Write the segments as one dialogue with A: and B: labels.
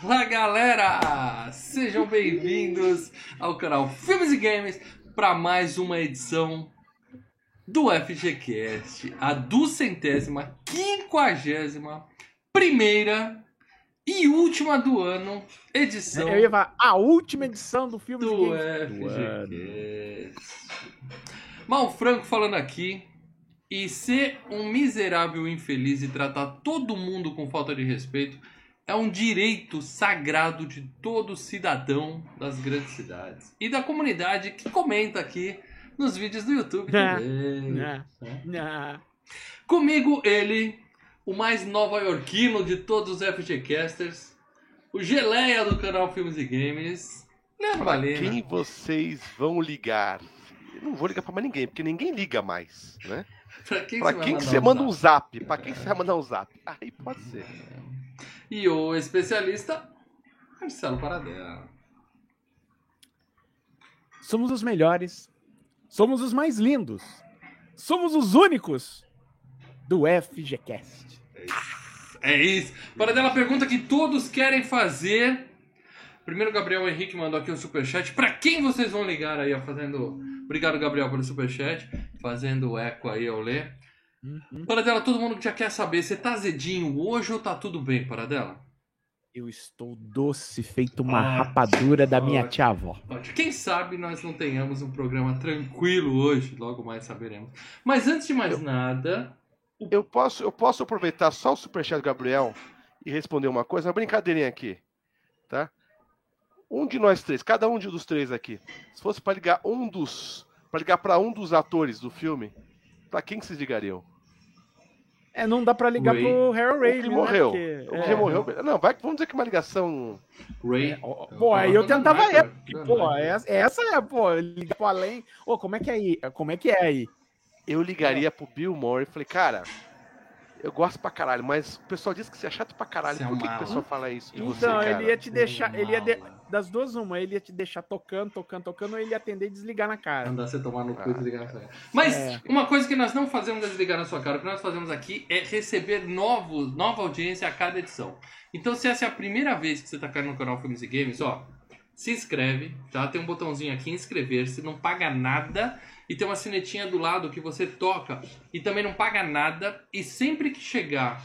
A: Fala galera! Sejam bem-vindos ao canal Filmes e Games para mais uma edição do FGCast, a duzentésima, quinquagésima, primeira e última do ano, edição é
B: É, Eu ia falar, a última edição do filme de
A: do
B: games.
A: FGCast. Mal Franco falando aqui. E ser um miserável infeliz e tratar todo mundo com falta de respeito é um direito sagrado de todo cidadão das grandes cidades e da comunidade que comenta aqui nos vídeos do YouTube
B: É.
A: também.
B: Né? Né?
A: Comigo ele, o mais nova-iorquino de todos os FGCasters, o geleia do canal Filmes e Games, Leandro Valena.
C: Quem vocês vão ligar? Eu não vou ligar pra mais ninguém, porque ninguém liga mais, né?
A: Pra quem
C: pra
A: vai
C: quem que
A: mandar
C: você
A: um
C: manda
A: zap?
C: um zap? Pra quem que você vai mandar um zap? Aí pode ser.
A: E o especialista Marcelo Paradela.
B: Somos os melhores. Somos os mais lindos. Somos os únicos do FGCast.
A: É isso. Paradela pergunta que todos querem fazer. Primeiro, o Gabriel Henrique mandou aqui um superchat. Pra quem vocês vão ligar aí, ó, fazendo. Obrigado, Gabriel, pelo superchat. Fazendo eco aí ao ler.
B: Uhum.
A: Paradela, todo mundo já quer saber, você tá azedinho hoje ou tá tudo bem, Paradela?
B: Eu estou doce, feito uma
A: Ah,
B: rapadura da minha
A: ótimo.
B: tia avó.
A: Ótimo. Quem sabe nós não tenhamos um programa tranquilo hoje, logo mais saberemos. Mas antes de mais nada,
C: Eu posso, eu posso aproveitar só o superchat do Gabriel e responder uma coisa, uma brincadeirinha aqui, tá? Um de nós três, cada um de- dos três aqui, se fosse pra ligar um dos, Pra ligar pra um dos atores do filme, pra quem que vocês ligariam?
B: É, não dá pra ligar
A: Ray.
B: pro Harold Ray.
C: o que
B: né?
C: morreu?
B: Porque-
C: O que
B: é.
C: morreu? Não, vai, vamos dizer que é uma ligação É,
A: Ray.
B: Ó, Pô, aí eu
A: Tá na
B: tentava.
A: Nike,
B: É,
A: tá na
B: pô,
A: Nike.
B: essa, essa é, pô, ligar pro além. Ô, como é que é aí? Como é que é aí?
C: Eu ligaria pro Bill Murray e falei, cara, eu gosto pra caralho, mas o pessoal diz que você é chato pra caralho.
A: Você é um
C: Por que, que o
A: mala.
C: pessoal fala isso de você,
B: Então,
C: cara?
B: ele ia te deixar. Ele ia de-
A: Mala.
B: Das duas, uma, ele ia te deixar tocando, tocando, tocando, ou ele ia atender e desligar na cara.
A: Não dá você tomar no cu e
C: Ah.
A: desligar na sua cara. Mas
B: É.
A: uma coisa que nós não fazemos é desligar na sua cara. O que nós fazemos aqui é receber novos, nova audiência a cada edição. Então, se essa é a primeira vez que você tá caindo no canal Filmes e Games, ó, se inscreve, tá? Tem um botãozinho aqui, inscrever-se, não paga nada. E tem uma sinetinha do lado que você toca e também não paga nada. E sempre que chegar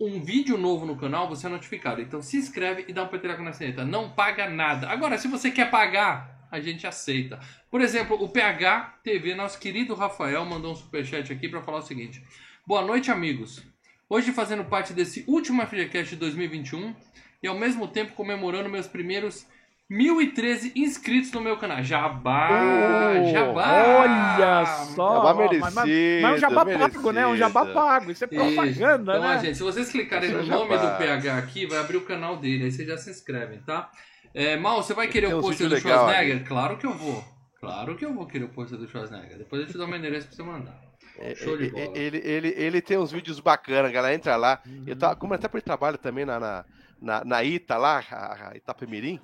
A: um vídeo novo no canal, você é notificado. Então se inscreve e dá um peteleco na sineta. Não paga nada. Agora, se você quer pagar, a gente aceita. Por exemplo, o PH TV, nosso querido Rafael, mandou um superchat aqui para falar o seguinte. Boa noite, amigos. Hoje fazendo parte desse último FGCast de 2021 e ao mesmo tempo comemorando meus primeiros 1013 inscritos no meu canal. Jabá!
C: Oh,
A: Ah, jabá!
B: Olha
A: É
B: só!
C: Jabá
B: ó, mas- mas- Mas é um jabá
C: merecido,
B: pago, né? É um jabá
C: merecido.
B: pago. Isso é
A: Isso.
B: propaganda,
A: então, ó,
B: né?
A: gente, se vocês clicarem no
C: Isso já
A: nome do
C: basta.
A: PH aqui, vai abrir o canal dele, aí vocês já se inscrevem, tá? É, Mal, você vai querer
C: Tem
A: o
C: um
A: pôster do
C: vídeo legal
A: Schwarzenegger? Claro que eu vou. Claro que eu vou querer o pôster do Schwarzenegger. Depois eu te dou meu endereço pra você mandar.
C: É,
A: Show de
C: é,
A: bola.
C: é, Ele, ele, ele tem uns vídeos bacanas, galera. Entra lá. Eu tava, como até por trabalho também na, na, na, na Ita lá, a, a Itapemirim,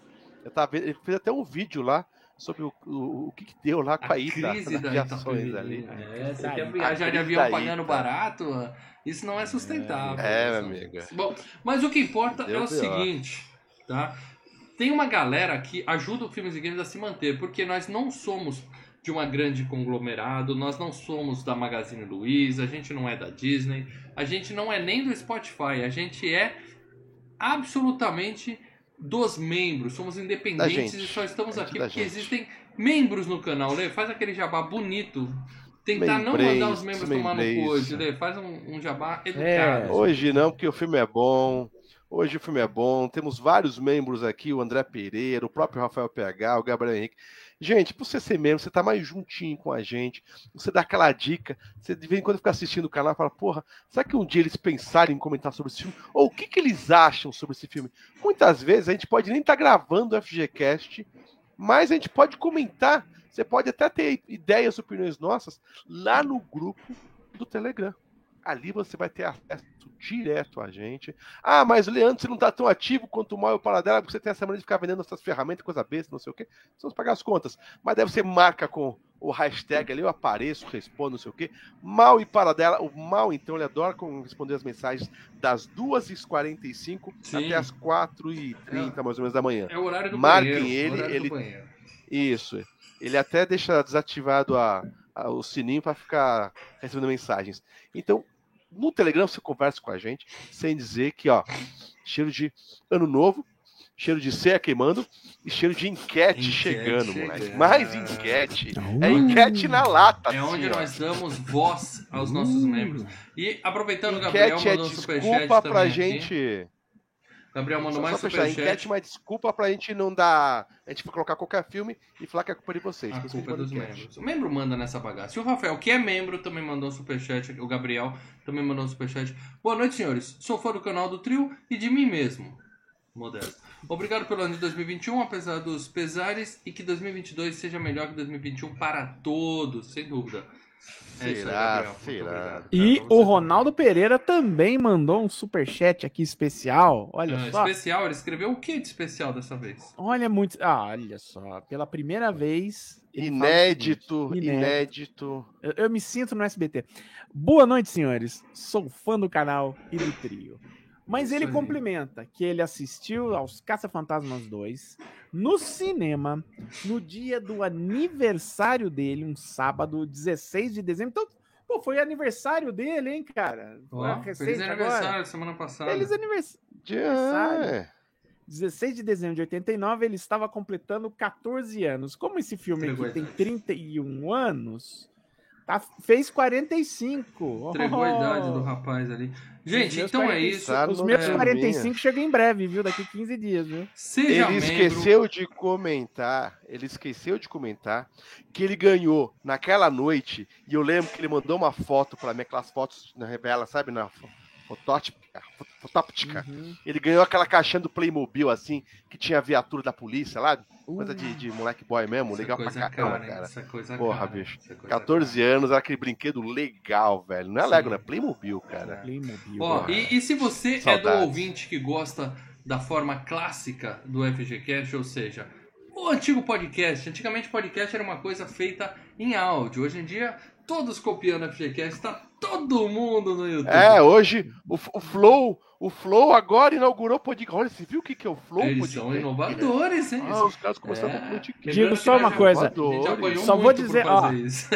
C: eu tava vendo, ele fez até um vídeo lá sobre o, o, o que, que deu lá com a, Ita,
A: crise
C: nas
A: da
C: aviações
A: Itapemirim,
C: ali.
A: né? Você
B: A
A: quer
B: crise
A: viajar de
C: da
A: avião
C: Ita.
A: pagando barato? Isso não é sustentável.
C: tá. É,
A: né,
C: meu
A: são-
C: amigo.
A: Bom, mas o que importa
C: Deu
A: é o
C: pior.
A: seguinte, tá? Tem uma galera que ajuda o Filmes e Games a se manter, porque nós não somos de uma grande conglomerado, nós não somos da Magazine Luiza, a gente não é da Disney, a gente não é nem do Spotify, a gente é absolutamente dos membros, somos independentes
C: gente.
A: e só estamos
C: É
A: aqui
C: da
A: porque
C: gente.
A: existem membros no canal, Lê, faz aquele jabá bonito. Tentar não
C: Membrenço,
A: mandar os membros tomar no cu
C: membrenço.
A: hoje, Lê, faz um, um jabá educado.
B: É.
C: Hoje não, porque o filme é bom. Hoje o filme é bom. Temos vários membros aqui, o André Pereira, o próprio Rafael PH, o Gabriel Henrique. Gente, pra você ser membro, você tá mais juntinho com a gente. Você dá aquela dica. Você de vez em quando fica assistindo o canal e fala, porra, será que um dia eles pensaram em comentar sobre esse filme? Ou o que, que eles acham sobre esse filme? Muitas vezes a gente pode nem estar gravando o FGCast, mas a gente pode comentar. Você pode até ter ideias, opiniões nossas lá no grupo do Telegram. Ali você vai ter acesso direto a gente. Ah, mas Leandro, você não está tão ativo quanto o Maio Paladela, porque você tem essa maneira de ficar vendendo essas ferramentas, coisa besta, não sei o quê. Precisamos pagar as contas. Mas deve ser marca com o hashtag ali, eu apareço, respondo, não sei o quê. Mal e Paladela, o Mal, então, ele adora com- responder as mensagens das 2h45
A: Sim.
C: até as 4h30, mais ou menos, da manhã.
A: É o horário do
C: Marquem
A: banheiro.
C: ele,
A: horário do
C: ele-
A: banheiro.
C: Isso. Ele até deixa desativado a- a- o sininho para ficar recebendo mensagens. Então, no Telegram você conversa com a gente, sem dizer que, ó, cheiro de ano novo, cheiro de ceia queimando e cheiro de enquete,
A: Enquete
C: chegando, moleque.
A: chegando.
C: Mais enquete. É enquete na lata,
A: É
C: assim,
A: onde
C: ó.
A: nós damos voz aos nossos
B: Uh.
A: membros. E aproveitando, o Gabriel
C: Enquete é
A: mandou um superchat
C: desculpa
A: também.
C: pra
A: aqui.
C: gente.
A: Gabriel mandou
C: Só,
A: mais
C: só fechar, enquete,
A: superchat.
C: mas desculpa pra gente não dar. A gente colocar qualquer filme e falar que é culpa de vocês.
A: A
C: Por isso que
A: culpa é dos
C: manda enquete.
A: membros. O membro manda nessa bagaça. E o Rafael, que é membro, também mandou um superchat. O Gabriel também mandou um superchat. Boa noite, senhores. Sou fã do canal do trio e de mim mesmo. Modesto. Obrigado pelo ano de 2021, apesar dos pesares, e que 2022 seja melhor que 2021 para todos, sem dúvida. É
C: Será,
A: Muito
C: será?
A: obrigado.
B: E
A: Pra você tá-
B: o
A: também.
B: Ronaldo Pereira também mandou um superchat aqui especial. Olha
A: Ah,
B: só.
A: Especial, ele escreveu o que de especial dessa vez?
B: Olha muito. Ah, olha só. Pela primeira vez. ele fala o
C: Inédito,
B: seguinte,
C: inédito.
B: Eu, eu me sinto no SBT. Boa noite, senhores. Sou fã do canal e do trio. Mas
A: Isso
B: ele
A: aí.
B: complementa que ele assistiu aos Caça-Fantasmas 2 no cinema no dia do aniversário dele, um sábado, 16 de dezembro. Então, pô, foi aniversário dele, hein, cara? Foi a
A: Ó, feliz
B: recente
A: aniversário
B: agora.
A: semana passada.
B: Feliz aniversário.
C: De... é.
B: Aniversário. 16 de dezembro de 89, ele estava completando 14 anos. Como esse filme aqui tem
A: Entregou a
B: 31 anos, tá, fez 45.
A: Entregou a idade do rapaz ali. Gente,
B: Oh. meus
A: então é
B: 45
A: isso.
C: Tá
B: Os
C: no
B: meus
C: caminho.
B: 45 chegam em breve, viu? Daqui 15 dias, viu?
A: Seja
C: Ele
A: membro.
C: esqueceu de comentar, ele esqueceu de comentar que ele ganhou naquela noite, e eu lembro que ele mandou uma foto pra mim, aquelas fotos na Revela, sabe, na fo- fotótica, fo- fotóptica.
A: Hum.
B: Uhum.
C: Ele ganhou aquela caixinha do Playmobil, assim, que tinha a viatura da polícia lá, coisa
B: Uh,
C: de, de moleque boy mesmo,
A: Essa
C: legal pra
A: coisa é
C: caramba,
A: hein?
C: cara.
A: Essa coisa é
C: Porra,
A: cara.
C: bicho.
A: Essa coisa
C: 14 anos, era aquele brinquedo legal, velho. Não é
A: Sim.
C: Lego, né? Playmobil, cara.
B: Playmobil.
A: Ó,
C: Porra.
A: e, e se você é
C: Saudades.
A: do ouvinte que gosta da forma clássica do FGCast, ou seja, o antigo podcast. Antigamente podcast era uma coisa feita em áudio. Hoje em dia, todos copiando o FGCast, tá todo mundo no YouTube.
C: É, hoje o, F- o Flow, o Flow agora inaugurou o podcast. Olha, você viu o que, que é o Flow?
A: Eles
C: podcast?
A: são inovadores, hein?
C: Ah, os caras começaram
A: É.
C: a podcast.
A: Lembrando
B: Digo
A: que
B: só
A: nós
B: uma
A: já-
B: coisa.
A: a gente já apanhou
B: Só vou
A: muito por
B: dizer,
A: fazer
B: ó,
A: isso.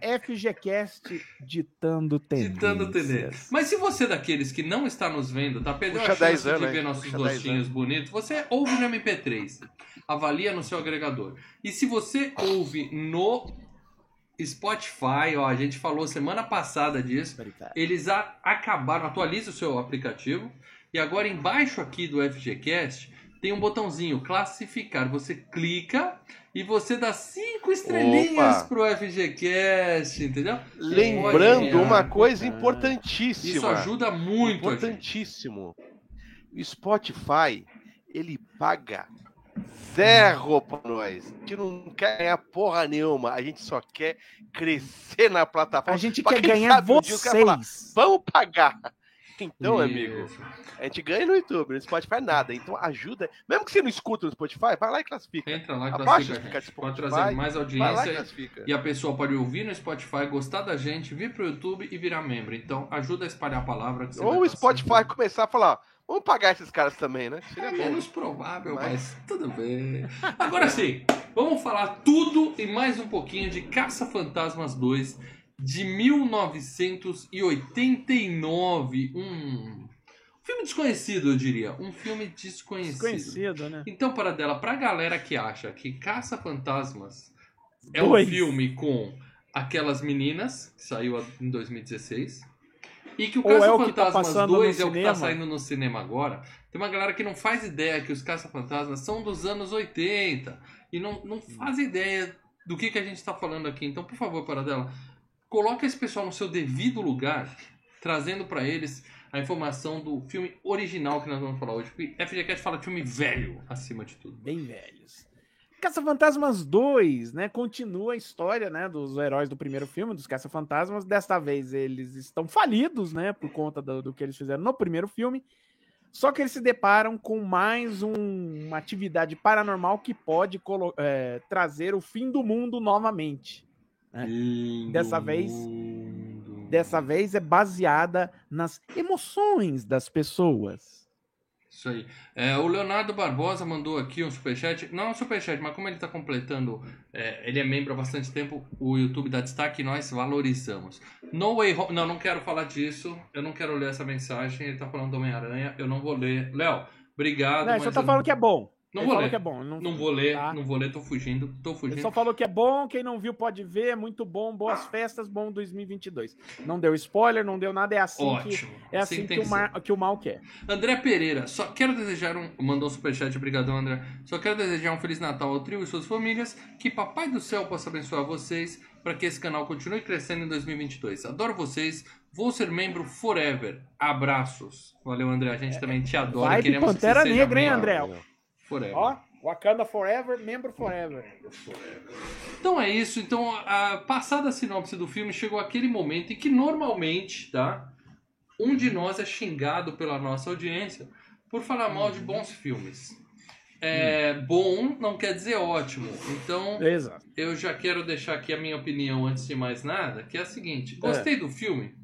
B: É FGCast ditando tendências.
A: Ditando tendências. Mas se você é daqueles que não está nos vendo, tá perdendo
C: Puxa
A: a
C: 10
A: chance
C: anos,
A: de
C: hein?
A: ver nossos
C: Puxa 10
A: rostinhos bonitos, você ouve no MP3. Avalia no seu agregador. E se você ouve no Spotify, ó, a gente falou semana passada disso,
B: Obrigado.
A: eles a- acabaram, atualiza o seu aplicativo. E agora embaixo aqui do FGCast tem um botãozinho classificar. Você clica e você dá cinco estrelinhas
C: Opa!
A: pro FGCast, entendeu?
C: Lembrando
A: Olha, É.
C: uma coisa
B: cara.
C: importantíssima.
A: Isso ajuda muito a gente.
C: Importantíssimo. O Spotify, ele paga zero pra nós. Que não quer ganhar porra nenhuma. A gente só quer crescer na plataforma.
B: A gente
C: Pra
B: quer
C: quem
B: ganhar
C: sabe um dia o cara fala,
B: vocês.
C: Vamos pagar. Então, amigo,
A: Isso.
C: a gente ganha no YouTube, no Spotify nada. Então ajuda. Mesmo que você não escuta no Spotify, vai lá e classifica.
A: Entra lá e
C: é, Abaixa
A: classifica
C: os
A: a gente.
C: aplicativos
A: Pode
C: Spotify,
A: trazer mais
C: Vai lá e
A: audiência.
C: classifica.
A: E a pessoa pode ouvir no Spotify, gostar da gente, vir pro YouTube e virar membro. Então ajuda a espalhar a palavra. Que você assim vai
C: Ou o
A: passar.
C: Spotify começar a falar, vamos pagar esses caras também, né? Seria
A: É
C: bom.
A: menos provável, mas tudo bem. Agora sim, vamos falar tudo e mais um pouquinho de Caça Fantasmas 2 de 1989. Um filme desconhecido, eu diria. Um filme desconhecido.
B: Desconhecido, né?
A: Então, para dela, pra galera que acha que Caça Fantasmas é um
B: Dois.
A: filme com aquelas meninas, que saiu em 2016, e que o
B: Ou é
A: Caça
B: o que tá
A: Fantasmas
B: passando no
A: 2 é o que tá
B: cinema?
A: saindo no cinema agora, tem uma galera que não faz ideia que os Caça Fantasmas são dos anos 80 e não, não faz ideia do que, que a gente tá falando aqui. Então, por favor, para dela, coloque esse pessoal no seu devido lugar, trazendo pra eles a informação do filme original que nós vamos falar hoje. Porque FGCast fala de filme velho, acima de tudo.
B: bem velhos. Caça-Fantasmas 2, né? Continua a história, né? Dos heróis do primeiro filme, dos Caça-Fantasmas. Desta vez eles estão falidos, né? Por conta do, do que eles fizeram no primeiro filme. Só que eles se deparam com mais um- uma atividade paranormal que pode colo- é, trazer o fim do mundo novamente.
A: Lindo
B: Dessa vez-
A: mundo.
B: Dessa vez é baseada nas emoções das pessoas.
A: Isso aí. É, o Leonardo Barbosa mandou aqui um superchat. Não é um superchat, mas como ele está completando, é, ele é membro há bastante tempo, o YouTube dá destaque e nós valorizamos. No Way Home. Não, não quero falar disso. Eu não quero ler essa mensagem. Ele está falando do Homem-Aranha. Eu não vou ler. Léo, obrigado.
B: Não, ele só
A: Ah, mas
B: tá
A: eu
B: falando que é bom.
A: Não
B: Ele
A: vou
B: falou
A: ler.
B: que é bom. Não,
A: Não vou ler,
B: tá?
A: não vou ler, tô fugindo, tô
B: Ele
A: fugindo. Ah.
B: só falou que é bom, quem não viu pode ver, é muito bom, boas festas, bom 2022. Não deu spoiler, não deu nada, é assim que,
A: Ótimo.
B: é assim
A: tem
B: que, o,
A: ser.
B: mar, que o mal quer.
A: André Pereira, só quero desejar um. Mandou um superchat, obrigadão, André. Só quero desejar um Feliz Natal ao trio e suas famílias. Que Papai do Céu possa abençoar vocês para que esse canal continue crescendo em 2022. Adoro vocês. Vou ser membro forever. Abraços. Valeu, André. A
B: É,
A: gente também te adora.
B: Vibe
A: Queremos
B: Pantera
A: que você seja
B: Negra, hein,
A: membro
B: André?
A: Forever.
B: Ó, Wakanda Forever, membro Forever.
A: Então é isso. Então, a, passada a sinopse do filme, chegou aquele momento em que normalmente, tá? Um de nós é xingado pela nossa audiência por falar mal de bons filmes. É, Bom não quer dizer ótimo. Então,
B: Exato.
A: eu já quero deixar aqui a minha opinião antes de mais nada, que é a seguinte: gostei do filme?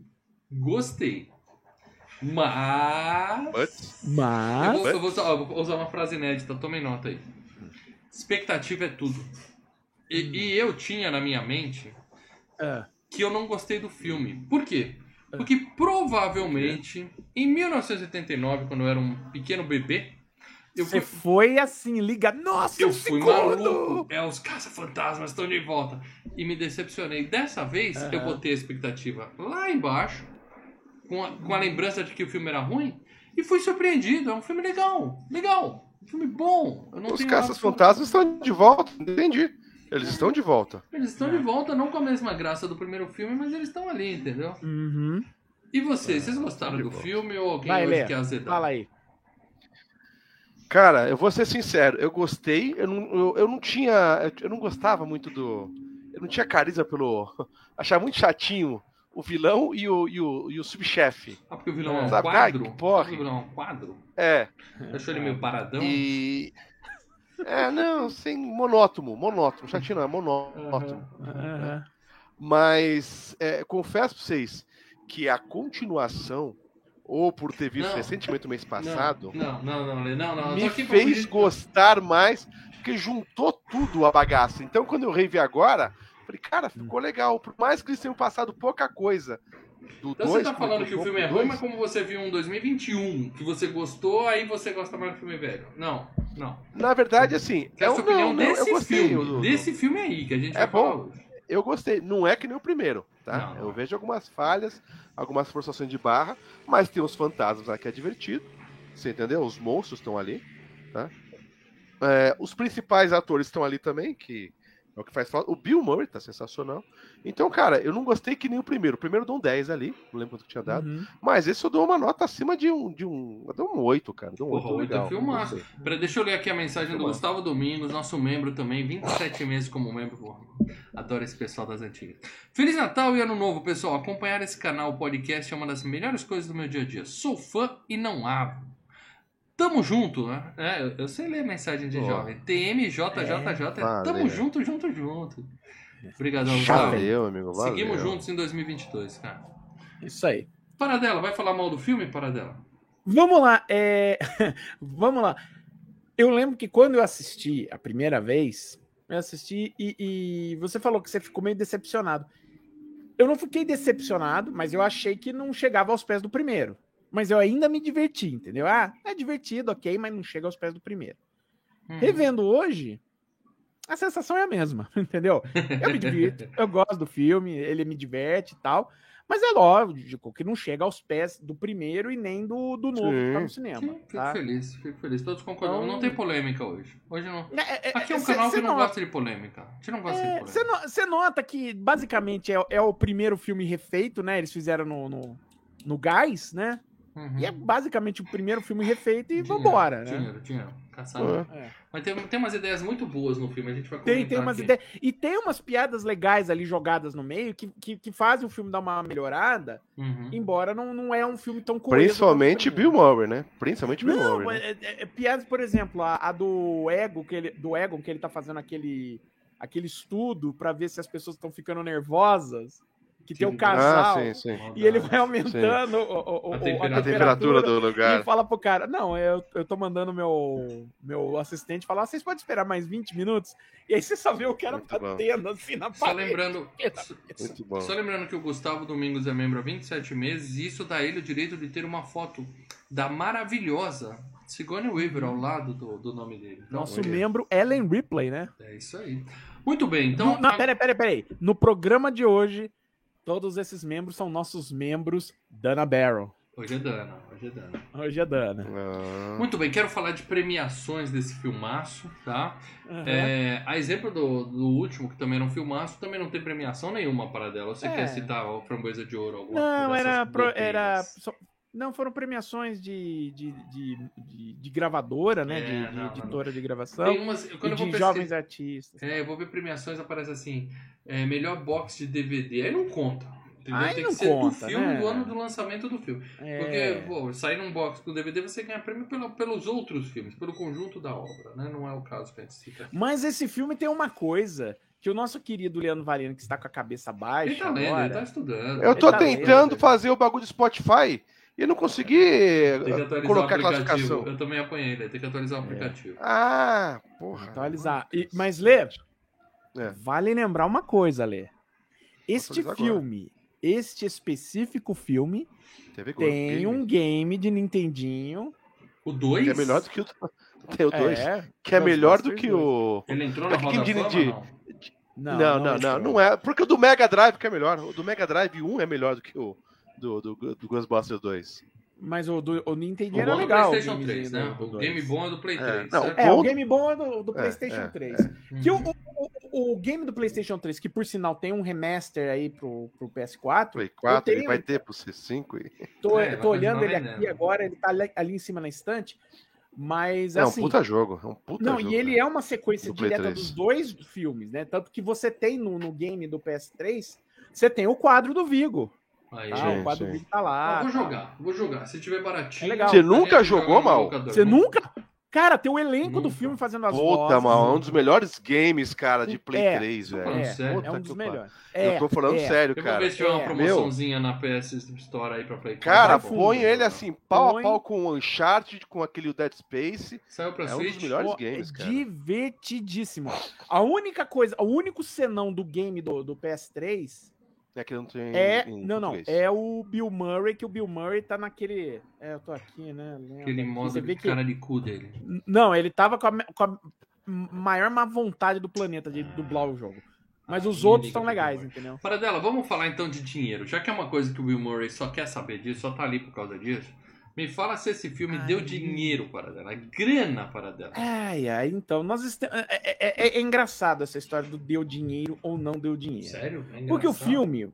A: Gostei. Mas.
C: Mas,
A: Eu
B: Mas.
A: vou, eu vou usar, ó, eu vou usar uma frase inédita, tomem nota aí. Expectativa é tudo. E, e eu tinha na minha mente
B: É.
A: que eu não gostei do filme. Por quê? Porque provavelmente, em 1989, quando eu era um pequeno bebê, eu
B: Você
A: fui,
B: foi assim, liga. Nossa,
A: eu
B: o
A: fui maluco. É, os caça-fantasmas estão de volta. E me decepcionei. Dessa vez, eu
B: Aham.
A: botei a expectativa lá embaixo, com a, com a lembrança de que o filme era ruim, e fui surpreendido. É um filme legal, legal. Um filme bom. Eu não
C: os
A: tenho
C: caças
A: nada-
C: fantasmas estão de volta, entendi. Eles estão de volta.
A: Eles estão de
C: É.
A: volta, não com a mesma graça do primeiro filme, mas eles estão ali, entendeu?
B: Uhum.
A: E vocês, vocês gostaram
C: É, de
A: do
C: volta.
A: filme ou alguém
B: Vai,
A: hoje
B: Lê.
A: quer azedar?
B: Fala aí.
C: Cara, eu vou ser sincero, eu gostei, eu não, eu, eu não tinha. Eu, eu não gostava muito do. Eu não tinha carisma pelo. Achava muito chatinho o vilão e o, e o, e o subchefe.
A: Ah, porque o vilão é um
C: Sabe,
A: quadro?
C: ai, que porra.
A: Porque O vilão é um quadro?
C: É.
A: Achou ele meio paradão?
C: E. É, não, sem monótono, monótono, chatinho não, é monótono.
A: Aham.
B: Aham.
C: Mas é, confesso pra vocês que a continuação, ou por ter visto
A: Não.
C: recentemente o mês passado,
A: Não, não, não, Lê, não, não. eu tô
C: me
A: aqui pra
C: fez
A: fugir.
C: gostar mais, porque juntou tudo a bagaça. Então, quando eu revi agora, falei, cara, ficou legal. Por mais que eles tenham passado pouca coisa. Do
A: Então
C: dois,
A: você tá
C: pro-
A: falando
C: do
A: que o
C: jogo
A: filme é ruim,
C: dois,
A: mas como você viu um 2021 que você gostou, aí você gosta mais do filme velho. Não, não.
C: Na verdade, assim,
A: É a
C: eu,
A: sua
C: não,
A: opinião
C: não, eu
A: desse
C: gostei.
A: filme.
C: eu-
A: Desse filme aí que a gente
C: É
A: vai falar
C: bom.
A: hoje.
C: eu gostei. Não é que nem o primeiro, tá?
A: Não.
C: Eu vejo algumas falhas, algumas forçações de barra, mas tem os fantasmas lá que é divertido. Você entendeu? Os monstros estão ali, tá? É, os principais atores estão ali também, que é o que faz falta. O Bill Murray tá sensacional. Então, cara, eu não gostei que nem o primeiro. O primeiro eu dou um 10 ali, não lembro quanto que tinha dado.
B: Uhum.
C: Mas esse eu dou uma nota acima de um. De um eu dou um 8, cara. Dou um
A: Porra,
C: 8
A: oito é
C: legal.
A: filmaço.
C: Gostei.
A: Pera, deixa eu ler aqui a mensagem do
C: Filmado.
A: Gustavo Domingos, nosso membro também, 27 meses como membro. Porra, adoro esse pessoal das antigas. Feliz Natal e Ano Novo, pessoal. Acompanhar esse canal, o podcast, é uma das melhores coisas do meu dia a dia. Sou fã e não abro. Tamo junto, né? É, eu- eu sei ler mensagem de
C: Ó.
A: jovem. TMJJJ, é, tamo
C: Valeu.
A: junto, junto, junto. Obrigadão, Gustavo.
C: Valeu, amigo. Valeu.
A: Seguimos juntos em 2022, cara.
B: Isso aí.
A: Paradela, vai falar mal do filme, Paradela?
B: Vamos lá, é... vamos lá. Eu lembro que quando eu assisti a primeira vez, eu assisti e, e você falou que você ficou meio decepcionado. Eu não fiquei decepcionado, mas eu achei que não chegava aos pés do primeiro. Mas eu ainda me diverti, entendeu? Ah, é divertido, ok, mas não chega aos pés do primeiro.
A: Hum.
B: Revendo hoje, a sensação é a mesma, entendeu? Eu me divirto, eu gosto do filme, ele me diverte e tal. Mas é lógico que não chega aos pés do primeiro e nem do, do novo que tá no cinema.
A: Fico
B: Tá?
A: feliz, fico feliz. Todos concordamos.
B: Então-
A: Não tem polêmica hoje. Hoje não.
B: É, é,
A: Aqui é
B: é,
A: um
B: cê-
A: canal
B: cê
A: que não
B: nota-
A: gosta de polêmica. A gente não gosta de
B: é,
A: polêmica.
B: cê no- Você nota que basicamente é, é o primeiro filme refeito, né? Eles fizeram no, no, no Gás, né?
A: Uhum.
B: E é basicamente o primeiro filme refeito e
A: Dinheiro,
B: vambora, né?
A: Dinheiro, dinheiro. caçar, não.
B: É.
A: Mas tem, tem umas ideias muito boas no filme, a gente vai comentar
B: Tem, tem umas
A: aqui.
B: ideias. E tem umas piadas legais ali jogadas no meio que, que, que fazem o filme dar uma melhorada,
A: Uhum.
B: embora não, não é um filme tão coeso.
C: Principalmente
B: quanto o
C: Bill Murray, né? Principalmente Bill
B: Não,
C: Murray. né?
B: é- é- é piadas, por exemplo, a, a do ego que ele, do Egon que ele tá fazendo aquele aquele estudo pra ver se as pessoas estão ficando nervosas, que tem o
A: Sim.
B: casal
C: Ah, sim, sim.
B: e ele vai aumentando o- o- o-
A: A
B: o-
A: temperatura.
C: A temperatura do
B: E
C: lugar.
B: fala pro cara, não, eu, eu tô mandando meu, meu assistente falar, vocês podem esperar mais 20 minutos? E aí você só vê o cara
C: Muito bom.
B: batendo assim na
A: Só
B: parede.
A: lembrando,
C: Muito bom.
A: Só lembrando que o Gustavo Domingos é membro há 27 meses e isso dá a ele o direito de ter uma foto da maravilhosa Sigourney Weaver ao lado do, do nome dele. Então,
B: Nosso
C: Olha.
B: membro Ellen Ripley, né?
A: é isso aí. Muito bem,
B: Então,
A: então.
B: não, peraí, peraí, peraí. No programa de hoje, todos esses membros são nossos membros Dana Barrow.
A: Hoje é Dana, hoje é Dana.
B: Hoje é Dana.
C: Ah,
A: Muito bem, quero falar de premiações desse filmaço, tá?
B: Aham.
A: É, a exemplo do, do último, que também era um filmaço, também não tem premiação nenhuma para dela. Você
B: É.
A: quer citar o Framboesa de Ouro? Alguma
B: Não,
A: dessas
B: era. pro- era
A: bobeiras?
B: só- não, foram premiações de, de, de, de- de gravadora, né?
A: É,
B: de de
A: não, não,
B: editora de gravação.
A: Tem umas. Quando
B: E
A: eu vou
B: de
A: pesquisar.
B: jovens artistas.
A: É, eu vou ver premiações, aparece assim, é, melhor box de DVD. Aí não conta. Entendeu?
B: Aí
A: Tem
B: não
A: que ser
B: conta,
A: do filme,
B: né?
A: do ano do lançamento do filme.
B: É.
A: Porque, pô, sair num box com DVD, você ganha prêmio pelo- pelos outros filmes, pelo conjunto da obra, né? Não é o caso que a gente cita aqui.
B: Mas esse filme tem uma coisa que o nosso querido Leandro Valeno, que está com a cabeça baixa
A: Ele tá lendo,
B: agora,
A: ele tá estudando.
C: Eu tô
B: Ele tá
C: tentando
B: lendo.
C: fazer o bagulho do Spotify e não consegui eh,
A: Tem que atualizar
C: colocar
A: o
C: classificação.
A: aplicativo. Eu também apanhei, né? Tem que atualizar o aplicativo.
C: Ah, porra.
B: atualizar. Então, E- mas, Lê,
C: É.
B: vale lembrar uma coisa, Lê. Este
C: Atualizar agora.
B: filme, este específico filme,
C: TV Globo
B: tem
C: Game.
B: um game de Nintendinho.
A: O 2?
C: é. Que é melhor do que o. Tem o 2.
B: É,
C: que é
B: Ghostbusters
C: melhor do que
B: dois.
C: o.
A: Ele entrou na
C: É que
A: roda
C: de-
A: fama,
C: de-
A: não?
C: Não, não, não. Não, é. Porque o do Mega Drive que é melhor. O do Mega Drive 1 é melhor do que o. Do, do, do Ghostbusters 2.
B: Mas o, do, o
A: O
B: Nintendinho
A: bom
B: era
A: do
B: legal.
A: PlayStation
B: o
A: 3, né?
B: gamezinho do-
A: O
B: do
A: game
B: dois.
A: bom é do Play
C: É,
A: 3.
C: não,
A: certo?
B: É, o
C: Bom-
B: game bom é do, do
C: É,
B: PlayStation
C: é,
B: 3.
A: Uhum.
B: Que o, o- o- o game do PlayStation 3, que por sinal tem um remaster aí pro, pro PS4,
C: Play 4, ele
B: tenho-
C: vai ter pro C5. E...
B: tô,
A: É,
B: eu
A: vai
B: tô olhando ele
A: continuar
B: aqui
A: vendendo.
B: agora, ele tá ali, ali em cima na estante, mas
C: é um
B: assim...
C: puta jogo. É um puta
B: não,
C: jogo.
B: e ele é uma sequência
C: Do Play
B: direta
C: 3.
B: dos dois filmes, né? Tanto que você tem no, no game do PS3, você tem o quadro do Vigo.
A: Aí,
B: tá?
C: Sim,
B: o quadro
C: sim.
B: do Vigo tá lá.
A: Eu vou
B: tá.
A: jogar, vou jogar. Se tiver baratinho.
B: É legal.
C: Você
A: eu
C: nunca
A: jogo
C: jogou,
A: no
C: Mal?
A: locador.
B: Você nunca... Cara, tem o elenco do
A: Nunca.
B: filme fazendo as
C: Puta,
B: vozes.
C: mano, é um dos melhores games, cara, de Play
B: É,
C: 3,
A: tô
C: velho.
A: Tá falando
B: É,
A: sério.
C: Puta
B: é um
C: que
B: dos
C: pariu.
B: melhores.
C: eu tô falando
B: é.
C: sério,
A: Eu vou
C: cara.
A: ver se tiver uma
B: é,
A: promoçãozinha na PS Store aí pra Play
C: Cara,
A: Tá
B: Vai fundo, né?
A: bom.
C: põe ele assim, pau
B: Põe.
C: a pau com o Uncharted, com aquele Dead Space.
A: Saiu pra
C: É um dos
A: Switch.
C: melhores.
B: Ó,
C: games,
B: é
C: cara.
B: Divertidíssimo. A única coisa, o único senão do game do, do PS3
C: É que não tem.
B: é.
C: em
B: não, não.
C: português.
B: É o Bill Murray, que o Bill Murray tá naquele. É, eu tô aqui, né? lendo
A: Aquele
B: aqui,
A: modo
B: você vê
A: de
B: que- é.
A: cara de cu dele.
B: N- Não, ele tava com a, me- com a maior má vontade do planeta de dublar o jogo. Mas os
A: Ah,
B: outros
A: liga
B: estão
A: pro Bill
B: legais,
A: Murray.
B: entendeu?
A: Paradela, vamos falar então de dinheiro. Já que é uma coisa que o Will Murray só quer saber disso, só tá ali por causa disso. Me fala se esse filme
B: Ai.
A: deu dinheiro para dela, grana para dela.
B: Ai, ai, então. Nós este- é, é- é- é engraçado essa história do deu dinheiro ou não deu dinheiro.
A: Sério? É
B: Porque o
A: engraçado.
B: filme.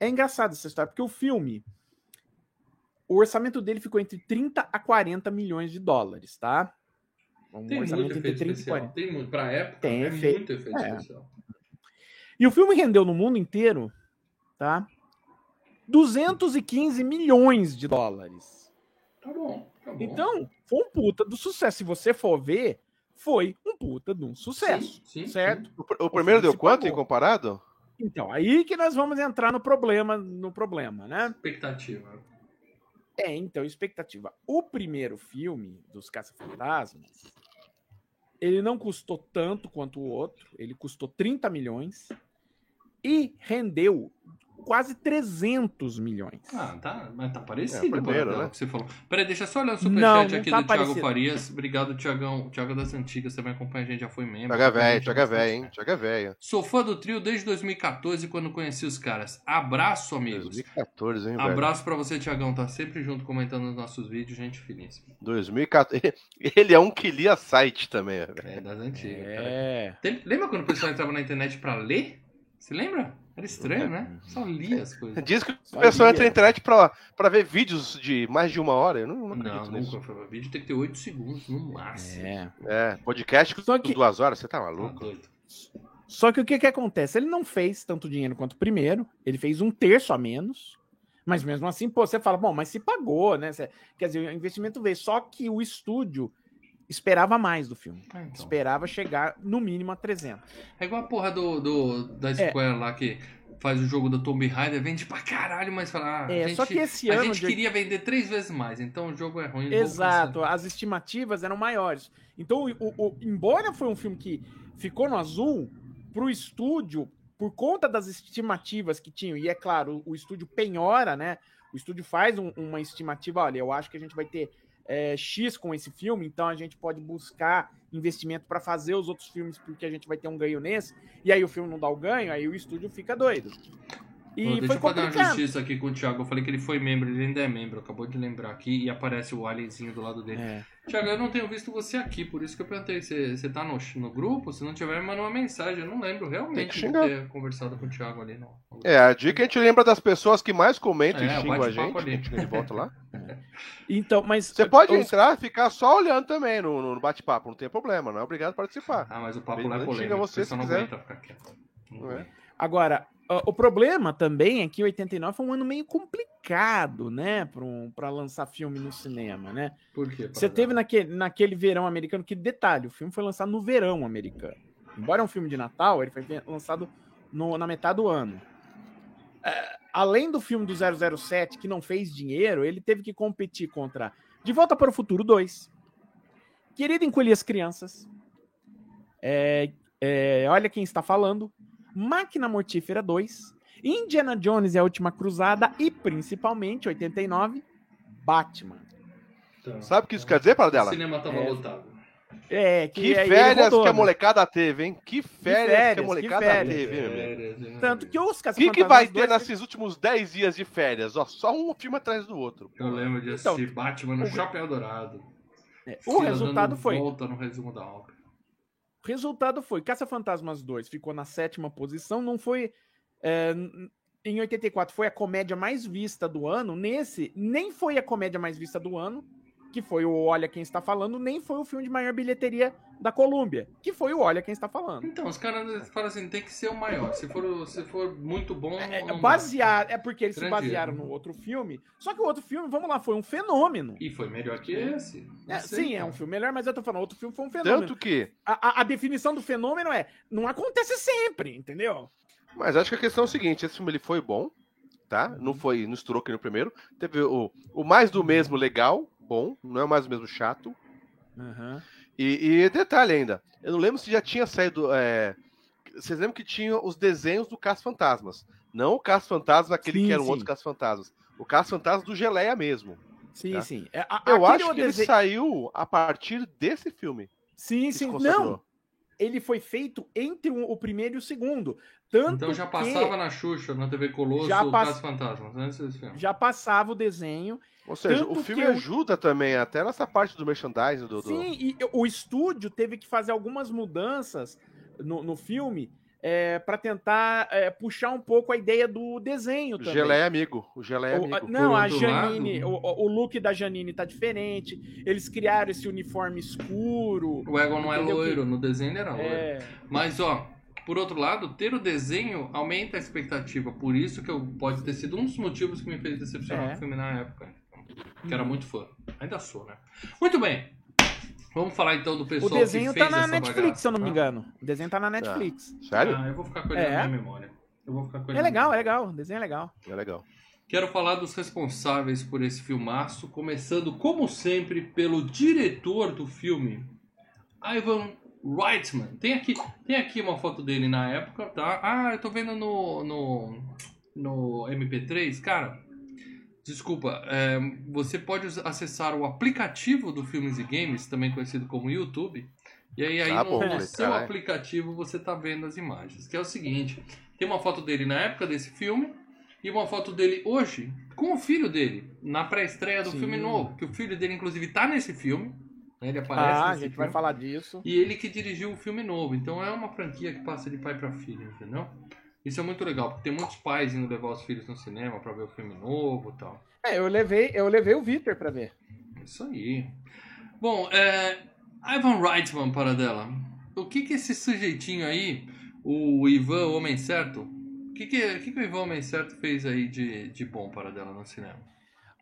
B: É engraçado essa história, porque o filme. O orçamento dele ficou entre 30 a 40 milhões de dólares, tá? Um
A: tem muito
B: orçamento entre
A: efeito
B: 30 e
A: especial.
B: 40.
A: Tem muito. Pra época,
B: Tem
A: é
B: efeito.
A: muito efeito
B: É.
A: especial.
B: E o filme rendeu no mundo inteiro, tá? 215 milhões de dólares.
A: Tá bom, tá bom.
B: Então, foi um puta do sucesso. Se você for ver, foi um puta de um sucesso,
A: Sim, sim,
B: certo?
C: O, pr- o primeiro deu
B: se
C: quanto
B: pagou.
C: em comparado?
B: Então, aí que nós vamos entrar no problema, no problema, né?
A: Expectativa.
B: É, então, expectativa. O primeiro filme dos Caça-Fantasmas, ele não custou tanto quanto o outro, ele custou 30 milhões e rendeu quase 300 milhões.
A: Ah, tá, mas tá parecido
C: É, primeiro,
A: Baradão,
C: né?
A: o que você falou. Peraí, deixa só olhar o
B: Não,
A: superchat
B: não
A: aqui
B: tá
A: do Thiago
B: parecido.
A: Farias. Obrigado, Thiagão. Thiago é das Antigas também acompanha a gente, já foi membro.
C: Joga velho,
A: Acompanha a gente
C: joga
A: há bastante
C: velho, hein?
A: tempo.
C: Joga velho.
A: Sou fã do trio desde 2014, quando conheci os caras. Abraço, amigos.
C: 2014, hein, velho?
A: Abraço pra você, Thiagão. Tá sempre junto comentando os nossos vídeos, gente finíssima.
C: 2014. Ele é um que lia site também, velho.
A: É das antigas, cara.
B: É.
A: Tem- Lembra quando o pessoal entrava na internet pra ler? Você lembra? Era estranho, né? Só lia as coisas.
C: Diz que o
B: Só
C: pessoal
B: ia.
C: entra na internet pra, pra ver vídeos de mais de uma hora. Eu não, não
A: Não,
C: acredito nisso.
A: nunca. Foi. O vídeo tem que ter 8 segundos no máximo.
B: É.
C: É, podcast com
B: Só que-
C: duas horas, você tá
A: Tá
C: maluco?
A: doido.
B: Só que o que, que acontece? Ele não fez tanto dinheiro quanto o primeiro, ele fez um terço a menos. Mas mesmo assim, pô, você fala, bom, mas se pagou, né? Você- Quer dizer, o investimento veio. Só que o estúdio esperava mais do filme.
A: Ah, então.
B: Esperava chegar no mínimo a 300.
A: É igual a porra do, do-
B: É.
A: da Square lá que faz o jogo do Tomb Raider, vende pra caralho, mas fala. Ah,
B: é,
A: a gente,
B: só que esse
A: a
B: ano.
A: gente
B: de-
A: queria vender três vezes mais, então o jogo é ruim. vou
B: Exato, as estimativas eram maiores. Então, o, o- o- embora foi um filme que ficou no azul, pro estúdio, por conta das estimativas que tinham, e é claro, o, o estúdio penhora, né? O estúdio faz um- uma estimativa, olha, eu acho que a gente vai ter é, X com esse filme, então a gente pode buscar investimento para fazer os outros filmes, porque a gente vai ter um ganho nesse, e aí o filme não dá o ganho, aí o estúdio fica doido. E
A: Ô, Deixa
B: foi
A: eu fazer uma
B: complicado.
A: justiça aqui com o Thiago. Eu falei que ele foi membro, ele ainda é membro. Acabou de lembrar aqui e aparece o alienzinho do lado dele.
B: É.
A: Thiago, eu não tenho visto você aqui, por isso que eu perguntei. Você, você tá no, no grupo? Se não tiver, manda uma mensagem. Eu não lembro
C: Tem que
A: realmente de
C: xingar.
A: ter conversado com o Thiago ali. Não.
C: É, a dica é a gente lembra das pessoas que mais comentam
A: É,
C: e xingam a
A: bate-papo
C: gente.
A: ali.
C: A gente volta lá.
B: Então, mas
C: Você pode
B: os-
C: entrar e ficar só olhando também no, no bate-papo, não tem problema, não é obrigado a participar.
A: Ah, mas o papo
C: Bem,
A: lá é
C: xinga
A: polêmico. O
C: você se
A: pessoal não
C: quiser.
A: aguenta ficar quieto. Não
C: Não é?
A: aguenta.
B: Agora, ah, o problema também é que 89 foi um ano meio complicado, né, para lançar filme no cinema, né?
A: Por quê?
B: Você
A: Paraná?
B: teve naquele, naquele verão americano, que detalhe, o filme foi lançado no verão americano. Embora é um filme de Natal, ele foi ve- lançado no- na metade do ano. É, além do filme do 007, que não fez dinheiro, ele teve que competir contra De Volta para o Futuro 2, Querido Encolher as Crianças, é, é, Olha Quem Está Falando, Máquina Mortífera 2, Indiana Jones e a Última Cruzada e, principalmente, 89, Batman.
A: Então,
C: Sabe o que isso quer dizer, Paradela?
A: O cinema tava
B: É.
A: lotado.
B: É,
C: Que
B: aí ele
C: férias
B: rodou,
C: que a
B: né?
C: molecada teve, hein? Que férias, que a
B: férias, que
C: molecada
B: férias. É,
C: teve, meu amigo.
A: né?
B: Tanto que os
C: O é, que, que vai ter nesses últimos 10 dias de férias? Ó, só um filme atrás do outro.
A: Eu lembro de
B: Então,
A: assistir Batman no
B: o-
A: Chapéu Dourado.
B: O
A: Fila
B: resultado
A: dando
B: foi. O
A: Volta no resumo da obra.
B: resultado foi. Caça-Fantasmas 2 ficou na sétima posição. Não foi. é, n- em 84 foi a comédia mais vista do ano. Nesse, nem foi a comédia mais vista do ano, que foi o Olha Quem Está Falando, nem foi o filme de maior bilheteria da Colômbia, que foi o Olha Quem Está Falando.
A: Então, os caras falam assim, tem que ser o maior. Se for, o- se for muito bom...
B: É,
A: não-
B: baseado, é porque eles se
A: Grande
B: basearam
A: erro.
B: no outro filme. Só que o outro filme, vamos lá, foi um fenômeno.
A: E foi melhor que esse. Não
B: É,
A: sei,
B: sim, é
A: cara.
B: um filme melhor, mas eu tô falando, outro filme foi um fenômeno.
C: Tanto que.
B: A, a- a definição do fenômeno é não acontece sempre, entendeu?
C: Mas acho que a questão é o seguinte: esse filme ele foi bom, tá? Não foi, não estourou que no primeiro. Teve o, o mais do mesmo legal, bom, não é o mais do mesmo chato. E, e detalhe ainda, eu não lembro se já tinha saído. é, Vocês lembram que tinha os desenhos do Caso Fantasmas. Não o Caso Fantasma, aquele
B: Sim,
C: que era o
B: sim.
C: outro Caso Fantasmas. O Caso Fantasma do Geleia mesmo.
B: Sim,
C: Tá.
B: sim. É, a-
C: Eu
B: aquele
C: acho que
B: dese-
C: ele saiu a partir desse filme.
B: Sim,
C: que se
B: sim.
C: consagrou.
B: Não, ele foi feito entre o, o primeiro e o segundo. Tanto
A: Então já
B: que
A: passava na Xuxa, na TV Colosso,
B: Já
A: o
B: pass-
A: Caso Fantasmas, né? Esses filmes.
B: já passava o desenho.
C: Ou seja,
B: Tanto
C: o filme
B: que eu-
C: ajuda também, até nessa parte do merchandising do. do-
B: Sim, e o estúdio teve que fazer algumas mudanças no, no filme é, para tentar é, puxar um pouco a ideia do desenho
C: O
B: também.
C: Geleia é amigo. O Geleia
B: O- a-
C: amigo.
B: não,
A: Por
B: a
A: outro
B: Janine,
A: lado-
B: o, o- o look da Janine tá diferente. Eles criaram esse uniforme escuro.
A: O Egon não é
B: Entendeu que-
A: loiro, no desenho ele era loiro.
B: É,
A: Mas, ó, por outro lado, ter o desenho aumenta a expectativa. Por isso que eu, pode ter sido um dos motivos que me fez decepcionar
B: É. Uhum.
A: o filme na época. Que era muito fã. Ainda sou, né? Muito bem. Vamos falar então do
B: o
A: pessoal
B: desenho
A: que fez
B: tá na
A: essa
B: Netflix,
A: bagaça,
B: se eu não me
A: tá?
B: engano. O desenho tá na Netflix.
C: Sério?
A: Ah, eu vou ficar com ele
B: É.
A: na minha memória. Eu vou ficar com ele
B: É
A: na
B: legal, é
A: minha
B: legal. O desenho é legal.
C: É legal.
A: Quero falar dos responsáveis por esse filmaço, começando, como sempre, pelo diretor do filme, Ivan Reitman. Tem aqui, tem aqui uma foto dele na época, tá? Ah, eu tô vendo no, no, no MP3. Cara, desculpa, é, você pode us- acessar o aplicativo do Filmes e Games, também conhecido como YouTube. E aí, aí
C: Tá
A: no,
C: bom,
A: no
C: falei,
A: seu
C: caralho.
A: aplicativo você tá vendo as imagens. Que é o seguinte, tem uma foto dele na época desse filme e uma foto dele hoje com o filho dele, na pré-estreia do
B: Sim.
A: filme novo. Que o filho dele, inclusive, tá nesse filme. né? Ele aparece
B: Ah, a
A: nesse
B: gente
A: filme.
B: vai falar disso.
A: E ele que dirigiu o filme novo. Então é uma franquia que passa de pai pra filho, entendeu? Isso é muito legal, porque tem muitos pais indo levar os filhos no cinema pra ver o filme novo e tal.
D: É, eu levei, eu levei o Vitor pra ver.
A: Isso aí. Bom, é, Ivan Reitman, para dela. O que que esse sujeitinho aí, o Ivan o Homem Certo, o que que, o que que o Ivan Homem Certo fez aí de, de bom para dela no cinema?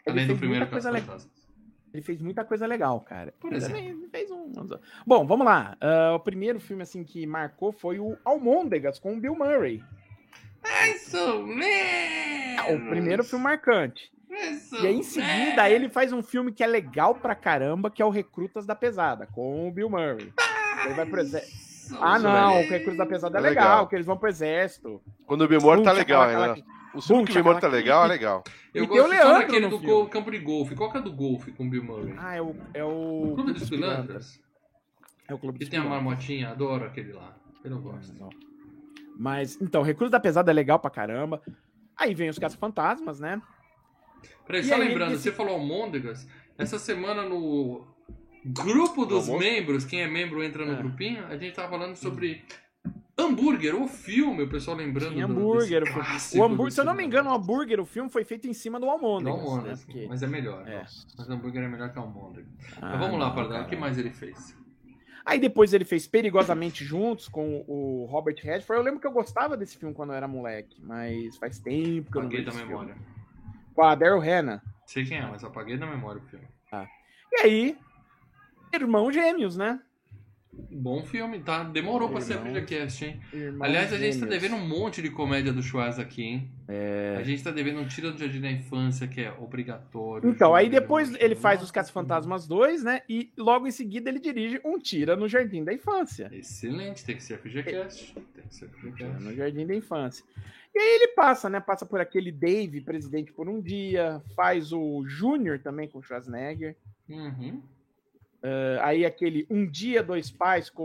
B: Ele
A: Além do
B: fez
A: primeiro
B: muita coisa
A: Caça
B: legal.
A: Fantasmas.
B: Ele fez muita coisa legal, cara.
A: Por
B: Ele
A: exemplo.
B: também fez um- uns- Bom, vamos lá. Ah, o primeiro filme assim que marcou foi o Almôndegas com o Bill Murray. É,
A: Mais ou menos.
B: Ah, O primeiro filme marcante.
A: Mais
B: E aí, em
A: ou
B: seguida, ele faz um filme que é legal pra caramba, que é o Recrutas da Pesada, com o Bill Murray. Ele vai pro exército.
A: menos.
B: Ah, não, o
A: Isso aí.
B: Recrutas da Pesada é
C: É
B: legal,
C: legal.
B: que eles vão pro exército.
C: Quando o Bimor tá
B: Bum,
C: legal
B: tchaca,
C: ainda. O filme
B: Bum,
C: que o Bimor tá
B: tchaca,
C: legal é legal.
A: Eu
B: E tem
A: gosto
B: o
A: só
B: Leandro
A: daquele
B: no
A: do
B: filme.
A: gol- campo de golfe. Qual que é do golfe com o Bill Murray?
B: Ah, é o. É o
A: Clube dos
B: Pilantras.
A: Pilantras.
B: É o Clube
A: Que
B: dos
A: tem a
B: Pilantras.
A: marmotinha, adoro aquele lá. Eu não gosto.
B: Não. Mas, então, Recrutas da Pesada é legal pra caramba. Aí vem os Caça-Fantasmas, né?
A: Peraí,
B: E
A: só
B: aí,
A: lembrando,
B: esse-
A: você falou Almôndegas. Essa semana no grupo dos
C: Almô-
A: membros, quem é membro entra no
B: É. Hum.
A: grupinho, a gente tava falando sobre hambúrguer, o filme, o pessoal lembrando.
B: Tinha
A: do-
B: hambúrguer,
A: desse
B: o-
A: clássico
B: O
A: do
B: hambúrguer, se eu não me
A: cinema.
B: engano, o hambúrguer, o filme foi feito em cima do
A: Do
B: Almôndegas.
A: Almôndegas,
B: né? Porque-
A: mas é melhor.
B: É.
A: Mas hambúrguer é melhor que almôndega.
B: Ah,
A: Mas vamos lá,
B: não,
A: Pardal, o
B: cara.
A: que mais ele fez?
B: Aí depois ele fez Perigosamente Juntos com o Robert Redford. Eu lembro que eu gostava desse filme quando eu era moleque, mas faz tempo que eu não
A: Apaguei da
B: vejo esse filme.
A: memória.
B: Com a Daryl Hannah.
A: Sei quem é, mas apaguei da memória o filme.
B: E aí, Irmão Gêmeos, né?
A: Bom filme, tá? Demorou pra ser
B: Irmão.
A: FGCast, hein?
B: Irmãos
A: Aliás, a gente tá
B: Gêmeos.
A: devendo um monte de comédia do Schwarz aqui, hein? É. A gente tá devendo um Tira do Jardim da Infância, que é obrigatório. é
B: Então, aí
A: Tira do
B: depois
A: Jardim da
B: ele faz Os
A: Infância.
B: Caça-Fantasmas 2, né? E logo em seguida ele dirige Um Tira no Jardim da Infância. Um
A: Excelente, tem que ser FGCast. Tem que ser
B: Tira
A: FGCast.
B: no Jardim da Infância. E aí ele passa, né? Passa por aquele Dave, presidente por um dia. Faz o Júnior também com o Schwarzenegger.
A: Uhum.
B: Aí aquele Um Dia, Dois Pais com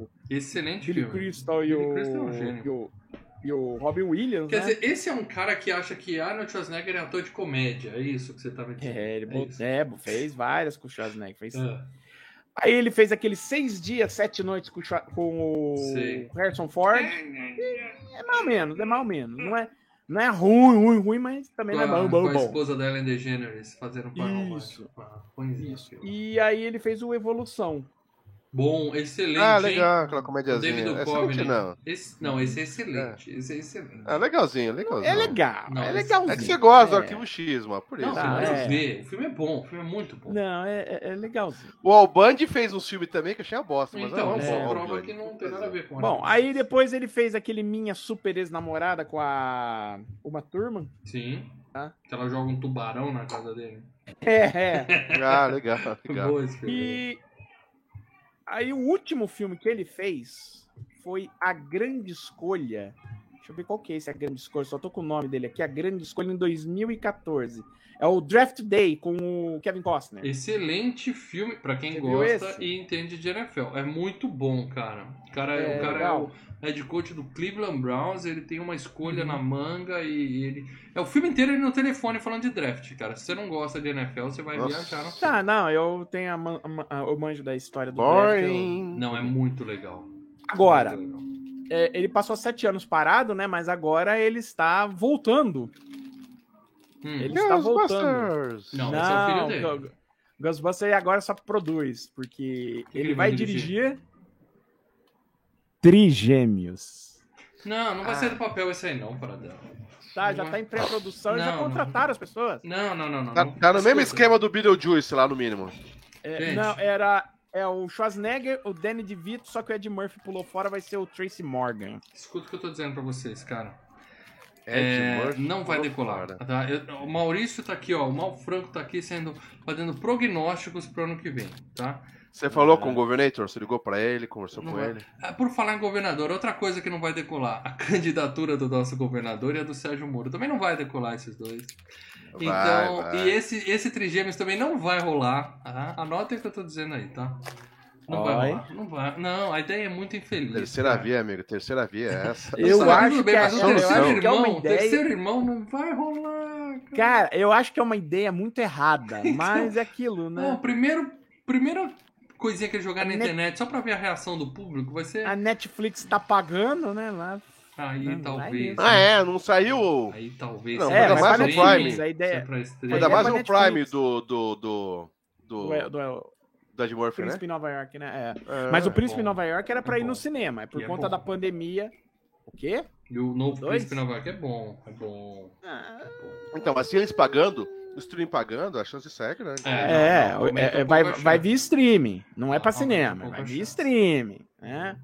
B: o
A: Excelente
B: Billy
A: filme.
B: Crystal e
A: Billy
B: o,
A: Crystal é um gênio.
B: e o e o Robin Williams,
A: Quer
B: né?
A: dizer, esse é um cara que acha que Arnold Schwarzenegger é ator de comédia, é isso que você tava dizendo.
B: é, ele bot-
A: isso.
B: é, fez várias com o Schwarzenegger. Fez...
A: Ah,
B: Aí ele fez aqueles seis dias, sete noites com, o Schwa- com o
A: Sei.
B: Harrison Ford. É mal menos, é mal menos. Não é, não é ruim, ruim, ruim, mas também
A: com, a,
B: não é bom,
A: com
B: bom,
A: a
B: bom.
A: esposa da Ellen DeGeneres fazendo um par
B: Isso.
A: romântico. Ah, ruimzinho
B: Isso.
A: aquilo.
B: E aí ele fez o Evolução.
A: Bom, excelente.
C: Ah,
A: hein?
C: legal, aquela é
A: O David
C: comediazinha. Excelente
A: Duchovny.
C: não.
A: Esse, não, esse é excelente. Esse é excelente.
C: Ah, legalzinho, legalzinho.
B: É legal,
A: Não,
B: é
A: esse-
B: legalzinho.
C: É que você gosta do
B: É.
C: Arquivo X, mano, por
A: não,
C: isso. né?
A: você
B: tá,
A: precisa
B: é.
A: ver. O filme é bom, o filme é muito bom.
B: Não, é, é, é legalzinho.
C: O Albandi fez um filme também que eu achei uma bosta, mas
A: então,
C: é
A: só
B: é,
A: prova que não tem nada a ver com
B: Bom, aí depois ele fez aquele minha super ex-namorada com a uma turma.
A: Sim.
B: Tá.
A: Que ela joga um tubarão na casa dele.
B: É, é.
C: Ah, legal, legal.
A: Boa esse filme.
B: E aí o último filme que ele fez foi A Grande Escolha. Deixa eu ver qual que é esse A Grande Escolha, só tô com o nome dele aqui, A Grande Escolha em 2014. É o Draft Day com o Kevin Costner.
A: Excelente filme pra quem
B: Você viu
A: gosta
B: esse?
A: e entende de NFL. É muito bom, cara. O cara, é,
B: É,
A: o cara é
B: legal. Uhum.
A: o head coach do Cleveland Browns, ele tem uma escolha na manga e ele. É o filme inteiro ele no telefone falando de draft, cara. Se você não gosta de NFL, você vai
C: Nossa.
A: viajar no
B: Tá, não, eu tenho a, man- a man- a- eu manjo da história do draft. eu-
C: Boring.
A: Não, é muito legal.
B: Agora,
A: Muito legal.
B: é, ele passou sete anos parado, né? Mas agora ele está voltando.
A: Hum.
B: Ele está voltando.
C: Ghostbusters.
A: Não, esse é o filho
B: Não,
A: dele.
B: Gu- Ghostbuster agora só produz, porque
A: que
B: ele,
A: ele vai
B: vai
A: dirigir?
B: dirigir Trigêmeos.
A: Não, não vai
C: Ah.
A: sair do papel esse aí não, Paradela.
B: Tá, já
A: Não. é
B: tá em pré-produção e já
A: Não,
B: contrataram as pessoas.
A: Não, não, não, não.
C: Tá,
A: não.
C: tá no mesmo
A: Escuta,
C: esquema do Beetlejuice lá, no mínimo.
B: É,
A: Gente.
B: não, era é o Schwarzenegger, o Danny DeVito, só que o Ed Murphy pulou fora, vai ser o Tracy Morgan.
A: Escuta o que eu tô dizendo pra vocês, cara.
C: Ed
A: É,
C: Murphy
A: não vai
C: pulou
A: decolar.
C: fora.
A: tá? Eu- o Maurício tá aqui, ó. O Mal Franco tá aqui sendo, fazendo prognósticos pro ano que vem, tá?
C: Você falou com o Governator? Você ligou pra ele, conversou
A: Não
C: com
A: vai.
C: ele?
A: Ah, Por falar em governador, outra coisa que não vai decolar: a candidatura do nosso governador e a do Sérgio Moro. Também não vai decolar esses dois.
C: Vai,
A: Então,
C: vai.
A: e esse, esse trigêmeos também não vai rolar. Tá? Anotem o que eu tô dizendo aí, tá? Não vai
B: Oi.
A: rolar. Não vai. Não, a ideia é muito infeliz.
C: Terceira
A: cara.
C: via, amigo. Terceira via é essa.
B: Eu
A: Sabe,
B: acho
A: tudo bem,
B: que
A: mas o
B: é-
C: eu
A: terceiro
C: acho
B: que é uma
A: irmão, o
B: ideia-
A: terceiro irmão não vai rolar. cara.
B: Cara, eu acho que é uma ideia muito errada, mas é aquilo,
A: Não,
B: né?
A: primeiro, primeira coisinha que ele jogar na
B: Net-
A: internet só pra ver a reação do público vai ser.
B: A Netflix tá pagando, né? Lá,
A: Aí
B: Não, vai
A: talvez.
B: mesmo.
C: Ah, é? Não saiu?
A: Aí talvez.
C: Não,
A: se
C: ainda
A: é pra
C: mais no
A: streaming,
C: Prime.
A: se
B: A ideia-
A: é pra streaming.
C: Ainda
B: é
C: mais
B: pra
C: no
B: Netflix.
C: Prime do. do. do. do.
B: Do, do
C: do Ed Murphy, né?
B: Príncipe em Nova York, né? É.
C: É.
B: Mas o
A: é
B: Príncipe em
A: bom.
B: Nova York era pra
A: É
B: ir
A: bom.
B: no cinema. É por
A: E é
B: conta
A: bom.
B: da pandemia. O quê?
A: E o novo
B: Dois?
A: Príncipe Nova York é bom. É bom.
B: Ah,
C: Então, assim, eles pagando, o stream pagando, a chance disso é grande.
B: É,
A: não, não, aumenta um
B: é, é,
A: pouco
B: vai,
A: a chance.
B: vai vir streaming. Não é pra
A: Ah, aumenta um
B: cinema,
A: pouco
B: vai
A: a
B: vir
A: chance.
B: streaming. Né?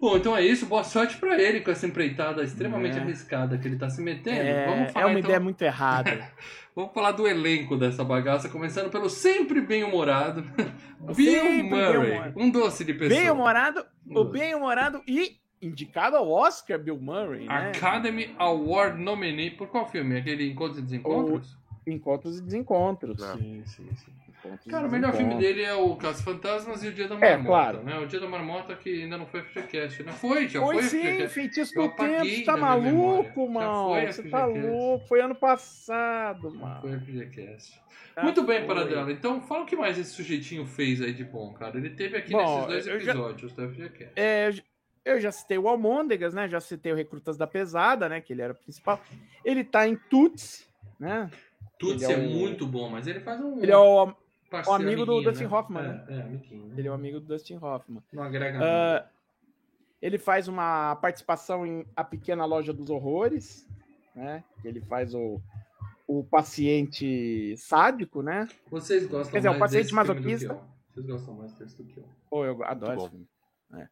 A: Bom, então é isso. Boa sorte pra ele com essa empreitada extremamente
B: É.
A: arriscada que ele tá se metendo.
B: É,
A: Vamos
B: é
A: falar,
B: uma
A: então,
B: ideia muito errada.
A: vamos falar do elenco dessa bagaça, começando pelo sempre bem-humorado
B: Sempre
A: Bill
B: bem-humorado.
A: Murray. Um doce de pessoa.
B: Bem-humorado,
A: Um
B: o
A: doce.
B: bem-humorado e indicado ao Oscar, Bill Murray, né?
A: Academy Award nominee. Por qual filme? Aquele Encontros e Desencontros?
D: Encontros e desencontros.
C: Não.
A: Sim, sim, sim.
D: Encontros e
B: um
A: Cara, o melhor filme
D: desencontros.
A: dele é o Caso Fantasmas e o Dia da
B: É,
A: Marmota.
D: claro.
A: Né? O Dia da Marmota que ainda não foi FGCast, né? Foi, já foi,
B: Foi sim,
A: FGCast.
B: feitiço
A: Eu
B: do tempo,
A: apaguei
B: você tá
A: da minha
B: maluco,
A: memória. Já
B: mano.
A: foi a
B: Você tá
A: FGCast.
B: louco, foi ano passado,
A: Não
B: mano. Tá
A: Foi FGCast.
B: Já
A: Muito bem,
B: foi.
A: Paradela. Então, fala o que mais esse sujeitinho fez aí de bom, cara. Ele teve aqui
B: Bom,
A: nesses dois
B: eu já-
A: episódios tá? da FGCast.
B: É, eu j- eu já citei o Almôndegas, né? Já citei o Recrutas da Pesada, né? Que ele era o principal. Ele tá em Tuts, né?
A: Tudo
B: Ele
A: isso é,
B: é um-
A: muito bom, mas ele faz um
B: Ele é o
A: parceiro,
B: o amigo do
A: amiguinho,
B: Dustin Hoffman,
A: É,
B: né?
A: É, amiguinho. né?
B: Ele é o amigo do Dustin Hoffman.
A: Não agrega nada.
B: Ah, ele faz uma participação em A Pequena Loja dos Horrores, né? Que ele faz o, o paciente sádico, né?
A: Vocês gostam
B: quer dizer, o
A: mais
B: paciente
A: desse filme do que
B: masoquista-
A: eu. Vocês gostam mais desse do que eu.
B: Pô, eu adoro
C: bom.
B: esse filme. É.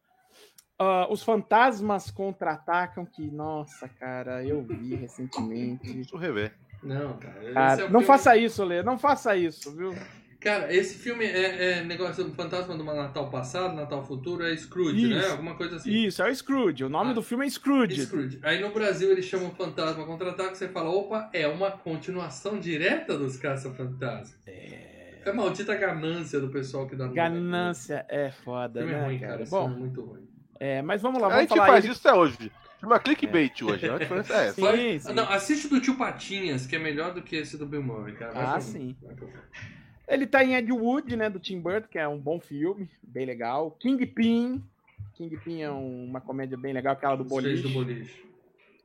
B: Ah, os Fantasmas Contra-Atacam, que, nossa, cara, eu vi recentemente.
C: Preciso rever.
A: Não, cara. esse
B: Ah,
A: é o
B: não
A: filme-
B: faça isso, Lê, não faça isso, viu?
A: Cara, esse filme é, é negócio do Fantasma do Natal Passado, Natal Futuro, é Scrooge,
B: Isso.
A: né? Alguma coisa assim.
B: Isso, é o Scrooge, o nome
A: Ah.
B: do filme é Scrooge.
A: Scrooge. Aí no Brasil eles chamam o Fantasma Contra-Ataque, você fala, opa, é uma continuação direta dos Caça-Fantasma. É. a maldita ganância do pessoal que dá no
B: Ganância é
A: O
B: foda,
A: filme é
B: né,
A: ruim, cara.
B: cara?
A: Esse filme
B: Bom,
A: é muito ruim.
B: é, mas vamos lá,
C: A
B: vamos
C: gente
B: falar...
C: faz
B: ele-
C: isso até hoje. Chama clickbait hoje. A diferença é essa.
B: Sim,
A: Foi-
B: sim.
A: né? Ah, Não, assiste o do Tio Patinhas, que é melhor do que esse do Bill Murray, cara. Vai
B: Ah,
A: pra mim.
B: sim.
A: Vai pra mim.
B: Ele tá em Ed Wood, né, do Tim Burton, que é um bom filme, bem legal. Kingpin, Kingpin é um- uma comédia bem legal, aquela do
A: Os três
B: boliche,
A: do boliche.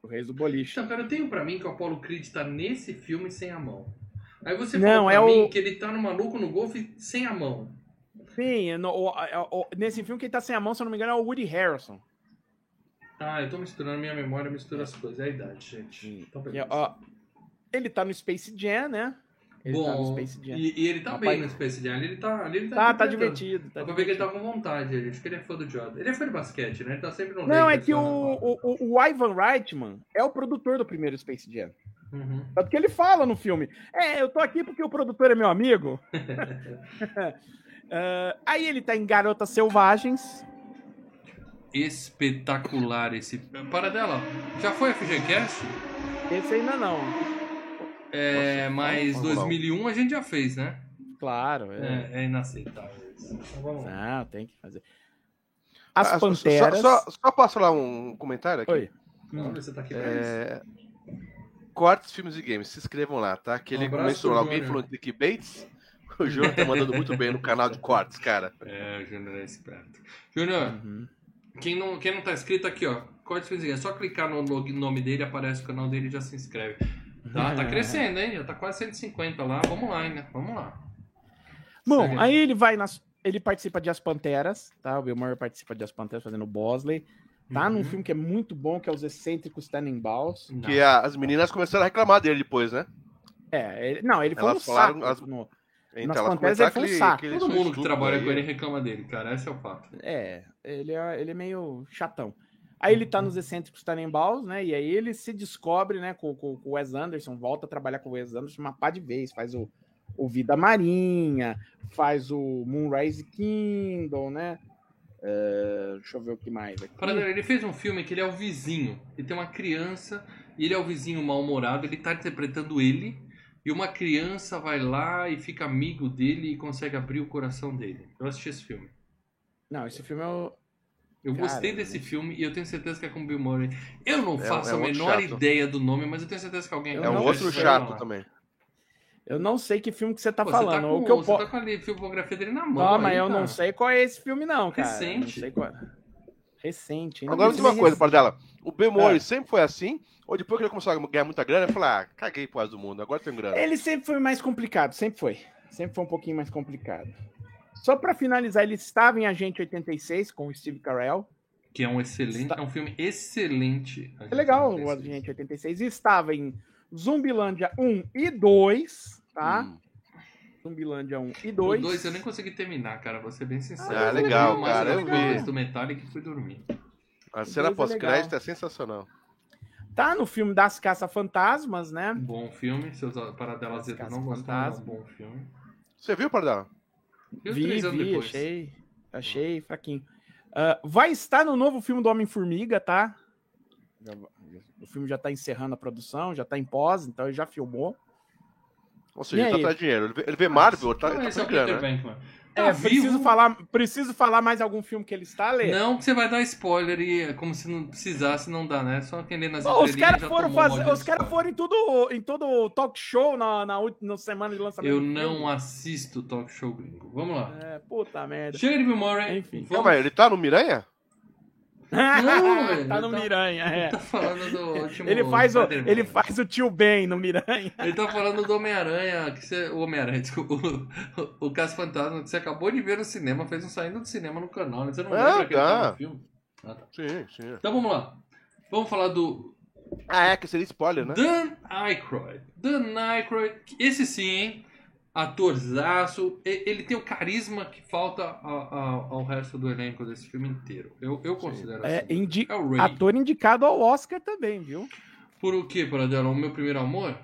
B: o Reis do Boliche.
A: Então, cara, eu tenho pra mim que o Apollo Creed tá nesse filme sem a mão. Aí você
B: Não,
A: falou pra
B: é
A: mim
B: o-
A: que ele tá no maluco no golfe sem a mão. Então.
B: Sim, é no- o- o- o- nesse filme quem tá sem a mão, se eu não me engano, é o Woody Harrelson.
A: Ah, eu tô misturando, minha memória mistura as coisas. É a idade, gente. Então,
B: E,
A: beleza.
B: ó, ele tá no Space Jam, né? Ele tá no
A: Bom,
B: Space Jam.
A: E, e ele tá
B: Rapaz.
A: bem no Space Jam. Ele tá, ali ele tá,
B: Tá, tá
A: interpretando.
B: divertido. Tá
A: Dá pra ver que ele
B: divertido.
A: tá com vontade, gente. Acho que ele é fã do Jordan. Ele é fã de basquete, né? Ele tá sempre no
B: Não, é
A: Lakers,
B: que o,
A: lá.
B: o, o- o Ivan Reitman é o produtor do primeiro Space Jam.
A: Uhum.
B: Tanto É que ele fala no filme: É, eu tô aqui porque o produtor é meu amigo. Ah, aí ele tá em Garotas Selvagens.
A: Espetacular esse. Paradela, já foi a FGCast?
B: Esse ainda não.
A: É,
C: Nossa,
A: mas
C: vamos lá.
A: 2001 a gente já fez, né?
B: Claro, é.
A: É, é inaceitável isso. Então, vamos lá.
B: Não, tem que fazer. As
C: Ah, só-
B: Panteras.
C: Só, só, só posso falar um comentário aqui?
B: Oi.
A: Vamos ver se você tá aqui pra isso.
C: É... Cortes, filmes e games, se inscrevam lá, tá? Que
A: Um
C: ele
A: abraço,
C: começou lá, alguém
A: Júnior.
C: falou em clickbaits. O Júnior tá mandando muito bem no canal de cortes, cara.
A: É, o Júnior é esperto. Júnior,
B: Uhum.
A: quem não, quem não tá inscrito aqui, ó, Cortes Física, é só clicar no log- nome dele, aparece o canal dele e já se inscreve. Tá,
B: É.
A: tá crescendo, hein? Já tá quase 150 lá. Vamos lá, hein, né? Vamos lá.
B: Bom,
A: Segue.
B: aí ele vai nas. Ele participa de As Panteras, tá? O Bill Murray participa de As Panteras fazendo o Bosley. Tá num
A: Uhum.
B: filme que é muito bom, que é Os Excêntricos Tenenbaums.
A: Não.
C: Que é a- as meninas começaram a reclamar dele depois, né?
B: É, ele- não, ele foi
C: Elas
B: um
C: falaram-
B: saco.
C: as-
B: no-
C: Então,
B: Nas
C: elas
B: Panteras
C: começaram
B: ele foi um
C: aquele-
B: saco.
C: aquele
A: Todo mundo que
C: estupro
A: trabalha
C: aí.
A: com ele reclama dele, cara. Esse é o fato.
B: É, ele é, ele é meio chatão. Aí ele tá nos
C: Uhum.
B: Excêntricos Tenenbaums, né? E aí ele se descobre, né, com, com- com o Wes Anderson, volta a trabalhar com o Wes Anderson uma pá de vez. Faz o, o Vida Marinha, faz o Moonrise Kingdom, né? É, deixa eu ver o que mais aqui.
A: Paradela, ele fez um filme que ele é o vizinho. Ele tem uma criança e ele é o vizinho mal-humorado. Ele tá interpretando ele. E uma criança vai lá e fica amigo dele e consegue abrir o coração dele. Eu assisti esse filme.
B: Não, esse filme é o.
A: Eu
B: Cara,
A: gostei desse filme e eu tenho certeza que é com o Bill Murray. Eu não
C: É-
A: faço
C: é um
A: a
C: outro
A: menor
C: chato.
A: ideia do nome, mas eu tenho certeza que alguém
B: É
C: É um
B: Não,
C: outro
B: mas-
C: chato também.
B: Eu não sei que filme que você tá
A: Pô, você tá
B: falando.
A: com,
B: o que eu
A: você
B: posso.
A: tá com a li- filmografia dele na mão.
B: Não,
A: aí,
B: mas eu
A: cara.
B: não sei qual é esse filme, não, cara. Eu
A: Recente.
B: Não sei qual... Recente. ainda
C: Agora me
B: mais
C: diz uma coisa,
B: recente.
C: Pardela. O Ben Mori
B: Ah.
C: sempre foi assim? Ou depois que ele começou a ganhar muita grana, ele falou, ah, caguei pro resto do mundo, agora tem grana.
B: Ele sempre foi mais complicado, sempre foi. Sempre foi um pouquinho mais complicado. Só pra finalizar, ele estava em Agente 86 com o Steve Carell.
A: Que é um excelente. É um filme excelente.
B: É legal o Agente 86. E estava em Zumbilândia 1 e 2, tá?
C: Hum.
B: Zumbilândia 1 e
A: O
B: 2.
A: Um dois eu nem consegui terminar, cara, vou ser bem sincero.
C: Ah,
A: Eu
C: legal,
A: vi mais
C: cara,
A: umas
C: eu
A: duas
C: vi.
A: vezes do Metallic e fui dormir.
C: A cena
B: Deus é
C: pós-crédito é sensacional.
B: Tá no filme das Caça-Fantasmas, né?
A: Bom filme, seus Paradela Zeta não gostaram, mas é um bom filme.
C: Você viu, Pardela?
A: Viu
B: vi,
A: três anos
B: vi,
A: depois.
B: achei. Achei fraquinho. Ah, vai estar no novo filme do Homem-Formiga, tá? Já- O filme já tá encerrando a produção, já tá em pós, então ele já filmou.
C: Ou
B: E
C: seja, ele
B: aí?
C: tá atrás de dinheiro. Ele vê, ele vê Marvel, tá,
A: Então,
C: ele tá
A: esse é o
C: com
A: Peter
C: grana. né?
A: Venkman. Tá
B: É,
A: vivo?
B: preciso falar, preciso falar mais algum filme que ele está, Lê?
A: Não, que você vai dar spoiler e é como se não precisasse, não dá, né? Só quem lê nas
B: Pô, os
A: entrelinhas
B: caras
A: já
B: foram
A: tomou um
B: fazer,
A: molde
B: os
A: de
B: caras
A: spoiler.
B: foram em todo em todo talk show na na, ult- na semana de lançamento.
A: Eu
B: do
A: não
B: filme.
A: assisto talk show gringo. Vamos lá.
B: É, puta merda.
A: Chega de Bill Murray.
B: Enfim.
A: Vamos-
C: Calma aí, ele tá no Miranha?
A: velho,
B: tá no
A: tá-
B: Miranha, é.
A: Tá falando do último
B: Ele faz o
A: Spider-Man.
B: ele faz o tio Ben no Miranha.
A: Ele tá falando do Homem-Aranha, que você. O Homem-Aranha, desculpa. O, o Caso Fantasma, que você acabou de ver no cinema, fez um saindo do cinema no canal, né? Você não
C: Ah,
A: lembra que ele
C: tá.
A: tá no filme? Ah, tá.
C: Sim, sim.
A: Então vamos lá. Vamos falar do
C: Ah, é, que seria spoiler, né?
A: Dan Aykroyd. Dan Aykroyd, esse sim, hein? Atorzaço. E- Ele tem o carisma que falta a- a- ao resto do elenco desse filme inteiro. Eu, eu considero
B: É,
A: assim.
B: indi-
A: É o Ray.
B: ator indicado ao Oscar também, viu?
A: Por o quê, Paradela? O meu primeiro amor?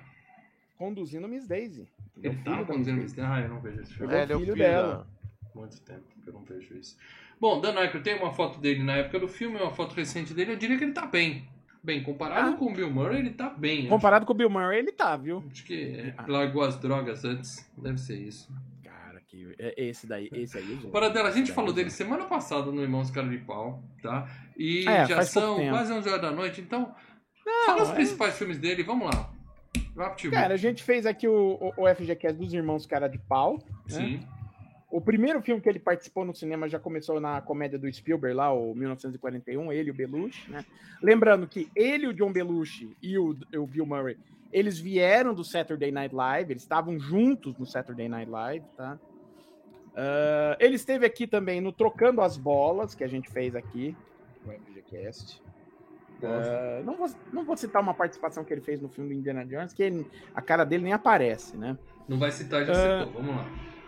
B: Conduzindo Miss Daisy. é o
A: Ele tá
B: filho da
A: conduzindo
B: Miss
A: Ah, eu não vejo esse filme.
B: Ele é o filho dela.
C: da-
A: muito tempo que eu não vejo isso. Bom, Dan Aykroyd tem uma foto dele na época do filme, uma foto recente dele, eu diria que ele tá bem. Bem, comparado
B: Ah.
A: com o Bill Murray, ele tá bem.
B: Comparado com o Bill Murray, ele tá, viu?
A: Acho, acho que é,
B: Ah.
A: largou as drogas antes, deve ser isso.
B: Cara, que é esse daí, esse aí. gente.
A: Paradela, a gente
B: Esse
A: falou
B: daí,
A: dele semana passada no Irmãos Cara de Pau, tá? E
B: É,
A: já
B: faz pouco
A: são
B: tempo.
A: quase 11 horas da noite, então fala os
B: é-
A: principais filmes dele, vamos lá. Rapid
B: Cara, a gente fez aqui o, o, o FGCast dos Irmãos Cara de Pau.
A: Sim.
B: O primeiro filme que ele participou no cinema já começou na comédia do Spielberg lá, o 1941, ele e o Belushi, né? Lembrando que ele, o John Belushi e o, o Bill Murray, eles vieram do Saturday Night Live, eles estavam juntos no Saturday Night Live, tá? Ah, ele esteve aqui também no Trocando as Bolas, que a gente fez aqui, no FGCast. Ah, não, vou, não vou citar uma participação que ele fez no filme do Indiana Jones, que ele- a cara dele nem aparece, né?
A: Não vai citar, já
B: Ah.
A: citou, vamos lá.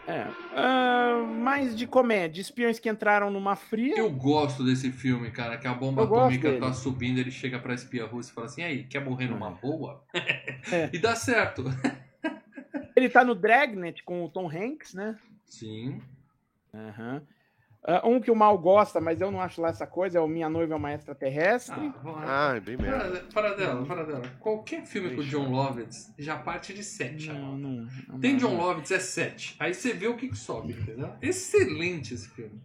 B: É. ah, mais de comédia. Espiões que entraram numa fria.
A: Eu gosto desse filme, cara, que a bomba
B: Eu gosto
A: atômica
B: dele.
A: tá subindo, ele chega pra espia russa e fala assim, "E aí, quer morrer numa boa?
B: É.
A: E dá certo.
B: Ele tá no Dragnet com o Tom Hanks, né?
A: Sim.
B: Ah, um que o mal gosta, mas eu não acho lá essa coisa, é o Minha Noiva é uma Extraterrestre.
A: Ah,
C: Ah, é bem merda.
A: para, para dela, para dela. Qualquer filme com o John Lovitz já parte de 7.
B: não, não, não,
A: Tem
B: não.
A: John Lovitz, é 7. Aí você vê o que, que sobe, entendeu? Excelente esse filme.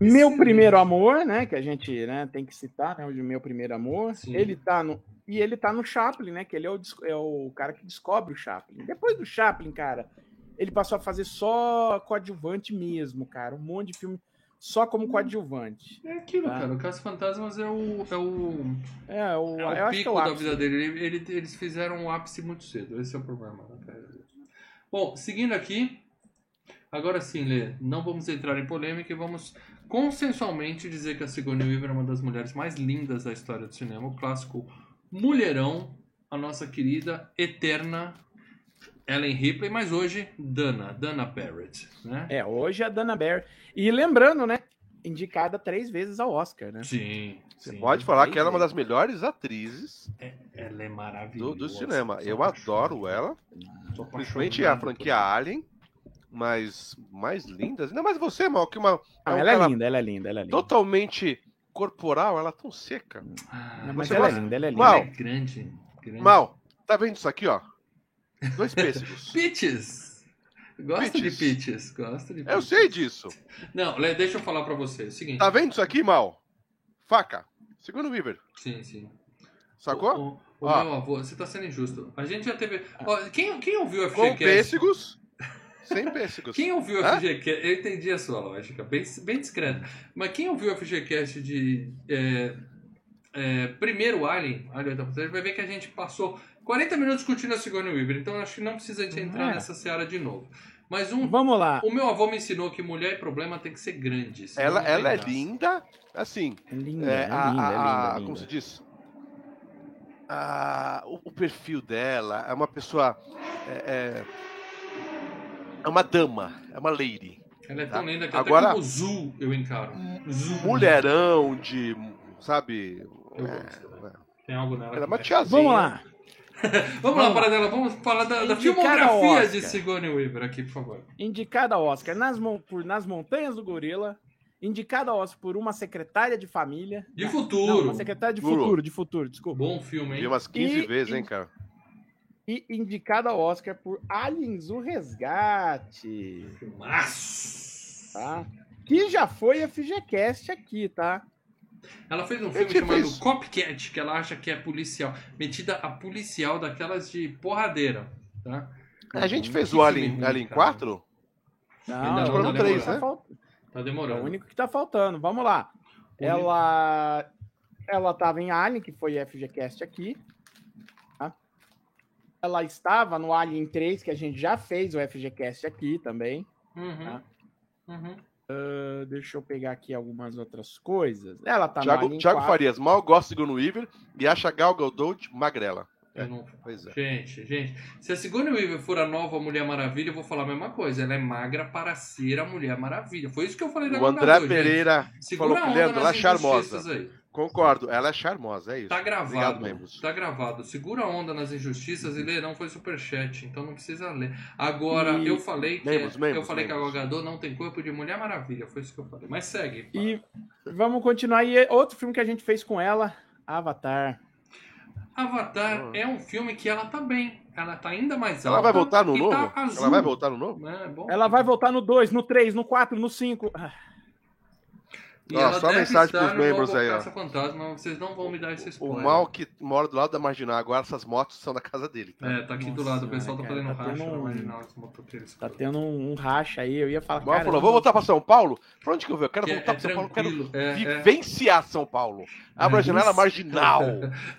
B: Meu
A: Excelente.
B: Primeiro Amor, né? Que a gente né, tem que citar, né? O de Meu Primeiro Amor.
A: Sim.
B: Ele tá no. E ele tá no Chaplin, né? Que ele é o, desco- é o cara que descobre o Chaplin. Depois do Chaplin, cara, ele passou a fazer só coadjuvante mesmo, cara. Um monte de filme só como
A: Hum.
B: coadjuvante.
A: É aquilo,
B: Tá.
A: cara. O Caso Fantasmas é o, é o,
B: É, o,
A: é o
B: eu acho que é
A: pico
B: o
A: da
B: ápice.
A: vida dele. Ele- ele- eles fizeram o ápice muito cedo. Esse é o problema. né, cara? Bom, seguindo aqui. Agora sim, Lê. Não vamos entrar em polêmica e vamos consensualmente dizer que a Sigourney Weaver é uma das mulheres mais lindas da história do cinema. O clássico Mulherão, a nossa querida, eterna Ellen Ripley, mas hoje Dana, Dana Barrett, né?
B: É, hoje é a Dana Barry. E lembrando, né? Indicada três vezes ao Oscar,
C: Então,
B: né?
A: Sim.
C: Você
A: sim.
C: pode falar que ela é uma das melhores atrizes
A: Ela é maravilhosa.
C: do, do cinema.
A: Sou
C: Eu
A: apaixonado.
C: adoro ela.
A: Sou apaixonado
C: Principalmente a
A: por
C: franquia Alien. Mas mais lindas. Ainda mais você, mal, que uma.
B: Ah,
C: é um
B: ela
C: cara
B: é linda, ela é linda, ela é linda.
C: Totalmente corporal, ela é tão seca.
A: Ah,
B: Não, Mas
C: Você
B: ela é
C: gosta?
B: linda, ela é linda.
C: Uau.
A: Ela é grande. grande.
C: Mal, tá vendo isso aqui, ó? Dois pêssegos.
A: Pitches! Gosto
C: Pitches.
A: de pitches. Gosto de pitches.
C: Eu sei disso.
A: Não, Le- deixa eu falar pra você. É o seguinte.
C: Tá vendo isso aqui, Mal? Faca. Segundo o Weaver.
A: Sim, sim.
C: Sacou?
A: O, o- o
C: Ó.
A: meu avô, você tá sendo injusto. A gente já teve. Ó, quem, quem ouviu o
C: Com
A: FGCast?
C: pêssegos. Sem pêssegos.
A: Quem ouviu o
C: Hã?
A: FGCast? Eu entendi a sua lógica, bem, bem discreta. Mas quem ouviu o FGCast de. é, é, primeiro Alien, Alien da Passagem, vai ver que a gente passou 40 minutos discutindo a Sigourney Weaver. Então acho que não precisa de entrar
B: É.
A: nessa seara de novo. Mas um.
B: Vamos
C: Ah.
B: lá.
A: O meu avô me ensinou que mulher e problema tem que ser grande. senão
C: Ela,
A: não tem
C: ela é
A: graça.
C: linda, assim.
D: É linda,
C: é,
D: é,
C: a-
D: linda,
C: a-
D: é
C: a-
D: linda,
C: Como se
D: linda.
C: diz? A- o, o perfil dela é uma pessoa. É, é- é uma dama, é uma lady.
A: Ela é tão
C: Tá.
A: linda que
C: Agora-
A: até como Zu eu encaro. Zu.
C: Mulherão de. Sabe?
A: Eu
C: é,
A: gosto. Tem algo nela.
C: Era
A: que
C: uma
A: mexe.
C: tiazinha.
B: Vamos lá.
A: Vamos lá, Paradela, vamos falar da, da
B: Indicada ao
A: filmografia
B: Oscar.
A: de Sigourney Weaver aqui, por favor.
B: Indicada ao Oscar nas, mon- por Nas Montanhas do Gorila. Indicada ao Oscar por Uma Secretária de Família.
A: De
B: Não,
A: futuro.
B: uma Secretária de
C: Futuro.
B: Futuro, de Futuro, desculpa.
A: Bom filme, hein?
C: Vi umas 15
B: E-
C: vezes, hein, cara?
B: E indicada ao Oscar por Aliens, o Resgate.
A: Filmaço.
C: Ah.
B: Tá? Que já foi FGCast aqui, tá?
A: Ela fez um filme
C: tinha
A: chamado
C: visto.
A: Copcat, que ela acha que é policial. Metida a policial daquelas de porradeira, tá?
C: A gente
B: Uhum.
A: Hum,
C: fez
A: que
C: o
A: filme
C: Alien,
A: ruim,
C: Alien
A: cara.
C: 4?
A: Ainda
C: não, tá
B: três,
C: demorando.
B: fal-
A: Tá
B: é o
A: demorando.
B: único que tá faltando. Vamos lá. Ela ela tava em Alien, que foi FGCast aqui. tá? Ela estava no Alien 3, que a gente já fez o FGCast aqui também.
A: Uhum.
B: Tá.
A: Uhum.
B: Ah, deixa eu pegar aqui algumas outras coisas. Ela tá no
C: Thiago,
B: Alien
C: Thiago
B: 4.
C: Farias, mal gosta de Gono Weaver e acha Gal Gadot magrela. É.
A: Eu não-
C: Pois é.
A: Gente, gente, se a Sigourney Weaver for a nova Mulher Maravilha, eu vou falar a mesma coisa. Ela é magra para ser a Mulher Maravilha. Foi isso que eu falei na
C: O André Pereira
A: Segura
C: falou
A: a
C: que
A: onda
C: Leandro, ela é
A: nas injustiças
C: charmosa.
A: aí.
C: Concordo, ela é charmosa, é isso.
A: Tá
C: Obrigado,
A: gravado.
C: membros.
A: tá gravado. Segura a onda nas injustiças e lê, não foi superchat, então não precisa ler. Agora,
B: E-
A: eu falei que é,
C: Membros, membros,
A: eu falei
C: membros.
A: que a Gadot não tem corpo de Mulher Maravilha, foi isso que eu falei. Mas segue.
B: E vamos continuar aí. Outro filme que a gente fez com ela, Avatar.
A: Avatar
C: Boa.
A: é um filme que ela tá bem. Ela tá ainda mais alta.
C: Ah. Ela vai voltar no
A: e
C: novo?
A: Tá azul.
C: Ela vai voltar no novo?
A: Né, é bom.
B: Ela vai voltar no 2, no 3, no 4, no Ah, 5.
A: E
C: Ó,
A: ela
C: só
A: deve
C: mensagem
A: estar
C: pros
A: no novo
C: membros aí, ó.
A: Caça Fantasma, vocês não vão me dar esse
C: O
A: é spoiler.
C: mal que mora do lado da marginal agora, essas motos são da casa dele. tá?
A: É, tá aqui do
B: Nossa
A: lado, o pessoal tá
B: senhora,
A: fazendo
B: cara, tá
A: racha
B: tendo
A: na
B: um-
A: marginal, os motoqueiros.
B: Tá tendo um, um racha aí, eu ia falar.
C: O mal
B: Ah, cara,
C: falou: vou voltar pra São Paulo? Pra onde que eu vou? Eu quero
A: Que é,
C: voltar
A: é
C: pra São Paulo, eu quero
A: tranquilo, é, é,
C: vivenciar São Paulo. Abra a janela marginal.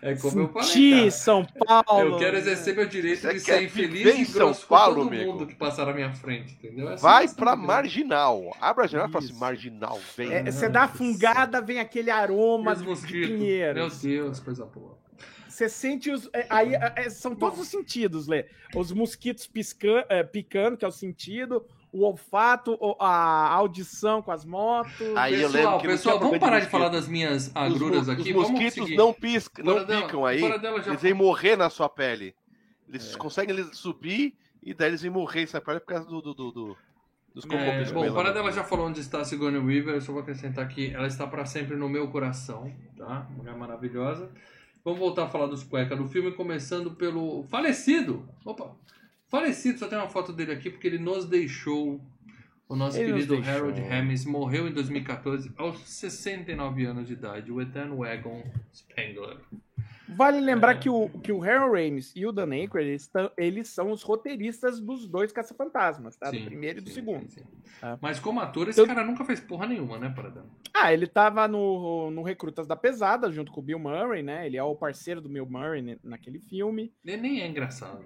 A: é como eu falei,
B: Sentir
A: cara.
B: São Paulo.
A: Eu quero exercer meu direito
C: Você
A: de
C: quer
A: ser
C: viver em
A: infeliz e
C: São
A: grosso com todo
C: Paulo, amigo?
A: mundo que passar na minha frente, entendeu? É assim
C: Vai
A: que você
C: pra
A: vive.
C: marginal. Abra a janela e fala assim:
B: Isso.
C: marginal, vem.
B: É, você dá a fungada, vem aquele aroma
A: Meus
B: de
A: mosquitos.
B: pinheiro.
A: Meu Deus, coisa boa.
B: Você sente os. é, aí, é, é, são todos os sentidos, Lê. Os mosquitos piscan, é, picando, que é o sentido, o olfato, o- a audição com as motos.
C: Aí eu
A: pessoal,
C: lembro que não
A: pessoal,
C: tinha
A: vamos
C: problema
A: parar
C: de
A: de falar das minhas agruras
C: os,
A: aqui.
C: Os
A: vamos
C: mosquitos
A: seguir.
C: não, pisca, não
A: Fora dela-
C: picam aí.
A: fora dela já
C: Eles vêm morrer na sua pele. Eles conseguem eles subir e daí eles vêm morrer nessa pele por causa do, do, do- do- dos né?
A: É,
C: componentes.
A: bom, o Paradela já falou onde está a Sigourney Weaver, eu só vou acrescentar que ela está para sempre no meu coração, tá? Mulher maravilhosa. Vamos voltar a falar dos cueca do filme, começando pelo falecido. Opa! Falecido, só tem uma foto dele aqui porque ele nos deixou. O nosso
B: Ele nos
A: querido
B: deixou.
A: Harold Hamis morreu em 2014 aos 69 anos de idade, o Eterno Egon Spengler.
B: Vale lembrar que, o, que o Harold Ramis e o Dan Aykroyd, eles, tão- eles são os roteiristas dos dois Caça-Fantasmas, tá?
A: Sim,
B: do primeiro e do
A: sim,
B: segundo.
A: sim, sim.
B: Tá.
A: Mas como ator, esse
B: Eu-
A: cara nunca fez porra nenhuma, né, Paradela?
B: Ah, ele tava no, no Recrutas da Pesada, junto com o Bill Murray, né? Ele é o parceiro do Bill Murray ne- naquele filme.
A: Ele nem é engraçado.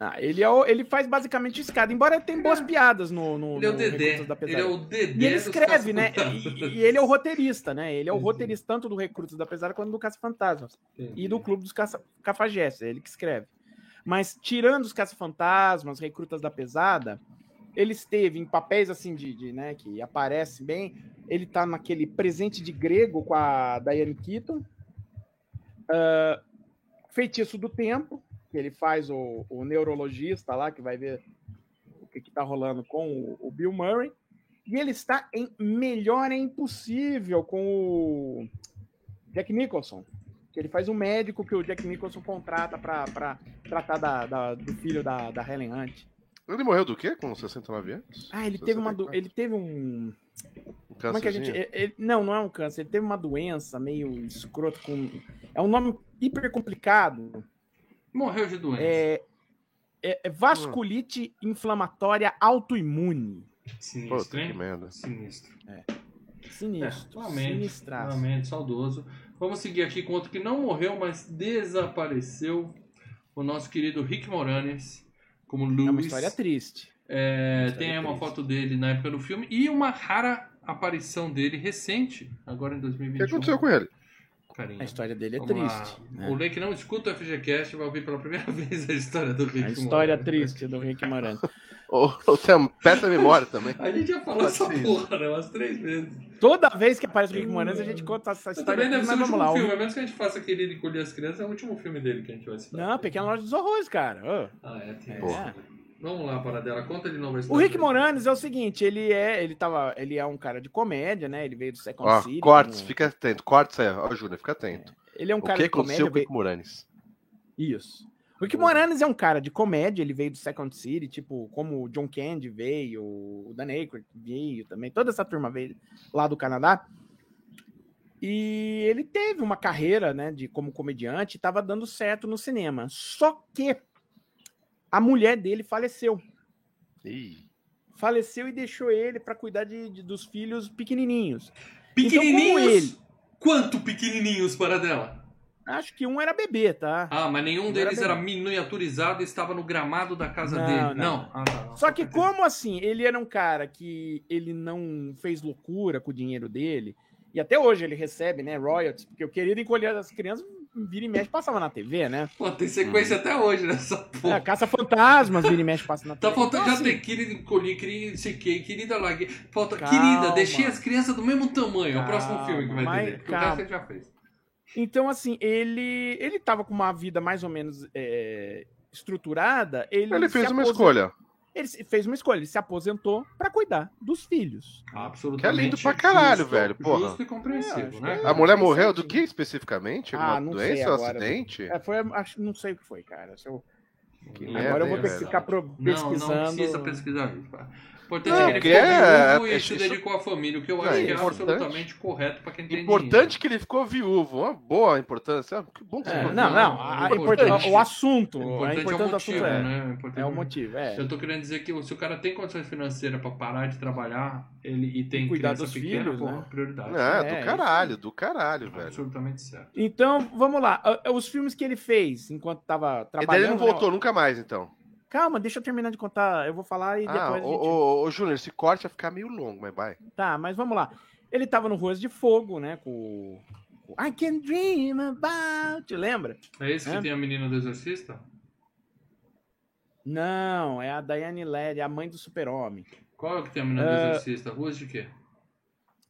B: Ah, ele, é o- ele faz basicamente escada, embora tenha boas piadas no,
C: Tipo,
B: no,
A: Ele é o
B: no
A: Dedé.
B: Recrutas da
A: Ele é
B: Pesada.
A: o Dedé.
B: E ele
A: dos
B: escreve, né? E,
A: caça-fantasmas. Uhum.
B: e ele é o roteirista, né? Ele é o
A: Entendi.
B: roteirista tanto do Recrutas da Pesada quanto do Caça-Fantasmas. E do Clube dos Caça Cafajestes, é ele que escreve. Mas tirando os Caça-Fantasmas, Recrutas da Pesada, ele esteve em papéis assim de, de, né, que aparece bem. Ele tá naquele presente de grego com a Diane Keaton. Ah, Feitiço do Tempo, que ele faz o, o neurologista lá, que vai ver o que, que tá rolando com o, o Bill Murray. E ele está em Melhor é Impossível com o Jack Nicholson. Que ele faz um médico que o Jack Nicholson contrata pra pra tratar da, da- do filho da, da Helen Hunt.
C: Ele morreu do quê? Com 69 anos?
B: Ah, ele teve uma. do- Ele teve um.
C: Um
B: Como é que a gente.
C: câncerzinho?
B: ele- ele- não, não é um câncer. Ele teve uma doença meio escroto com. É um nome hiper complicado.
A: Morreu de doença.
B: É, É, é vasculite inflamatória autoimune.
A: Sinistro,
C: Puta que
A: hein?
C: merda.
A: Sinistro.
B: Sinistro.
A: É, lamento,
B: sinistraço.
A: Realmente, saudoso. Vamos seguir aqui com outro que não morreu, mas desapareceu. O nosso querido Rick Moranes, como Luis.
B: É uma história triste.
A: É,
B: História
A: tem aí uma
B: triste.
A: foto dele na época do filme e uma rara aparição dele recente, agora em
C: O
A: 2021.
C: que aconteceu com ele?
A: Carinha.
B: A história dele é
A: um. Vamos lá.
B: triste. né?
A: O Lê que não escuta o FGCast vai ouvir pela primeira vez a história do Rick
B: A É história
A: Moranes.
B: triste do Rick Moranes.
C: Ô, ô, Sam, peça memória também.
A: A gente já falou essa
C: Triste.
A: porra, né? Umas três vezes.
B: Toda vez que aparece o Rick Moranes, a gente conta essa
A: Mas
B: história.
A: um também deve
B: triste,
A: ser o
B: tá Mas vamos
A: último
B: lá. um-
A: filme,
B: o-
A: a menos que a gente faça aquele de colher as crianças, é o último filme dele que a gente vai citar.
B: Não, Pequena Loja dos Horrores, cara. Ô.
A: Ah, é, tem.
B: É.
A: Porra. Vamos lá, Paradela, conta de novo a
B: O
A: história.
B: Rick Moranes é o seguinte, ele é, ele tava, ele é um cara de comédia, né? Ele veio do Second
C: Ó,
B: City.
C: Ah, cortes,
A: né?
B: um-
C: fica atento. Cortes aí, ó, Júnior, fica atento.
B: Ele é um
C: o
B: cara
C: que
B: de comédia.
C: aconteceu com o
B: veio-
C: Rick Moranis?
B: Isso. O Rick Moranes é um cara de comédia, ele veio do Second City, tipo, como o John Candy veio, o Dan Aykroyd veio também, toda essa turma veio lá do Canadá. E ele teve uma carreira, né, de como comediante, estava dando certo no cinema. Só que a mulher dele faleceu.
C: Ih,
B: Faleceu e deixou ele para cuidar de- de- dos filhos pequenininhos.
A: Pequenininhos?
B: Então, como ele-
A: Quanto pequenininhos, Paradela?
B: Acho que um era bebê, tá?
A: Ah, mas nenhum
B: Não
A: deles
B: era
A: era miniaturizado e estava no gramado da casa
B: Não,
A: dele. Não.
B: não.
A: Ah, tá, não.
B: Só que como assim, ele era um cara que ele não fez loucura com o dinheiro dele, e até hoje ele recebe, né, royalties, porque o querido encolher das crianças vira e mexe, passava na TV, né?
A: Pô, tem sequência até hoje nessa porra.
B: É, Caça Fantasmas, vira e mexe, passa na TV.
A: Tá faltando
B: Então,
A: já
B: assim,
A: ter querida encolhi, querida sequei, querida larguei. Falta.
B: Calma.
A: Querida, deixei as crianças do mesmo tamanho. É o próximo
B: Calma,
A: filme que vai
B: mas
A: ter. Porque o
B: calma.
A: resto ele já fez.
B: Então, assim, ele ele tava com uma vida mais ou menos é, estruturada. Ele,
C: ele
B: se
C: fez uma
B: aposen-
C: escolha.
B: Ele se- fez uma escolha, ele se aposentou para cuidar dos filhos.
A: Absolutamente.
C: Que é lindo pra caralho,
A: justo,
C: velho, porra.
A: Justo e
B: É,
A: compreensível,
B: acho
A: né?
B: que
A: cara?
C: A mulher
B: Fez
C: morreu do
B: certinho.
C: que especificamente?
B: Ah,
C: Alguma
B: não sei
C: doença? Um
B: agora.
C: acidente?
B: É, foi, acho, não sei o que foi, cara. Se eu-
C: Que
B: agora
C: merda,
B: eu vou ter
C: hein,
B: que
C: velho?
B: ficar pro- pesquisando. É,
A: Não, não precisa pesquisar isso. pá. O importante é
C: Não,
A: que ele
C: porque
A: ficou
C: é-
A: viúvo
C: é-
A: e se
C: isso-
A: dedicou à família, o que eu
C: Não,
A: acho
C: é
A: que é
C: importante.
A: absolutamente correto pra quem
B: É
A: tem dinheiro.
C: Importante que ele ficou viúvo. Uma boa importância. Ah, Que bom que
B: É,
C: ficou
B: não,
C: viúvo.
B: não. a- a importância-
A: Importante.
B: o assunto. a
A: Importante
B: importância do é assunto é,
A: né? O importante
B: é o motivo. É.
A: Eu tô querendo dizer que se o cara tem condições financeiras pra parar de trabalhar ele, e tem
B: E cuidar
A: criança
B: dos
A: pequena,
B: filhos,
A: porra,
B: né?
A: prioridade. Tá
C: Não, é,
B: É,
C: do caralho, do caralho, velho.
A: Absolutamente certo.
B: Então, vamos lá. Ah, Os filmes que ele fez enquanto tava
C: E daí
B: trabalhando.
C: ele não
B: né?
C: voltou nunca mais, então.
B: Calma, deixa eu terminar de contar. Eu vou falar e
C: Ah,
B: depois. a
C: ô,
B: gente-
C: ô, ô, Júnior, esse corte vai ficar meio longo, mas vai.
B: Tá, mas vamos lá. Ele tava no Ruas de Fogo, né? Com. com I can dream about. Lembra?
A: É esse que
B: É.
A: tem a menina do exorcista?
B: Não, é a Diane Led, a mãe do super-homem.
A: Qual é o que tem a menina do
B: É.
A: exorcista? Ruas de quê?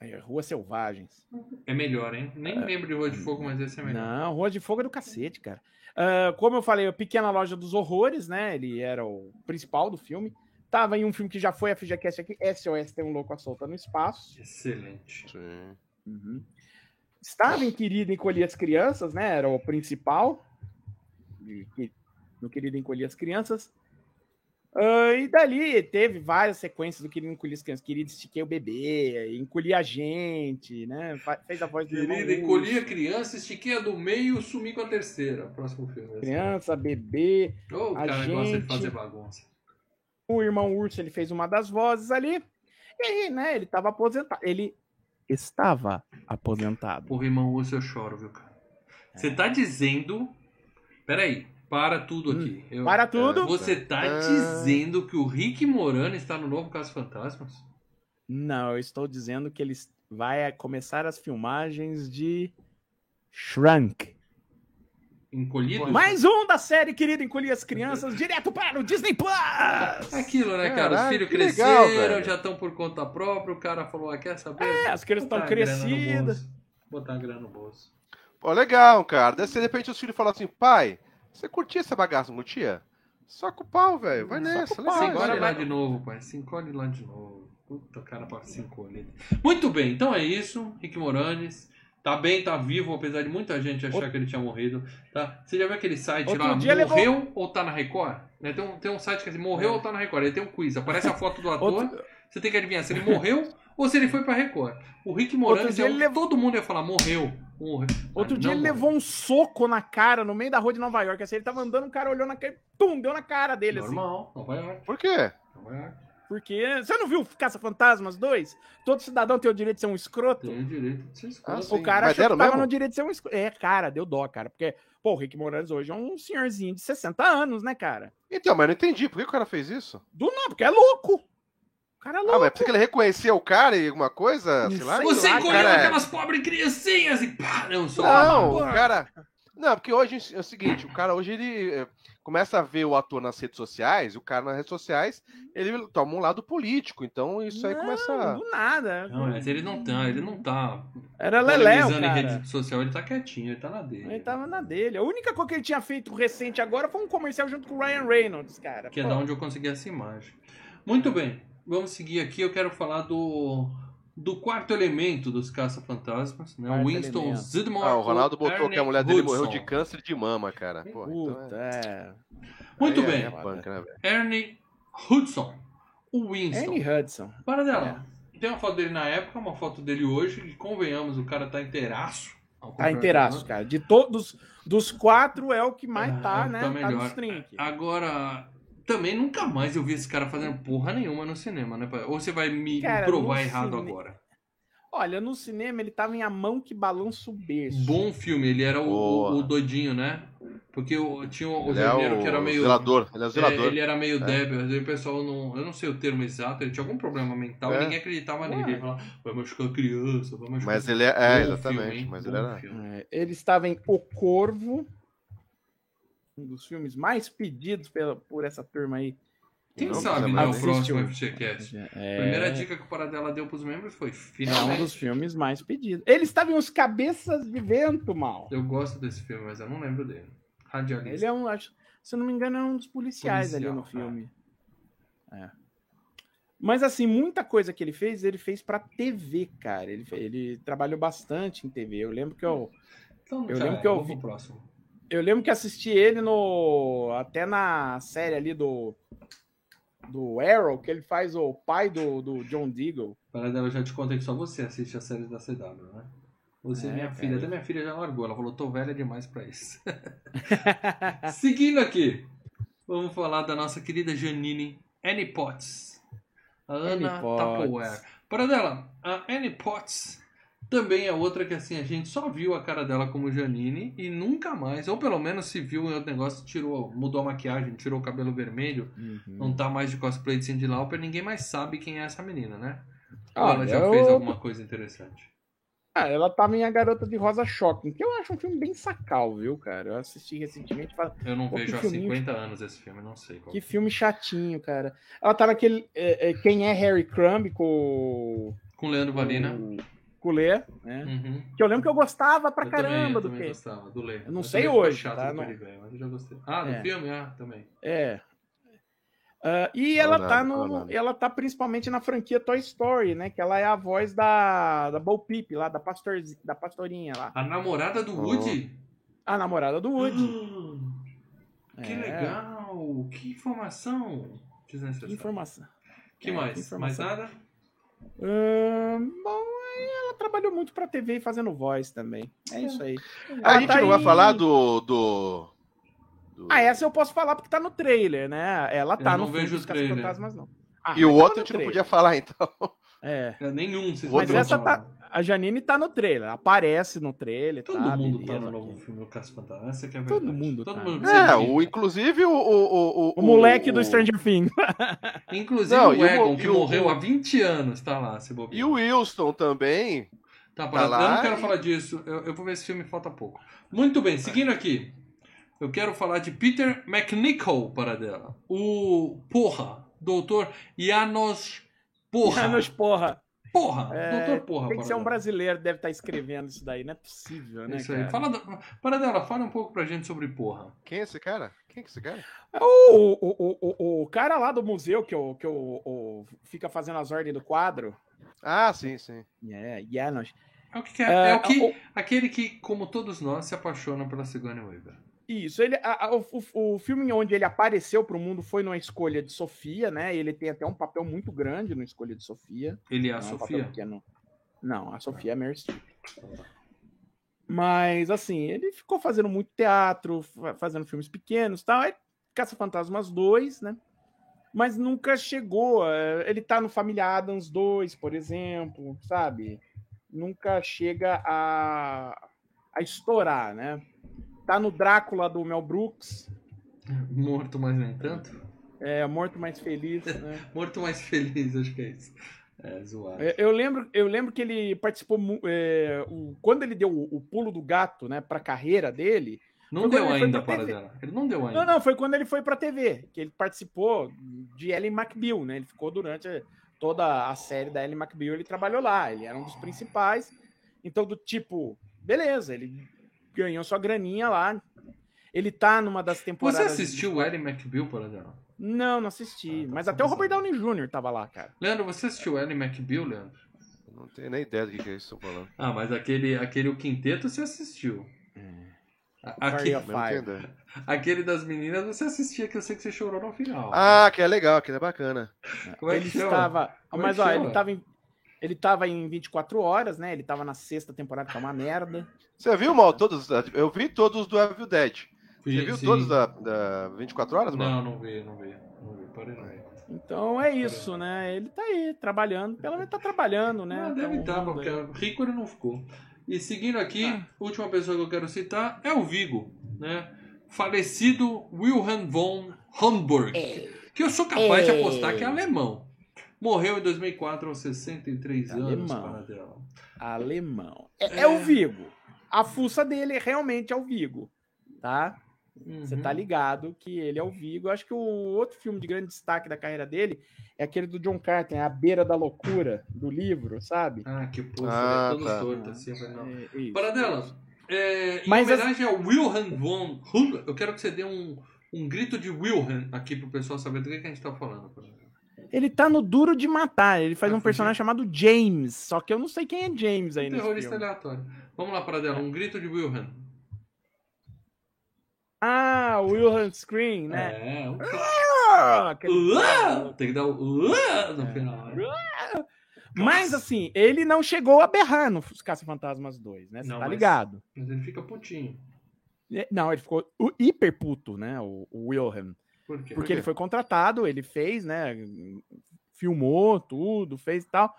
B: É, Ruas Selvagens.
A: É melhor, hein? Nem lembro de Rua de Fogo, mas esse é melhor.
B: Não, Rua de Fogo é do cacete, cara. Ah, como eu falei, a Pequena Loja dos Horrores, né? Ele era o principal do filme. Tava em um filme que já foi a FGCast aqui, SOS Tem um Louco à Solta no Espaço.
A: Excelente.
C: Sim.
A: Uhum.
B: Estava em Querido Encolher as Crianças, né? Era o principal. de que- No Querido Encolher as Crianças. Ah, e dali teve várias sequências do Querido Encolher as Crianças. Querido Estiquei o Bebê, Encolhi a Gente, né? fa- Fez a voz do irmão
A: Querida,
B: Lúcio.
A: encolhi a criança, estiquei a do meio e sumi com a terceira. Próximo filme.
B: Criança, bebê,
A: Ô, o
B: a
A: cara gosta de
B: gente-
A: fazer bagunça.
B: O irmão Urso, ele fez uma das vozes ali. E aí, né, ele tava aposentado. Ele estava aposentado.
A: Porra, irmão, hoje eu choro, viu, cara? Você tá dizendo. Peraí, para tudo aqui. Eu-
B: Hum. Para tudo.
A: É, Você tá
C: Ah.
A: dizendo que o Rick Morano está no novo Caso Fantasmas?
B: Não, eu estou dizendo que ele s- vai começar as filmagens de Shrunk.
A: Encolhido?
B: Mais um da série, querido, encolhi as crianças direto para o Disney Plus.
A: É Aquilo, né, cara? Os
C: Caralho,
A: filhos
C: que
A: cresceram,
C: legal, velho.
A: já estão por conta própria. O cara falou: ah, quer saber?
B: É, as crianças
A: Botar
B: estão
A: a grana no
B: crescidas.
A: bolso. Botar a grana no bolso.
C: Pô, legal, cara. Daí, de repente, os filhos falam assim, pai, você curtia essa bagaça, não curtia? Só com o pau, velho. Vai
A: Só
C: nessa.
B: com o
A: se
B: pau,
C: legal,
A: encolhe
B: agora
A: lá
B: vai-
A: de novo, pai. Se encolhe lá de novo. Puta cara pra se encolher. Muito bem, então é isso. Rick Moranes. Tá bem, tá vivo, apesar de muita gente achar
B: Outro-
A: que ele tinha morrido. Tá? Você já viu aquele site
B: Outro
A: lá,
B: dia
A: morreu
B: levou-
A: ou tá na Record? Né? Tem, um, tem um site que é assim, morreu ou tá na Record? Aí tem um quiz, aparece a foto do ator,
B: Outro-
A: você tem que adivinhar se ele morreu ou se ele foi pra Record. O Rick Moranes,
B: dia
A: é
B: ele
A: um-
B: levou-
A: todo mundo ia falar, morreu. Um-
B: Outro
A: Ah,
B: dia
A: não, mano.
B: ele levou um soco na cara no meio da rua de Nova York. Assim, ele tava andando, um cara olhou na cara e pum, deu na cara dele, assim.
A: Normal, Nova York,
C: Por quê?
A: Nova York.
B: Porque. Você não viu Caça-Fantasmas 2? Todo cidadão tem o direito de ser um escroto?
A: Tem o direito de ser escroto.
C: Ah,
B: O
C: sim.
B: cara
C: Mas
B: achou que
C: deram
B: tava
C: mesmo?
B: no direito de ser um escroto. É, cara, deu dó, cara. Porque, pô, o Rick Moranis hoje é um senhorzinho de 60 anos, né, cara?
C: Então, mas eu não entendi. Por que o cara fez isso?
B: Do nada, porque é louco. O cara é
C: Ah,
B: louco.
C: mas é porque ele reconheceu o cara e alguma coisa? Sei
B: Não
C: lá.
B: sei
A: Você
B: lá, Ah.
C: o
A: engoliu
C: cara é-
A: aquelas pobres criancinhas e pá, não, sou
C: Não,
B: Porra.
C: o cara. Não, porque hoje é o seguinte, o cara hoje ele eh, começa a ver o ator nas redes sociais, o cara nas redes sociais, ele toma um lado político, então isso aí
B: Não,
C: começa. a-
B: Do nada.
A: Não, mas ele não tá, ele não tá
B: Era É Lelé, o
A: polemizando É em
B: cara.
A: rede social, ele tá quietinho, ele tá na dele.
B: Ele tava na dele. A única coisa que ele tinha feito recente agora foi um comercial junto com o Ryan Reynolds, cara.
A: Que é
B: Pô.
A: da onde eu consegui essa imagem. Muito bem, vamos seguir aqui. Eu quero falar do, do quarto elemento dos caça-fantasmas, né?
B: Quarto
A: Winston
B: elemento.
A: Zidmore.
C: Ah, o Ronaldo
A: ou
C: botou que a
A: Ernie
C: mulher dele
A: Hudson.
C: morreu de câncer de mama, cara. Porra, então
B: Puta, é.
C: é-
A: Muito
C: aí é-
A: bem,
C: é banca, né, velho?
A: Ernie Hudson. O Winston.
B: é. Annie Hudson.
A: Para dela. Tem uma foto dele na época, uma foto dele hoje, e convenhamos, o cara tá inteiraço. ao
B: Tá
A: contrário do
B: inteiraço, cara. De todos dos quatro é o que
A: Ah,
B: mais tá,
A: tá
B: né? Tá
A: melhor. Ah.
B: nos trinques.
A: Agora, também nunca mais eu vi esse cara fazendo porra nenhuma no cinema, né? pai? Ou você vai me
B: Cara,
A: provar
B: no
A: errado
B: cine-
A: agora?
B: Olha, no cinema ele tava em A Mão que Balança o Berço.
A: Bom filme, ele era o,
C: Boa.
A: o- o doidinho, né? Porque o- tinha o, o
C: Ele é
A: jardineiro que era
C: o
A: meio.
C: zelador, ele é o zelador.
A: é, ele era meio
C: É.
A: débil, aí o pessoal não. Eu não sei o termo exato, ele tinha algum problema mental,
C: É.
A: ninguém acreditava
B: Ah.
A: nele. Ele falava, vai machucar criança, vai machucar.
C: Mas ele é,
A: Bom um
C: é,
A: filme, né?
C: exatamente,
A: hein?
C: mas
A: Bom
C: ele era...
A: filme.
B: É, ele estava em O Corvo, um dos filmes mais pedidos pela, por essa turma aí.
A: Quem
C: Não,
A: sabe,
C: mas
A: né? O
B: assiste
A: próximo
B: o-
A: FGCast.
B: É,
A: Primeira né? dica que o Paradela deu pros membros foi:
B: é um
A: finalmente.
B: dos filmes mais pedidos. Ele estava em Os Cabeças de Vento, mal.
A: Eu gosto desse filme, mas eu não lembro dele. Radialista.
B: Ele é um, acho, se eu não me engano, é um dos policiais
A: Policial,
B: ali no
A: é.
B: filme. É. Mas assim, muita coisa que ele fez, ele fez pra TV, cara. Ele, fe- ele trabalhou bastante em TV. Eu lembro que eu,
A: Então,
B: Eu
A: já
B: lembro
A: é,
B: que eu
A: vamos
B: vi-
A: pro próximo.
B: eu lembro que assisti ele no até na série ali do do Arrow, que ele faz o pai do, do John Deagle.
A: Paradela, eu já te contei que só você assiste a série da CW, né? Você é
B: É,
A: minha
B: cara.
A: filha, até minha filha já largou. Ela falou, tô velha demais pra isso. Seguindo aqui, vamos falar da nossa querida Janine Annie Potts. A Ana
B: Annie Potts.
A: Tupperware. Paradela, a Annie Potts também é outra que assim, a gente só viu a cara dela como Janine e nunca mais, ou pelo menos se viu em outro negócio, tirou, mudou a maquiagem, tirou o cabelo vermelho,
B: Hum.
A: não tá mais de cosplay de Cindy Lauper, ninguém mais sabe quem é essa menina, né? Ou ela
B: Olha,
A: já fez
B: Ah, eu-
A: alguma coisa interessante.
B: Ah, ela tá minha garota de rosa shocking, que eu acho um filme bem sacal, viu, cara? Eu assisti recentemente, faz-
A: Eu não
B: Pô, que
A: vejo há
B: filminho.
A: 50 anos esse filme, não sei qual.
B: Que filme chatinho, cara. Ela tá naquele. é, é, quem é Harry Crumb com.
A: Com Leandro Valina.
B: com o Culé, né?
A: Uhum.
B: Que eu lembro que eu gostava pra
A: eu também,
B: caramba
A: eu também
B: do que.
A: gostava, do Lê.
B: Eu não sei hoje,
A: Chato
B: tá?
A: do
B: Não-
A: Perigão, mas eu já gostei. Ah, do
B: É.
A: filme? Ah, também.
B: É. Ah, e
C: Fala
B: ela tá
C: nada,
B: no.
C: fala nada.
B: Ela tá principalmente na franquia Toy Story, né? Que ela é a voz da, da Bo Peep lá, da, pastor, da pastorinha lá.
A: A namorada do
C: Oh.
A: Woody?
B: A namorada do Woody.
A: que
B: É.
A: legal! Que informação!
B: Que
A: Desnecessário.
B: informação.
A: Uhum. Que
B: É,
A: mais?
B: que
A: mais
B: informação.
A: nada?
B: Ah, bom, aí ela trabalhou muito pra TV e fazendo voz também. É isso aí.
C: Ah, a
B: Ela
C: gente
B: tá
C: não vai
B: em-
C: falar do... do... do-
B: Ah, essa eu posso falar porque tá no trailer, né? Ela tá
A: não
B: no filme
A: vejo
B: dos
A: o trailer.
B: Caça-Fantasmas, não. Ah,
C: E o
B: mas tá
C: outro
B: no
C: a gente não
B: trailer.
C: podia falar, então.
B: É.
A: É, nenhum. Vocês
C: Mas
A: não
B: essa
A: falaram.
B: A Janine tá no trailer, aparece no trailer.
A: Todo
B: tá,
A: mundo tá
B: beleza,
A: no
B: ok.
A: novo filme do Caso Fantasma. Essa que é a
B: Todo
A: verdade.
B: mundo
A: Todo
B: tá.
A: mundo
C: É,
A: Sim.
C: o, inclusive o... O, o,
B: O moleque do
C: o-
B: Stranger Things.
A: Ah. Inclusive
C: Não, e
A: o
C: o-
A: Egon,
C: e
A: que
C: o-
A: morreu há 20 anos, tá lá, se bobear.
C: E o Wilson também.
A: Tá, parado.
C: lá
A: eu não quero
C: e-
A: falar disso. Eu, eu vou ver esse filme, falta pouco. Muito bem, seguindo aqui. Eu quero falar de Peter McNichol, para dela. O porra, doutor Janos Porra.
B: Anos, porra.
A: Porra,
B: É,
A: doutor porra.
B: Tem que ser um
A: Paradela.
B: brasileiro, deve estar escrevendo isso daí. Não é possível, né,
A: Isso aí.
B: cara?
A: Fala, da- para dela, fala um pouco pra gente sobre porra.
C: Quem é esse cara? Quem é esse cara?
B: O, o, o, o, o cara lá do museu que, o, que o, o- fica fazendo as ordens do quadro.
C: Ah, sim, sim.
B: É, Janos.
A: É o que, que é, é o que
B: Ah, o-
A: aquele que, como todos nós, se apaixona pela Sigourney Weaver.
B: Isso, ele, a- a- o, o- o filme onde ele apareceu para o mundo foi numa escolha de Sofia, né? Ele tem até um papel muito grande no escolha de Sofia.
A: Ele é a
B: Não é um papel
A: Sofia.
B: pequeno. Não, a Sofia é Meryl Streep. Mas, assim, ele ficou fazendo muito teatro, fa- fazendo filmes pequenos e tal. Aí Caça-Fantasmas 2, né? Mas nunca chegou. eh, Ele tá no Família Adams 2, por exemplo, sabe? Nunca chega a, a estourar, né? Tá no Drácula do Mel Brooks,
A: Morto, mas nem tanto.
B: é Morto Mais Feliz, né?
A: Morto mais feliz, acho que é isso. É, zoado.
B: É, Eu lembro, eu lembro que ele participou. mu- é, o- quando ele deu o, o pulo do gato, né, pra carreira dele.
A: Não
B: Quando
A: deu
B: ele foi
A: ainda,
B: pra
A: para
B: TV.
A: dela. Ele não deu ainda.
B: Não, não, foi quando ele foi pra TV, que ele participou de Ellen McBeal, né? Ele ficou durante toda a série da Ellen McBeal, ele trabalhou lá, ele era um dos principais. Então, do tipo, beleza, ele ganhou sua graninha lá. Ele tá numa das temporadas.
A: Você assistiu o Ellen McBeal, para dela?
B: Não, não assisti.
A: Ah, tá
B: mas até o Robert
A: pensando.
B: Downey Jr. tava lá, cara.
A: Leandro, você assistiu o Ellen McBeal, Leandro?
C: Não tenho nem ideia do que que é isso que eu tô falando.
A: Ah, mas aquele, aquele o quinteto você assistiu. A- aque-
B: Party of
C: Também não tenho
B: Five.
C: ideia.
A: aquele das meninas você assistia, que eu sei que você chorou no final.
C: Ah, que é legal, que é bacana.
A: Como é que
B: ele
A: chama?
B: estava.
A: Como é
B: mas
A: que
B: ó,
A: chama?
B: ele tava em. Ele tava em 24 horas, né? Ele tava na sexta temporada, que é uma merda.
C: Você viu, Mal, todos? Eu vi todos do Evil Dead. Você
A: Sim,
C: viu
A: sim.
C: todos da, da 24 horas, Mal?
A: Não, não vi, não vi. Não vi, parei não vi.
B: Então é isso, né? Ele tá aí, trabalhando. Pelo menos tá trabalhando, né?
A: Ah,
B: Tá
A: deve estar,
B: honrando
A: porque
B: aí.
A: rico ele não ficou. E seguindo aqui,
B: Ah.
A: última pessoa que eu quero citar é o Vigo, né? Falecido Wilhelm von Homburg,
B: É.
A: que eu sou capaz de
D: É.
A: apostar que é alemão. Morreu em 2004 aos 63 anos,
B: Alemão.
A: para dela.
B: Alemão. É, é o Vigo. A fuça dele realmente é o Vigo, tá? Você
A: Uhum.
B: tá ligado que ele é o Vigo. Eu acho que o outro filme de grande destaque da carreira dele é aquele do John Carter, A Beira da Loucura, do livro, sabe?
A: Ah, que porra,
C: Ah,
A: ah, todos
C: tá.
A: tortos assim, mas não.
B: É, é isso.
A: Paradela, é, em
B: Mas
A: homenagem ao Wilhelm von Humboldt, eu quero que você dê um, um grito de Wilhelm aqui pro pessoal saber do que, que a gente tá falando. Paradela.
B: Ele tá no Duro de Matar. Ele faz
A: Ah,
B: um personagem chamado James. Só que eu não sei quem é James aí nesse
A: Terrorista
B: filme.
A: aleatório. Vamos lá, Paradela, um grito de Wilhelm.
B: Ah, o Wilhelm Scream, né?
A: É, um...
B: Ah, aquele-
A: Uá! né? tem que dar o Uá!
B: É.
A: no final. né?
B: Mas assim, ele não chegou a berrar no Caça-Fantasmas 2, né? Você
A: Não,
B: tá
A: mas-
B: ligado?
A: Mas ele fica putinho.
B: É, Não, ele ficou o- hiper puto, né? O, o Wilhelm.
A: Por quê?
C: Por
B: Porque
C: quê?
B: ele foi contratado, ele fez, né? Filmou tudo, fez e tal.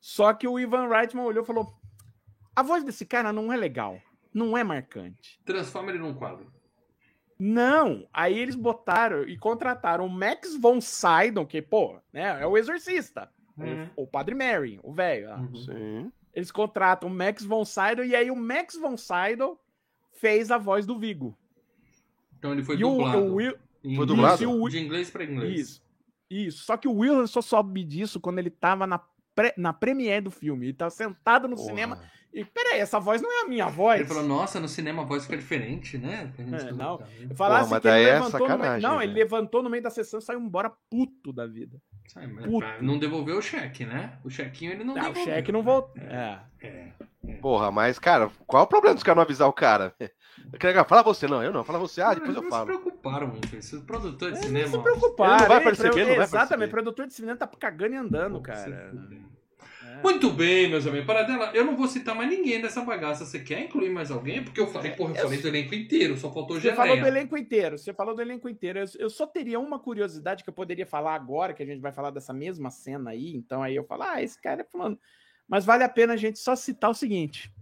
B: Só que o Ivan Reitman olhou e falou: a voz desse cara não é legal, não é marcante.
A: Transforma ele num quadro.
B: Não! Aí eles botaram e contrataram o Max von Sydow, que, pô, né? É o exorcista.
A: Uhum.
B: O, o Padre Mary, o velho. lá.
A: Uhum.
C: Sim.
B: Eles contratam o Max von Sydow e aí o Max von Sydow fez a voz do Vigo.
A: Então ele foi
B: e o,
A: dublado. né?
B: o Will,
A: Em
C: Foi
A: inglês-
C: dublado?
B: E o-
A: De inglês pra inglês.
B: isso, isso. Só que o Will só soube disso quando ele tava na, pre- na premiere do filme. Ele tava sentado no
C: Porra.
B: cinema e, peraí, essa voz não é a minha
A: Ele
B: voz.
A: falou, nossa, no cinema a voz fica diferente, né? Tem gente
B: É,
A: que
B: não.
A: né?
B: Falasse
C: Porra, mas
B: que ele
C: daí é
B: levantou no meio...
C: sacanagem,
B: Não, ele
C: velho.
B: levantou no meio da sessão e saiu embora puto da vida.
A: Sai, mas
B: Puto.
A: pra- Não devolveu o cheque, né? O chequinho ele não
B: Ah, o
A: devolveu.
B: cheque não voltou. É.
A: É.
C: Porra, mas, cara, qual é o problema dos caras não avisar o cara? Eu quero falar você, não, eu não. Fala você, ah, depois
A: Eles
C: eu
A: não se
C: falo.
A: preocuparam muito. Esse produtor de
C: É,
B: Eles
A: cinema.
B: não se
A: ó,
B: preocuparam.
C: Ele não vai
B: hein?
C: perceber, ele não vai
B: Exatamente,
C: perceber.
B: o produtor de cinema tá cagando e andando,
A: se
B: cara.
A: fuder.
B: É.
A: Muito bem, meus amigos. Paradela, eu não vou citar mais ninguém dessa bagaça. Você quer incluir mais alguém? Porque eu falei, porra, eu falei do elenco inteiro, só faltou
B: É, Você falou do
A: geleia.
B: elenco inteiro, você falou do elenco inteiro. Eu, eu só teria uma curiosidade que eu poderia falar agora, que a gente vai falar dessa mesma cena aí, então aí eu falo, ah, esse cara é fulano. Mas vale a pena a gente só citar o seguinte.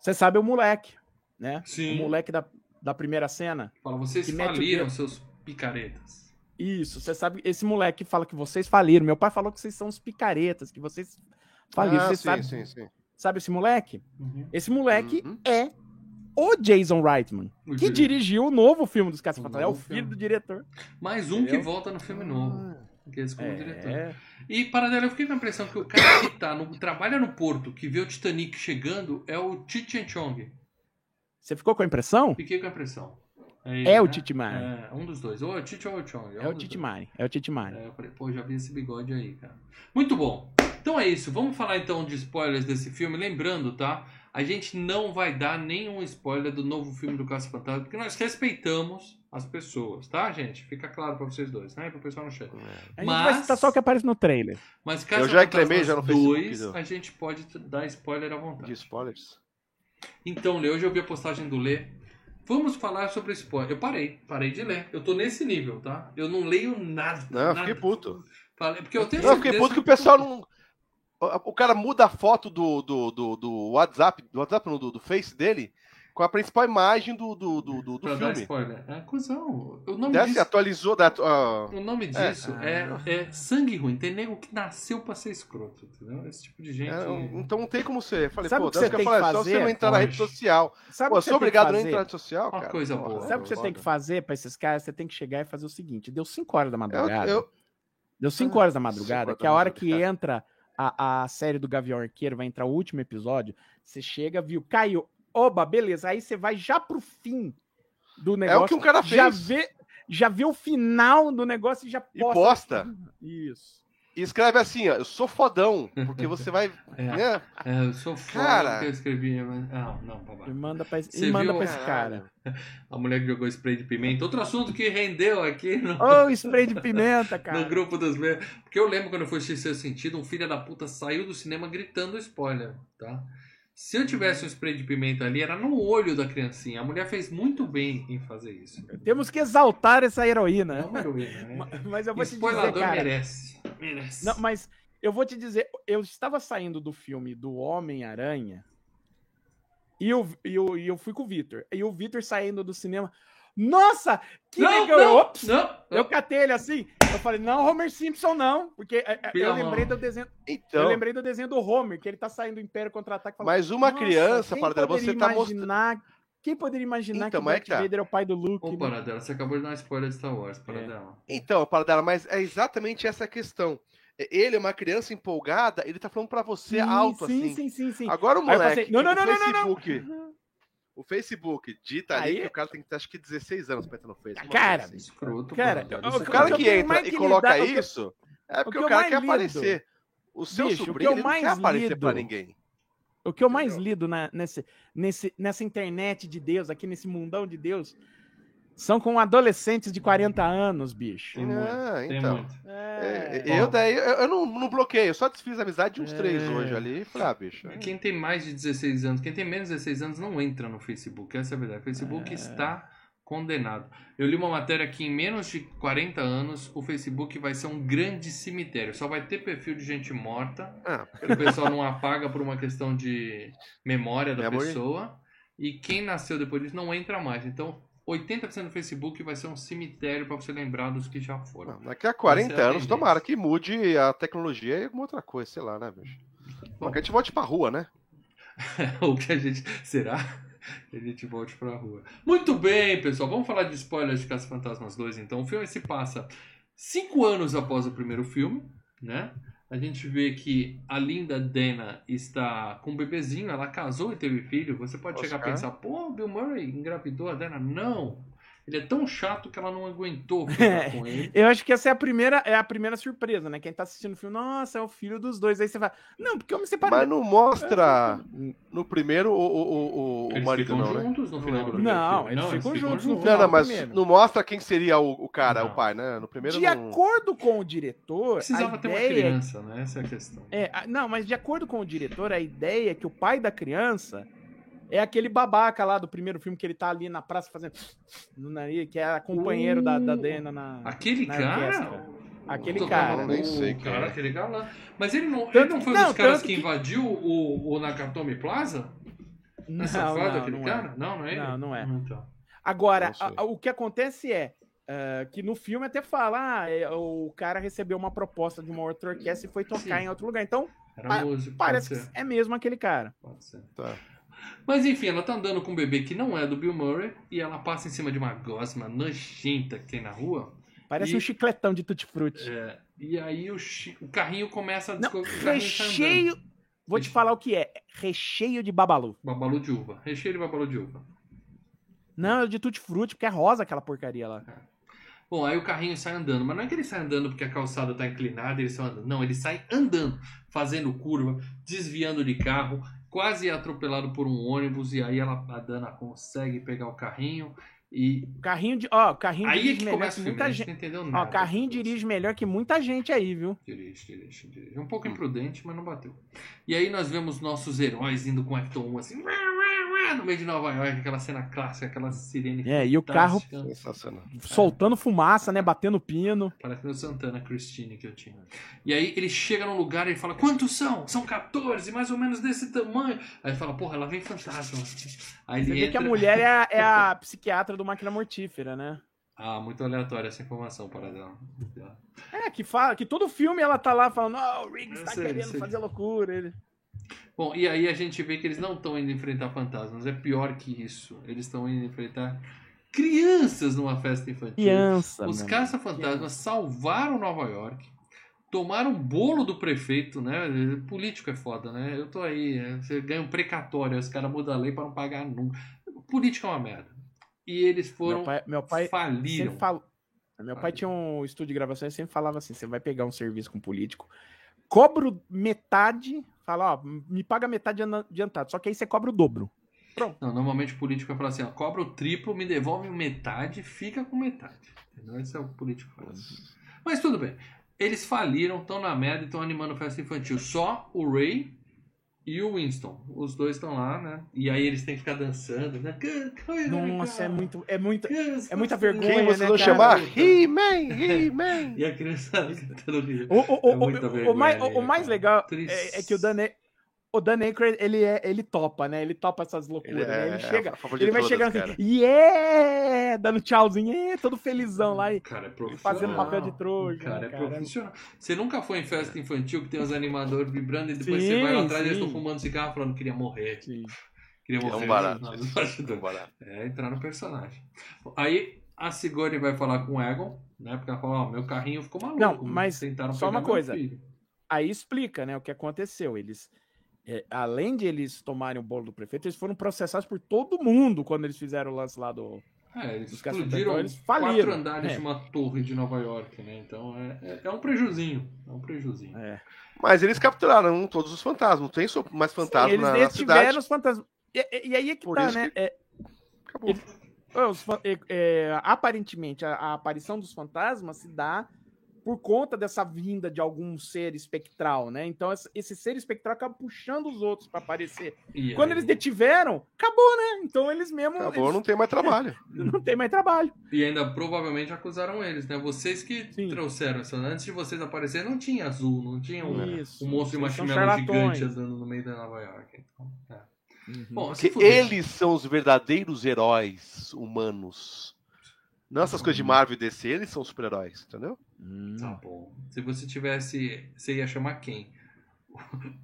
B: Você sabe o moleque, né? O
A: Sim.
B: moleque da, da primeira cena.
A: Fala, vocês
B: que mete o
A: faliram,
B: dedo.
A: seus picaretas.
B: Isso, você sabe, esse moleque fala que vocês faliram. Meu pai falou que vocês são os picaretas, que vocês faliram.
C: Ah,
B: você
C: sim,
B: sabe,
C: sim, sim.
B: sabe esse moleque? Esse moleque
C: Uhum.
B: é o Jason Reitman,
A: Muito
B: que
A: bem.
B: dirigiu o novo filme dos caça
A: Uhum. O
B: É o
A: novo
B: filho
A: filme.
B: do diretor.
A: Mais um que
B: Entendeu?
A: volta no filme novo.
C: Uhum.
A: Que eles como diretor.
B: É.
A: E, Paradela, eu fiquei com a impressão que o cara que tá no, trabalha no porto, que vê o Titanic chegando, é o Chichen Chong.
B: Você ficou com a impressão?
A: Fiquei com a impressão. ele,
B: É o
A: né?
B: Titimari.
A: É, um dos dois. Ou é o Chichen ou é o Chong.
B: É,
A: um
B: o
A: dos dois.
B: Titimari. É o Titimari.
A: É, eu falei, pô, já vi esse bigode aí, cara. Muito bom. Então é isso. Vamos falar então de spoilers desse filme. Lembrando, tá? A gente não vai dar nenhum spoiler do novo filme do Caça Fantasma, porque nós respeitamos as pessoas, tá, gente? Fica claro pra vocês dois, né? Pro pessoal no chat.
B: A
C: É.
B: gente vai
A: Mas-
B: citar só o que aparece no trailer.
A: Mas Caça
C: já reclamei
A: Fantasmas
C: já no Facebook
A: 2,
C: do- Tá.
A: a gente pode t- dar spoiler à vontade.
C: De spoilers.
A: Então, Lê, hoje eu vi a postagem do Lê. Vamos falar sobre spoiler. Eu parei, parei de ler. Eu tô nesse nível, tá? Eu não leio nada.
C: Não, eu
A: nada.
C: fiquei puto.
A: Falei, porque eu tenho
C: Não, eu fiquei
A: certeza
C: puto que o pessoal não. O cara muda a foto do, do, do, do WhatsApp, do WhatsApp não, do, do Face dele, com a principal imagem do, do, do, do, do
A: pra dar
C: filme.
A: spoiler. É cuzão. O nome
C: Desce,
A: disso,
C: atualizou da. ah,
A: o nome disso é, é sangue ruim. Tem nego que nasceu pra ser escroto, entendeu? Esse tipo de gente.
C: é, então não tem como ser. Eu Falei,
B: Sabe
C: pô,
B: o que
C: Deus
B: você
C: que eu
B: tem
C: falei, é
B: que
C: só você
B: fazer,
C: não entrar na rede
B: Jorge?
C: social.
B: Sabe
C: Pô,
B: o
C: eu
B: que você
C: sou obrigado a não
B: tem que
C: entrar na
B: fazer?
C: rede social,
A: Uma
C: cara.
A: coisa
C: Porra,
A: boa.
B: Sabe o que você tem que fazer pra esses caras? Você tem que chegar e fazer o seguinte: deu 5 horas da
C: Eu,
B: madrugada.
C: É eu,
B: Deu 5 horas da
C: Cinco
B: madrugada,
C: horas
B: que é a
C: da
B: hora que
C: madrugada.
B: entra a, a série do Gavião Arqueiro, vai entrar o último episódio, você chega, viu, caiu, oba, beleza, aí você vai já pro fim do
C: é
B: negócio.
C: o que um cara
B: já
C: fez.
B: vê, já vê o final do negócio e já
C: E posta.
B: Isso.
C: E escreve assim, ó, eu sou fodão, porque você vai.
A: É,
C: né?
A: é, eu sou
C: Cara.
A: foda porque eu escrevi. Mas... Não, não,
B: E
A: babaca.
B: manda pra,
A: Você
B: e manda
A: viu?
B: pra esse cara.
A: A mulher que jogou spray de pimenta. Outro assunto que rendeu aqui no,
B: Ô, spray de pimenta, cara.
A: no grupo dos meus. Porque eu lembro quando eu fui assistir Sexto Sentido, um filho da puta saiu do cinema gritando spoiler, tá? Se eu
C: Uhum.
A: tivesse um spray de pimenta ali, era no olho da criancinha. A mulher fez muito bem em fazer isso.
B: Temos que exaltar essa heroína.
A: É uma heroína, né?
B: Ma- Mas eu vou te dizer,
A: Spoilador
B: cara.
A: merece. Merece.
B: Não, mas eu vou te dizer, eu estava saindo do filme do Homem-Aranha e eu, e, eu, e eu fui com o Vitor. E o Vitor saindo do cinema. Nossa, que
A: não,
B: legal!
A: não,
B: Ops!
A: não.
B: Eu catei ele assim. Eu falei, não, Homer Simpson não. Porque é, é,
A: Pelo
B: eu lembrei
A: amor.
B: do desenho. Eu
C: Então,
B: lembrei do desenho do Homer, que ele tá saindo do Império Contra-Ataque. e fala,
C: mas uma
B: "Nossa,
C: criança,
B: quem
C: para você
B: poderia
C: tá mostrando.
B: imaginar, Quem poderia imaginar
C: Então,
B: que o
C: mas é
B: Darth
C: que tá.
B: Vader é o pai do Luke?
A: Ô,
B: né?
A: Paradela, você acabou de dar uma spoiler de Star Wars,
B: É.
A: Paradela.
C: Então, Paradela, mas é exatamente essa questão. É, Ele é uma criança empolgada, ele tá falando pra você
B: Sim,
C: alto
B: sim,
C: assim.
B: sim, sim, sim.
C: Agora o
B: Aí eu
C: moleque,
B: passei, não, não,
C: o
B: não, não, não, não.
C: Facebook, o Facebook dita ali
B: Aí-
C: que o cara tem que ter acho que 16 anos pra entrar no Facebook.
B: Cara,
C: uma coisa assim.
A: Escroto,
B: Cara,
A: Paradela,
B: o
A: isso é
C: o cara
B: eu
C: que
B: tenho
C: entra
B: mais
C: e
B: que
C: coloca
B: lidar, o que eu-
C: isso é porque
B: o
C: o,
B: que eu
C: cara
B: mais
C: quer
B: lido-
C: aparecer. O seu
B: Bicho, o que
C: sobrinho
B: eu
C: ele não quer
B: mais
C: aparecer pra
B: lido-
C: ninguém.
B: O que eu mais
C: Entendeu?
B: lido na- nesse, nesse- nessa internet de Deus, aqui nesse mundão de Deus, são com adolescentes de 40 anos, bicho.
A: Tem muito,
C: Ah,
A: Tem
C: então.
A: muito.
C: É,
B: É,
A: é.
C: eu daí, eu, eu não, não bloqueei, eu só desfiz a amizade de uns
B: É.
C: três hoje ali. e Falei, ah, bicho. é.
A: Quem tem mais de 16 anos, quem tem menos de 16 anos não entra no Facebook. Essa é a verdade. O Facebook
B: É.
A: está condenado. Eu li uma matéria que em menos de 40 anos o Facebook vai ser um grande cemitério. Só vai ter perfil de gente morta.
C: Ah,
A: porque O pessoal não apaga por uma questão de memória da
C: Memory.
A: pessoa. E quem nasceu depois disso não entra mais. Então, 80% do Facebook vai ser um cemitério para você lembrar dos que já foram.
C: Não, Daqui a 40
A: Essa é a
C: anos,
A: tendência.
C: tomara que mude a tecnologia e alguma outra coisa, sei lá, né, bicho? Bom, que a gente volte pra rua, né?
A: Ou que a gente. Será? Que a gente volte pra rua. Muito bem, pessoal. Vamos falar de spoilers de Caça Fantasmas 2, então. O filme se passa cinco anos após o primeiro filme, né? A gente vê que a linda Dana está com um bebezinho, ela casou e teve filho. Você pode chegar a
C: Oscar.
A: pensar, pô, Bill Murray engravidou a Dana. Não! Ele é tão chato que ela não aguentou
B: É.
A: ficar com ele.
B: Eu acho que essa é a primeira, é a primeira surpresa, né? Quem tá assistindo o filme, nossa, é o filho dos dois. Aí você fala, não, porque eu me separei.
C: Mas não
B: É,
C: mostra no primeiro o, o, o, o
A: Eles
C: marido,
A: ficam
C: não, né?
A: juntos no final do
B: Não,
A: primeiro filme.
B: eles ficam juntos no
C: Não, não,
B: Não,
C: mas
B: primeiro.
C: não mostra quem seria o, o cara,
A: Não.
C: o pai, né? No primeiro
B: de
C: não.
B: acordo com o diretor,
A: Precisava
B: a
A: ter uma
B: ideia é
A: criança, né? Essa é a questão.
B: É, a- não, mas de acordo com o diretor, a ideia é que o pai da criança é aquele babaca lá do primeiro filme que ele tá ali na praça fazendo no nariz, que é companheiro da, da Dena na.
A: Aquele
B: Na
A: cara.
B: orquestra. Aquele
A: Puta,
B: cara. né?
A: o
C: Nem sei quem
A: cara,
C: é.
A: aquele galã. Mas ele não, ele
B: Tanto-
A: não foi um
B: não,
A: dos caras
B: tanto
A: que,
B: que-
A: invadiu o, o Nakatomi Plaza? Nessa
B: Não,
A: fada,
B: não,
A: aquele
B: não é.
A: cara? Não, não é ele?
B: Não, não é.
A: Ah, tá.
B: Agora,
C: Não sei.
B: a- a- o que acontece é ah, que no filme até fala, ah, é, o cara recebeu uma proposta de uma outra orquestra e foi tocar
A: Sim.
B: em outro lugar. Então,
A: Era
B: Pa-
A: músico.
B: parece
A: pode ser,
B: que é mesmo aquele cara.
A: pode ser.
C: Tá.
A: Mas enfim, ela tá andando com um bebê que não é do Bill Murray e ela passa em cima de uma gosma nojenta que tem na rua.
B: Parece
A: E-
B: um chicletão de tutti-frutti.
A: É, e aí o, chi- o carrinho começa a
B: Não,
A: desco- o carrinho tá andando.
B: recheio. Vou te
A: Recheio.
B: falar o que é. Recheio de babalu.
A: Babalu de uva. Recheio de babalu de uva.
B: Não, é de tutti-frutti, porque é rosa aquela porcaria
A: É.
B: lá.
A: Bom, aí o carrinho sai andando, mas não é que ele sai andando porque a calçada tá inclinada e ele sai andando. Não, ele sai andando, fazendo curva, desviando de carro, quase é atropelado por um ônibus e aí ela, a Dana consegue pegar o carrinho e
B: Carrinho de. Ó, carrinho
A: aí é
B: dirige
A: que
B: melhor
A: começa
B: que
A: o filme, né?
B: muita
A: a gente
B: gente.
A: não entendeu
B: Ó,
A: nada.
B: carrinho dirige melhor que muita gente aí, viu?
A: Dirige, dirige, dirige. Um
B: Hum.
A: pouco imprudente, mas não bateu. E aí nós vemos nossos heróis indo com o Acton 1 assim, no meio de Nova York, aquela cena clássica, aquela sirene.
B: É, e o carro
A: fantástica.
C: Sensacional.
A: assim, tá.
B: soltando fumaça, né? Batendo pino.
A: Parece meu Santana Christine que eu tinha. E aí ele chega num lugar e ele fala: Quantos são? São 14, mais ou menos desse tamanho. Aí ele fala: Porra, lá vem fantasma. Aí
B: Você
A: ele
B: vê que
A: entra.
B: a mulher é a, é a psiquiatra do Máquina Mortífera, né?
A: Ah, muito aleatória essa informação, Paradão.
B: É, que fala que todo filme ela tá lá falando, ó, o Riggs
A: Eu
B: tá
A: sei, eu
B: querendo
A: sei.
B: fazer loucura. Ele...
A: Bom, e aí a gente vê que eles não estão indo enfrentar fantasmas. É pior que isso. Eles estão indo enfrentar crianças numa festa infantil.
B: Criança,
A: Os
B: mano. é
A: caça-fantasmas salvaram Nova York, tomaram um bolo do prefeito, né? Político é foda, né? Eu tô aí, é, você ganha um precatório, os caras mudam a lei pra não pagar nunca. Política é uma merda. E eles foram,
B: Meu pai, meu pai
A: faliram.
B: sempre falou. Meu pai
A: Faliram.
B: tinha um estúdio de gravação e sempre falava assim: você vai pegar um serviço com um político, cobro metade, fala, ó, me paga metade ana- adiantado, só que aí você cobra o dobro.
A: Não, normalmente o político vai falar assim, ó, cobra o triplo, me devolve metade, fica com metade. Entendeu? Esse é o político que faz. Mas tudo bem. Eles faliram, estão na merda e estão animando festa infantil. Só o Ray e o Winston. Os dois estão lá, né? E aí eles têm que ficar dançando, né?
B: Nossa, é muito, é muito.
A: muito,
B: é muita vergonha.
C: Quem
B: né,
C: vocês vão
B: cara?
C: chamar? He-Man, He-Man.
A: E a criançada cantando livro.
B: O, o- o-
A: É muita
B: o- o
A: vergonha
B: mais, o- o
A: ali,
B: mais
A: cara.
B: legal
A: Triste.
B: é, é que o Dan, A- o Dan Aykroyd, ele, é, ele topa, né? Ele topa essas loucuras,
A: é
B: né?
C: é
B: Ele chega, ele vai chegando assim, yeah! Dando tchauzinho, yeah! todo felizão lá e
A: Cara, é profissional.
B: fazendo papel de trouxa.
A: Cara, é
B: né, cara?
A: profissional. Você nunca foi em festa infantil que tem os animadores vibrando e depois
B: Sim,
A: você vai lá atrás e eles
B: sim.
A: estão fumando cigarro falando queria morrer,
B: Sim.
A: queria
C: É
A: morrer.
C: um barato.
A: Não, não
C: isso. É
A: ajudou.
C: um barato.
A: É, entrar no personagem. Aí a Sigourney vai falar com o Egon, né? Porque ela fala, ó, meu carrinho ficou maluco.
B: Não, mas
A: tentaram
B: só
A: pegar
B: uma
A: meu
B: coisa.
A: filho."
B: Aí explica, né, o que aconteceu. Eles, é, além de eles tomarem o bolo do prefeito, eles foram processados por todo mundo quando eles fizeram o lance lá do.
A: É, eles
B: Os caras
A: explodiram
B: tentaram, eles
A: quatro
B: faliram.
A: andares
B: É.
A: de uma torre de Nova York, né? Então é, é, é um prejuzinho. É um prejuzinho.
B: É.
C: Mas eles capturaram todos os fantasmas. Não tem só mais fantasma
B: eles
C: na, na
B: detiveram
C: cidade.
B: os fantasmas. E, e- e aí é que
C: Por
B: tá,
C: isso
B: né? É,
C: Acabou.
B: os fan- é- é, aparentemente, a, a aparição dos fantasmas se dá por conta dessa vinda de algum ser espectral, né? Então, esse- esse ser espectral acaba puxando os outros pra aparecer.
A: E
B: Quando
A: aí-
B: eles detiveram, acabou, né? Então, eles mesmo
C: Acabou, não
B: eles-
C: tem mais trabalho.
B: não tem mais trabalho.
A: E ainda provavelmente acusaram eles, né? Vocês que
B: Sim.
A: trouxeram isso. Antes de vocês aparecerem, não tinha azul, não tinha um,
B: Isso.
A: um monstro de
B: Eles são
A: marshmallow
B: charlatões.
A: gigante andando no meio da Nova York. Então, é.
B: Uhum.
A: Bom, se
C: Porque
A: fuder.
C: eles são os verdadeiros heróis humanos. Não essas coisas de
A: Hum.
C: Marvel e DC, eles são super-heróis, entendeu?
B: Hum.
A: Tá bom. Se você tivesse. Você ia chamar quem?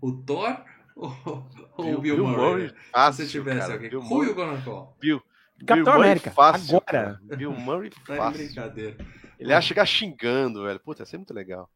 A: O Thor ou, ou o Bill, Murray? né?
C: Ah,
A: Se você tivesse alguém. Bill Who you gonna call?
B: Capitão América, agora.
C: Bill Murray
A: Tá de
C: fácil.
A: brincadeira.
C: Ele ia chegar xingando, velho. Puta, ia ser muito legal.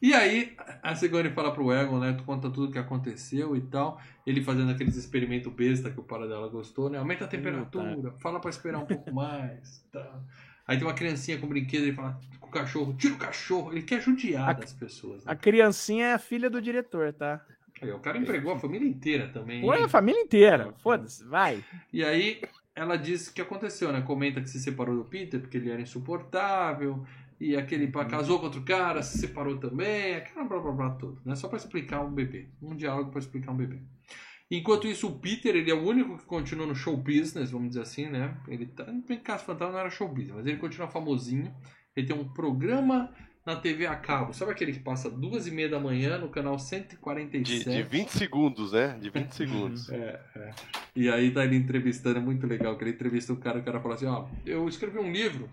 A: E aí, a Sigourney fala pro Egon, né? Tu conta tudo o que aconteceu e tal. Ele fazendo aqueles experimentos besta que o Paradela gostou, né? Aumenta a temperatura, fala pra esperar um pouco mais. Tá. Aí tem uma criancinha com brinquedo, ele fala com o cachorro, tira o cachorro. Ele quer judiar
B: A-
A: das pessoas.
B: A
A: Né?
B: criancinha é a filha do diretor, tá?
A: Aí, o cara empregou a família inteira também.
B: Ou é
A: hein?
B: a família inteira. Foda-se, vai.
A: E aí ela diz o que aconteceu, né? Comenta que se separou do Peter porque ele era insuportável. E aquele pa-
C: Uhum.
A: casou com outro cara, se separou também, aquela blá blá blá tudo, né? Só pra explicar um bebê. Um diálogo pra explicar um bebê. Enquanto isso, o Peter, ele é o único que continua no show business, vamos dizer assim, né? Ele tá. Bem que Caso Fantasma não era show business, mas ele continua famosinho. Ele tem um programa na TV a cabo. Sabe aquele que passa duas e meia da manhã no canal
C: De,
A: 147?
C: de 20 segundos, né? De 20 segundos.
A: É, é. E aí tá ele entrevistando, é muito legal que ele entrevista um cara, o cara fala assim, ó, eu escrevi um livro,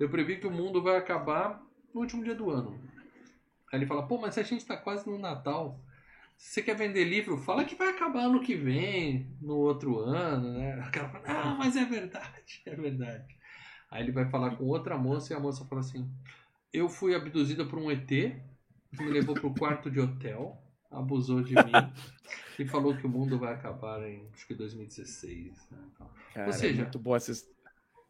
A: eu previ que o mundo vai acabar no último dia do ano. Aí ele fala, pô, mas a gente tá quase no Natal, se você quer vender livro, fala que vai acabar ano que vem, no outro ano, né? O cara fala, ah, mas é verdade, é verdade. Aí ele vai falar com outra moça e a moça fala assim, eu fui abduzida por um ET, que me levou pro quarto de hotel, abusou de mim. E falou que o mundo vai acabar em acho que 2016. Né? Então,
B: Cara,
A: Ou seja-
B: é muito boa essa... his-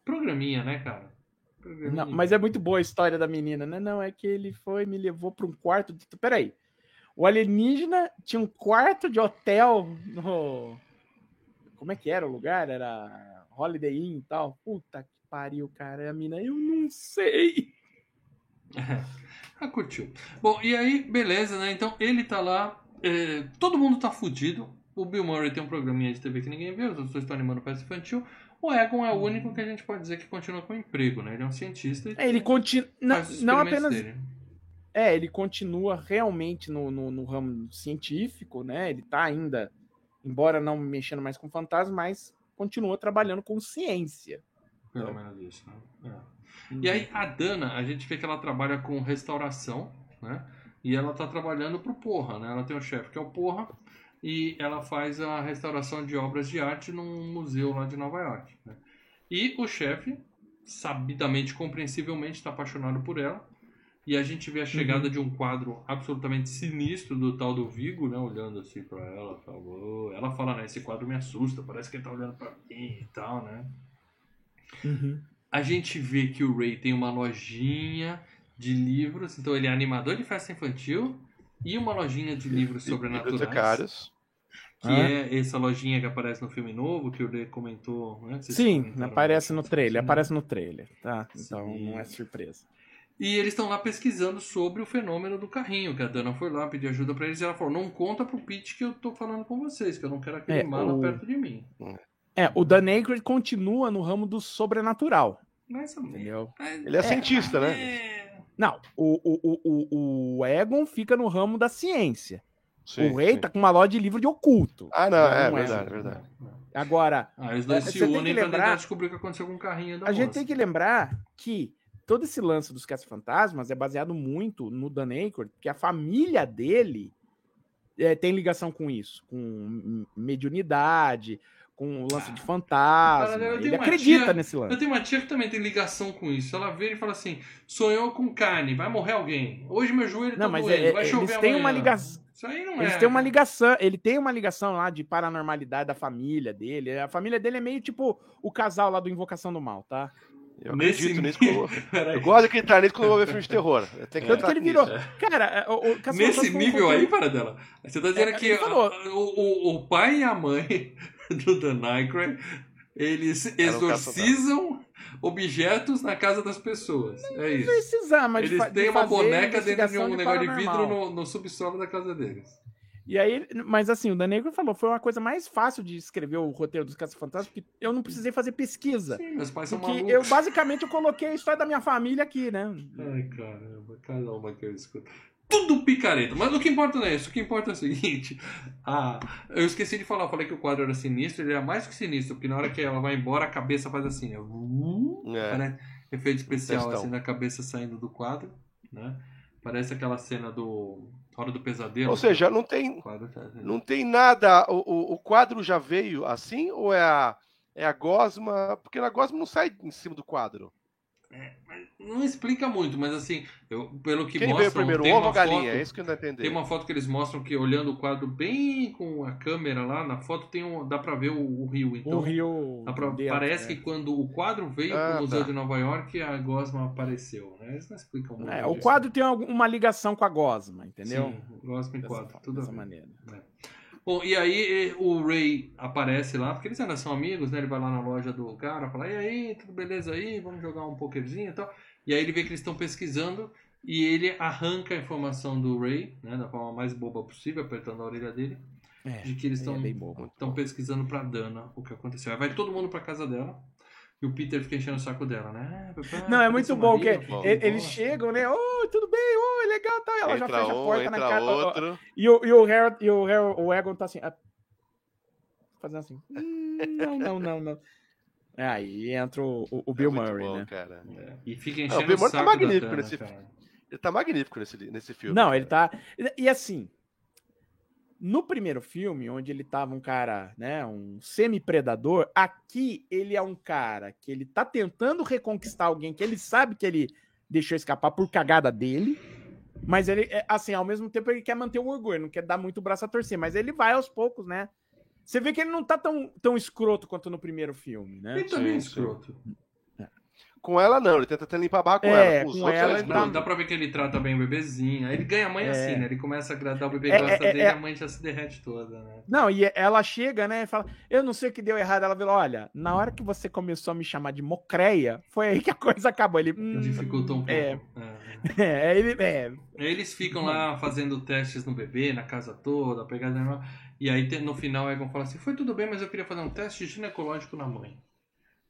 A: Programinha, né, cara? Programinha.
B: Não, mas é muito boa a história da menina, né? Não, é que ele foi, me levou pra um quarto. De... Peraí. O alienígena tinha um quarto de hotel no. Como é que era o lugar? Era Holiday Inn e tal. Puta que pariu, cara. E A mina, eu não sei.
A: Ah, curtiu. Bom, e aí, beleza, né? Então ele tá lá, é, todo mundo tá fudido. O Bill Murray tem um programinha de TV que ninguém vê, os outros dois estão animando peça infantil. O Egon é o único que a gente pode dizer que continua com o emprego, né? Ele é um cientista e
B: É, ele continua. Não,
A: faz os
B: não
A: experimentos
B: apenas.
A: dele.
B: É, ele continua realmente no, no, no ramo científico, né? Ele tá ainda, embora não mexendo mais com fantasma, mas continua trabalhando com ciência.
A: Pelo menos isso, né? É. E aí a Dana, a gente vê que ela trabalha com restauração, né? E ela tá trabalhando pro Porra, né? Ela tem um chefe que é o Porra e ela faz a restauração de obras de arte num museu lá de Nova York, né? E o chefe, sabidamente, compreensivelmente, está apaixonado por ela. E a gente vê a chegada de um quadro absolutamente sinistro do tal do Vigo, né? Olhando assim pra ela, falou. Ela fala, né? Esse quadro me assusta, parece que ele tá olhando pra mim e tal, né?
C: Uhum.
A: A gente vê que o Ray tem uma lojinha de livros, então ele é animador de festa infantil e uma lojinha de livros sobrenaturais.
C: Bibliotecários.
A: Que
B: Ah.
A: é essa lojinha que aparece no filme novo, que o Ray comentou, né? que vocês
B: Sim,
A: comentaram.
B: aparece no trailer, aparece no trailer, tá? Então
A: Sim.
B: não é surpresa.
A: E eles estão lá pesquisando sobre o fenômeno do carrinho, que a Dana foi lá pedir ajuda pra eles e ela falou: não conta pro Pete que eu tô falando com vocês, que eu não quero aquele
B: É,
A: mala
B: o-
A: perto de mim.
B: É, o Dan Aykroyd continua no ramo do sobrenatural,
A: Mas também.
B: entendeu?
C: Ele é, cientista, né?
A: É...
B: Não, o, o, o, o, o Egon fica no ramo da ciência.
C: Sim,
B: o Rei
C: sim.
B: tá com uma loja de livro de oculto.
C: Ah, não, é,
B: Não é.
C: verdade, é verdade.
B: Agora,
A: Aí os Ah, dois
B: É,
A: se
B: você tem que
A: unem pra tentar
B: lembrar-
A: descobrir o que aconteceu com o carrinho da
B: a gente
A: moça.
B: tem que lembrar que todo esse lance dos caça-fantasmas é baseado muito no Dan Aykroyd, porque a família dele eh, tem ligação com isso, com m- mediunidade, com o lance de fantasma.
A: Ah, Cara, eu tenho
B: Ele
A: uma
B: acredita
A: tia-
B: nesse
A: Eu
B: lance.
A: tenho uma tia que também tem ligação com isso. Ela vê e fala assim: sonhou com carne, vai morrer alguém. Hoje meu joelho tá
B: Não, mas
A: doendo,
B: é- é-
A: vai chover
B: eles têm uma
A: amanhã."
B: ligação.
A: Isso aí não
B: Eles
A: é.
B: têm uma ligação, ele tem uma ligação lá de paranormalidade da família dele. A família dele é meio tipo o casal lá do Invocação do Mal, tá?
C: Eu
A: Nesse
C: acredito nisso.
A: nível-
C: que eu-
A: Peraí.
C: Eu gosto de acreditar nisso quando eu vou ver filme de terror. Tem que
B: Tanto que ele virou.
C: nisso.
B: Cara, é, o, o Caça-Fantasmas foi
A: É, Nesse
B: um
A: nível aí, é
B: conteúdo-
A: Paradela, você tá dizendo
B: É,
A: que
B: ele falou.
A: a- o, o- o pai e a mãe do Dan Aykroyd, eles
C: Era um
A: exorcizam objetos na casa das pessoas. É
B: Não
A: isso.
B: precisa, mas de
A: Eles
B: fa- de
A: têm uma
B: fazer
A: boneca dentro de
B: investigação
A: um negócio de vidro
B: paranormal.
A: no, no subsolo da casa deles.
B: E aí, mas assim, o Danegro falou, foi uma coisa mais fácil de escrever o roteiro dos Caça-Fantasmas, porque eu não precisei fazer pesquisa.
A: Sim, meus pais são
B: Porque
A: malucos.
B: eu, basicamente, eu coloquei a história da minha família aqui, né?
A: Ai, caramba, cada uma que eu escuto. Tudo picareta, mas o que importa não é isso. O que importa é o seguinte: ah, eu esqueci de falar. Eu falei que o quadro era sinistro, ele era mais que sinistro, porque na hora que ela vai embora, a cabeça faz assim, ó, uh,
C: É.
A: né? efeito especial
C: Testão.
A: assim da cabeça saindo do quadro, né? Parece aquela cena do Hora do Pesadelo.
C: É. Ou seja, não tem,
A: O quadro tá-
C: não tem nada. O, o, o quadro já veio assim? Ou é a, é a gosma? Porque a gosma não sai em cima do quadro.
A: não explica muito, mas assim, eu- pelo que
C: Quem
A: mostram,
C: veio
B: um
C: primeiro,
A: tem
C: ovo
A: uma
C: ou galinha?
A: foto-
C: É isso que eu não entendi.
A: Tem uma foto que eles mostram que olhando o quadro bem com a câmera lá, na foto tem um, dá pra ver o, o rio. Então,
B: o Rio...
A: dá pra-
B: dentro,
A: parece
B: né?
A: que quando o quadro veio
C: Ah,
A: pro Museu
C: tá.
A: de Nova York, a Gosma apareceu, né? Eles não explicam muito.
B: É, o
A: isso.
B: quadro tem algum- uma ligação com a Gosma, entendeu?
A: Sim, Gosma e
B: Dessa
A: quadro,
B: forma,
A: tudo a
B: dessa
A: ver.
B: maneira.
A: Bom, e aí e, o Ray aparece lá, porque eles ainda são amigos, né? Ele vai lá na loja do cara, fala, e aí, tudo beleza aí? Vamos jogar um pokerzinho e tal. E aí ele vê que eles estão pesquisando e ele arranca a informação do Ray, né? Da forma mais boba possível, apertando a orelha dele,
B: É,
A: de que eles estão
B: é bem bobo.
A: estão pesquisando pra Dana o que aconteceu. Aí vai todo mundo pra casa dela e o Peter fica enchendo o saco dela, né? Ah, papai,
B: Não, é
A: cadê
B: muito
A: seu
B: bom que
A: marido?
B: e-
C: pô?
B: eles
A: Boa.
B: chegam, né? Ô, tudo bem, ô, legal, tal. E ela já
C: entra
B: fecha a
C: um,
B: porta
C: entra
B: na cara. ó, ó.
C: outro.
B: E o, e o Harold, e o, Harold, o Egon tá assim. ah, fazendo assim. "Hum, Não, não, não, não. Aí entra o, o- o Bill
C: É muito
B: Murray,
C: bom,
B: né?
C: cara.
A: É, E fica
C: Ah, o
A: enchendo
C: Bill
A: o saco
C: Murray tá
A: da
C: magnífico
A: Dana,
C: nesse
A: cara.
C: Ele tá magnífico nesse, li- nesse filme.
B: Não, ele tá. e- E assim. No primeiro filme, onde ele tava um cara, né, um semi-predador, aqui ele é um cara que ele tá tentando reconquistar alguém que ele sabe que ele deixou escapar por cagada dele, mas ele, é, assim, ao mesmo tempo ele quer manter o orgulho, não quer dar muito o braço a torcer, mas ele vai aos poucos, né? Você vê que ele não tá tão, tão escroto quanto no primeiro filme, né?
A: Ele também é
C: Sim, sim.
A: escroto.
C: Com ela, não. Ele tenta até limpar a barra com
B: tá- É,
C: ela. Com os
B: com
C: outros,
B: ela,
C: ele
B: ele
A: Não,
C: não.
B: tá-
A: dá pra ver que ele trata bem o bebezinho. Aí ele ganha a mãe
B: É.
A: assim, né? Ele começa a agradar o bebê,
B: É,
A: gosta
B: é, é,
A: dele,
B: é.
A: a mãe já se derrete toda, né?
B: Não, e ela chega, né, e fala, eu não sei o que deu errado, ela fala, olha, na hora que você começou a me chamar de mocreia, foi aí que a coisa acabou, ele... "Hum,
A: Dificulta um pouco.
B: É,
A: É.
B: É, aí ele. É,
A: Aí Eles ficam lá fazendo testes no bebê, na casa toda, pegada normal. E aí te- no final o Egon fala assim: foi tudo bem, mas eu queria fazer um teste ginecológico na mãe.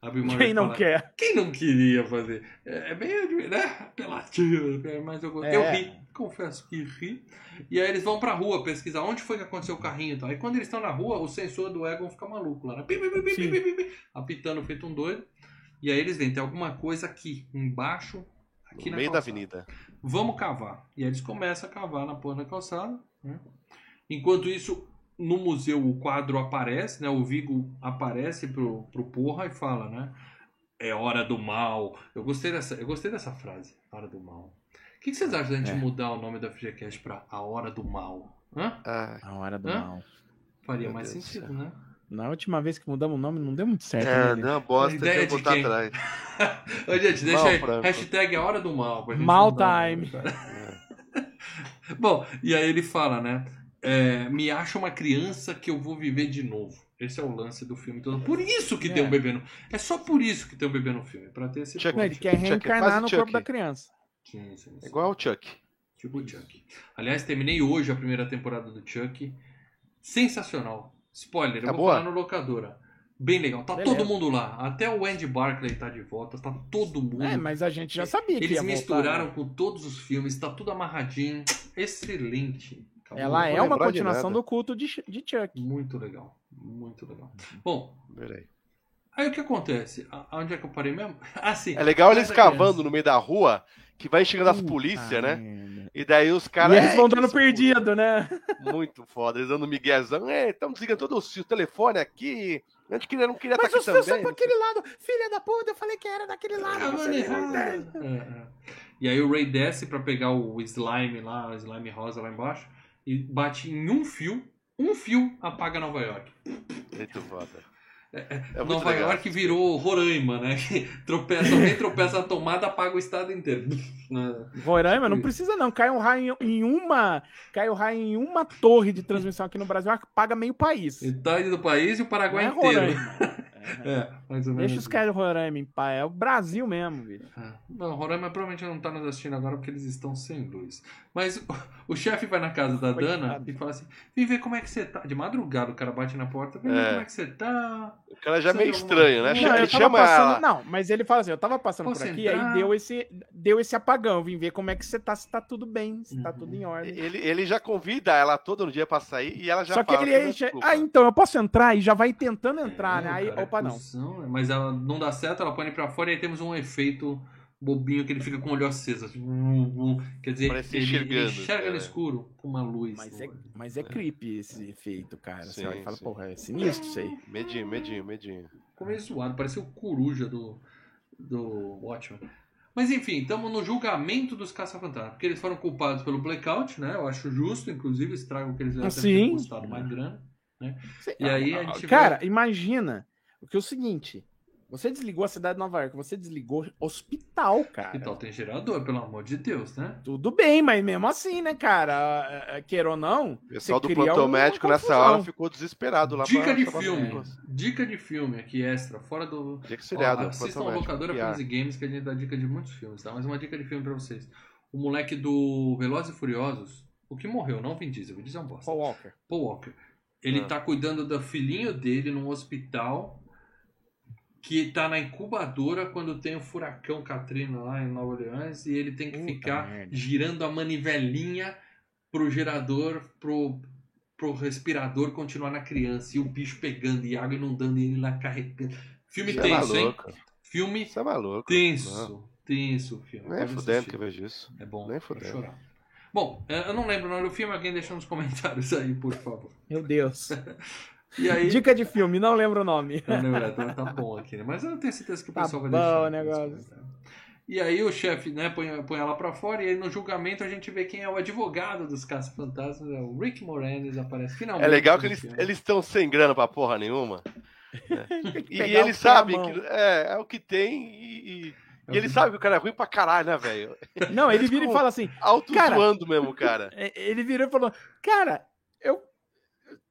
A: A Bill Murray
B: Quem não
A: fala,
B: quer?
A: Quem não queria fazer? É, é bem admi- né? apelativo, né? mas eu, go-
B: É.
A: eu ri, confesso que ri. E aí eles vão pra rua pesquisar onde foi que aconteceu o carrinho e tal. Aí quando eles estão na rua, o sensor do Egon fica maluco lá, né? Pi, pi, pi, pi,
B: Sim.
A: pi, pi, pi, apitando feito um doido. E aí eles veem, tem alguma coisa aqui, embaixo, aqui
C: no
A: na
C: meio da
A: calçada.
C: avenida.
A: Vamos cavar. E aí eles começam a cavar na porra da calçada. né? Enquanto isso, no museu o quadro aparece, né? O Vigo aparece pro, pro porra e fala, né? É hora do mal. Eu gostei dessa, eu gostei dessa frase, hora do mal. O que, que vocês acham da gente
B: É.
A: mudar o nome da FGCast pra A Hora do Mal? Hã?
B: É,
C: Ah,
B: A hora do
A: Hã?
B: mal.
A: Faria
C: Meu
A: mais
C: Deus do
A: sentido,
C: céu.
A: né?
B: Na última vez que mudamos o nome, não deu muito certo.
C: é,
B: né,
C: deu uma bosta,
A: A ideia
C: tinha que
A: de
C: voltar
A: quem?
C: atrás.
A: Ô, gente, deixa
C: Mal,
A: aí.
C: Franco.
A: Hashtag A Hora do Mal. pra gente
B: Mal
A: mudar o nome,
B: time.
A: cara. Bom, e aí ele fala, né? é, me acha uma criança que eu vou viver de novo. Esse é o lance do filme todo. Por isso que
B: É.
A: tem um bebê no. É só por isso que tem um bebê no filme, pra ter esse
C: Chuck-
B: Não,
A: plot.
B: ele quer
C: Chuck, é
B: reencarnar
C: quase
B: no
C: Chuck.
B: corpo da criança.
A: Sim, sim,
C: É
A: sim.
C: igual o Chuck.
A: Tipo o Chuck. Aliás, terminei hoje a primeira temporada do Chuck. Sensacional. Spoiler, eu
C: Acabou?
A: vou falar no locadora. Bem legal. Tá
B: Beleza.
A: todo mundo lá. Até o Andy Barclay tá de volta. Tá todo mundo.
B: É, mas a gente já sabia que
A: Eles
B: ia voltar,
A: misturaram
B: né?
A: com todos os filmes. Tá tudo amarradinho. Excelente. Acabou.
B: Ela
C: vou
B: é uma
C: lembrar de
B: continuação
C: nada.
B: do culto de, Ch- de Chuck.
A: Muito legal, muito legal. Bom,
C: Peraí. É
A: aí o que acontece? A- Onde é que eu parei mesmo? Ah, sim.
C: É legal
A: Mas
C: eles
A: é
C: cavando no meio da rua, que vai chegando as
B: Puta
C: polícias, né?
B: merda.
C: E daí os
B: e
C: caras.
B: eles vão
C: É,
B: dando
C: eles-
B: perdido, né?
C: tá Muito foda. Eles dando um miguezão. É, estamos desligando todo o seu telefone aqui. A gente queria, não queria
B: Mas
C: estar
B: os
C: aqui
B: seus são
C: também.
B: pra aquele lado. Filha da puta, eu falei que era daquele lado.
A: Ah,
B: você
A: mano,
B: me
A: errado.
B: mantém.
A: É, é. E aí o Ray desce pra pegar o slime lá, o slime rosa lá embaixo, e bate em um fio, um fio apaga Nova York.
C: Muito foda. É muito
A: Nova
C: legal.
A: York virou Roraima, né? Que tropeça, alguém tropeça a tomada, apaga o estado inteiro. Né?
B: É. Roraima, não precisa não. Cai um raio em em uma, cai um raio em uma torre de transmissão aqui no Brasil, apaga meio país.
A: Metade do país e o
B: Não
A: Paraguai
B: é
A: inteiro.
B: Roraima.
A: É, mais ou menos.
B: Deixa os caras de Roraima em paz. É o Brasil mesmo, bicho.
A: É. Não, Roraima provavelmente não tá nos assistindo agora porque eles estão sem luz. Mas o, o chefe vai na casa da
B: Coitado.
A: Dana e fala assim: vem ver como é que você tá. De madrugada o cara bate na porta, vem ver
C: É.
A: como é que você tá.
C: O cara já é meio
A: Não,
C: estranho, né?
A: não,
C: Chama-
B: eu
C: Ele
B: tava
C: chama
B: passando-
C: ela.
B: Não, mas ele fala assim: eu tava passando
A: Posso
B: por aqui,
A: entrar?
B: aí deu esse, deu esse apagão. Eu Vim ver como é que você tá, se tá tudo bem, se tá
A: Uhum.
B: tudo em ordem.
C: Ele, ele já convida ela todo dia pra sair e ela já
B: Só que
C: fala,
B: ele
C: "Não, é
B: aí, che-
C: desculpa."
B: ah, então eu posso entrar e já vai tentando entrar,
A: É,
B: né? Aí,
A: cara, é
B: opa, não.
A: cuzão, né? Mas ela não dá certo, ela põe ele pra fora e aí temos um efeito bobinho que ele fica com o olho aceso. assim, vum, vum. Quer dizer,
C: Parece
A: ele, ele
C: enxergando,
A: enxerga no
C: é.
A: escuro com uma luz.
B: Mas
A: no
B: é,
A: olho.
B: mas é creepy esse efeito, cara.
C: Sim,
B: você olha e fala,
C: sim.
B: porra, é sinistro isso aí.
C: Medinho, medinho, medinho.
A: Ficou meio zoado, parecia o coruja do, do Watchmen. Mas enfim, estamos no julgamento dos caça-fantasmas, porque eles foram culpados pelo blackout, né? Eu acho justo, inclusive, estrago que eles já
B: Sim.
A: ter custado mais grana.
B: Sei
A: E
B: lá,
A: aí a
B: ah,
A: gente
B: Cara, imagina. O que é o seguinte. Você desligou a cidade de Nova York, você desligou hospital, cara.
A: Então tem gerador, pelo amor de Deus, né?
B: Tudo bem, mas mesmo assim, né, cara? Ah, ah, Queira ou não.
C: O pessoal
B: você
C: do
B: cria
C: plantão
B: uma
C: médico nessa
B: confusão.
C: hora ficou desesperado lá
A: Dica
C: pra
A: de
C: chamar as
A: filme.
C: pessoas.
A: Dica de filme aqui extra, fora do.
C: Dica de
A: Ó,
C: seriado.
A: assistam
C: plantão
A: a
C: médico,
A: locadora
C: PR.
A: Filmes e Games que a gente dá dica de muitos filmes, tá? Mas uma dica de filme pra vocês. O moleque do Velozes e Furiosos, o que morreu, não o Vin Diesel, o Vin Diesel é um bosta.
B: Paul Walker.
A: Paul Walker. Ele
C: Ah.
A: tá cuidando do filhinho dele num hospital que tá na incubadora quando tem o furacão Katrina lá em Nova Orleans e ele tem que
B: Puta
A: ficar
B: merda.
A: girando a manivelinha pro gerador, pro, pro respirador continuar na criança e o bicho pegando e água inundando e ele lá carregando. Filme
C: Isso é
A: tenso, hein?
C: maluco.
A: Filme
C: Isso é maluco. Não.
A: tenso. Tenso o filme.
C: Nem
A: Pode
C: fudendo
A: assistir.
C: que eu vejo isso.
A: É bom.
C: Nem
A: pra
C: fudendo.
A: chorar. Bom, eh, eu não lembro o nome do filme, alguém deixa nos comentários aí, por favor.
B: Meu Deus.
A: E aí,
B: Dica de filme, não lembro o nome.
A: Não, na verdade, tá, tá bom aqui, né? Mas eu tenho certeza que o
B: Tá
A: pessoal vai
B: bom
A: deixar.
B: o negócio.
A: nos comentários. E aí o chefe, né, põe, põe ela pra fora e aí no julgamento a gente vê quem é o advogado dos caça-fantasmas, é o Rick Moranis, aparece finalmente.
C: É legal que
A: no
C: eles
A: filme.
C: eles estão sem grana pra porra nenhuma. E
B: Pegar o
C: ele
B: que
C: sabe
B: tem na mão.
C: que é, é o que tem e, e-
A: É o
C: e ele
A: que-
C: sabe que o cara é ruim pra caralho, né, velho?
B: Não, ele
C: Eles
B: vira e
C: com-
B: fala assim.
C: Alto
B: Cara-
C: zoando mesmo, cara.
B: é, Ele virou e falou: Cara, eu.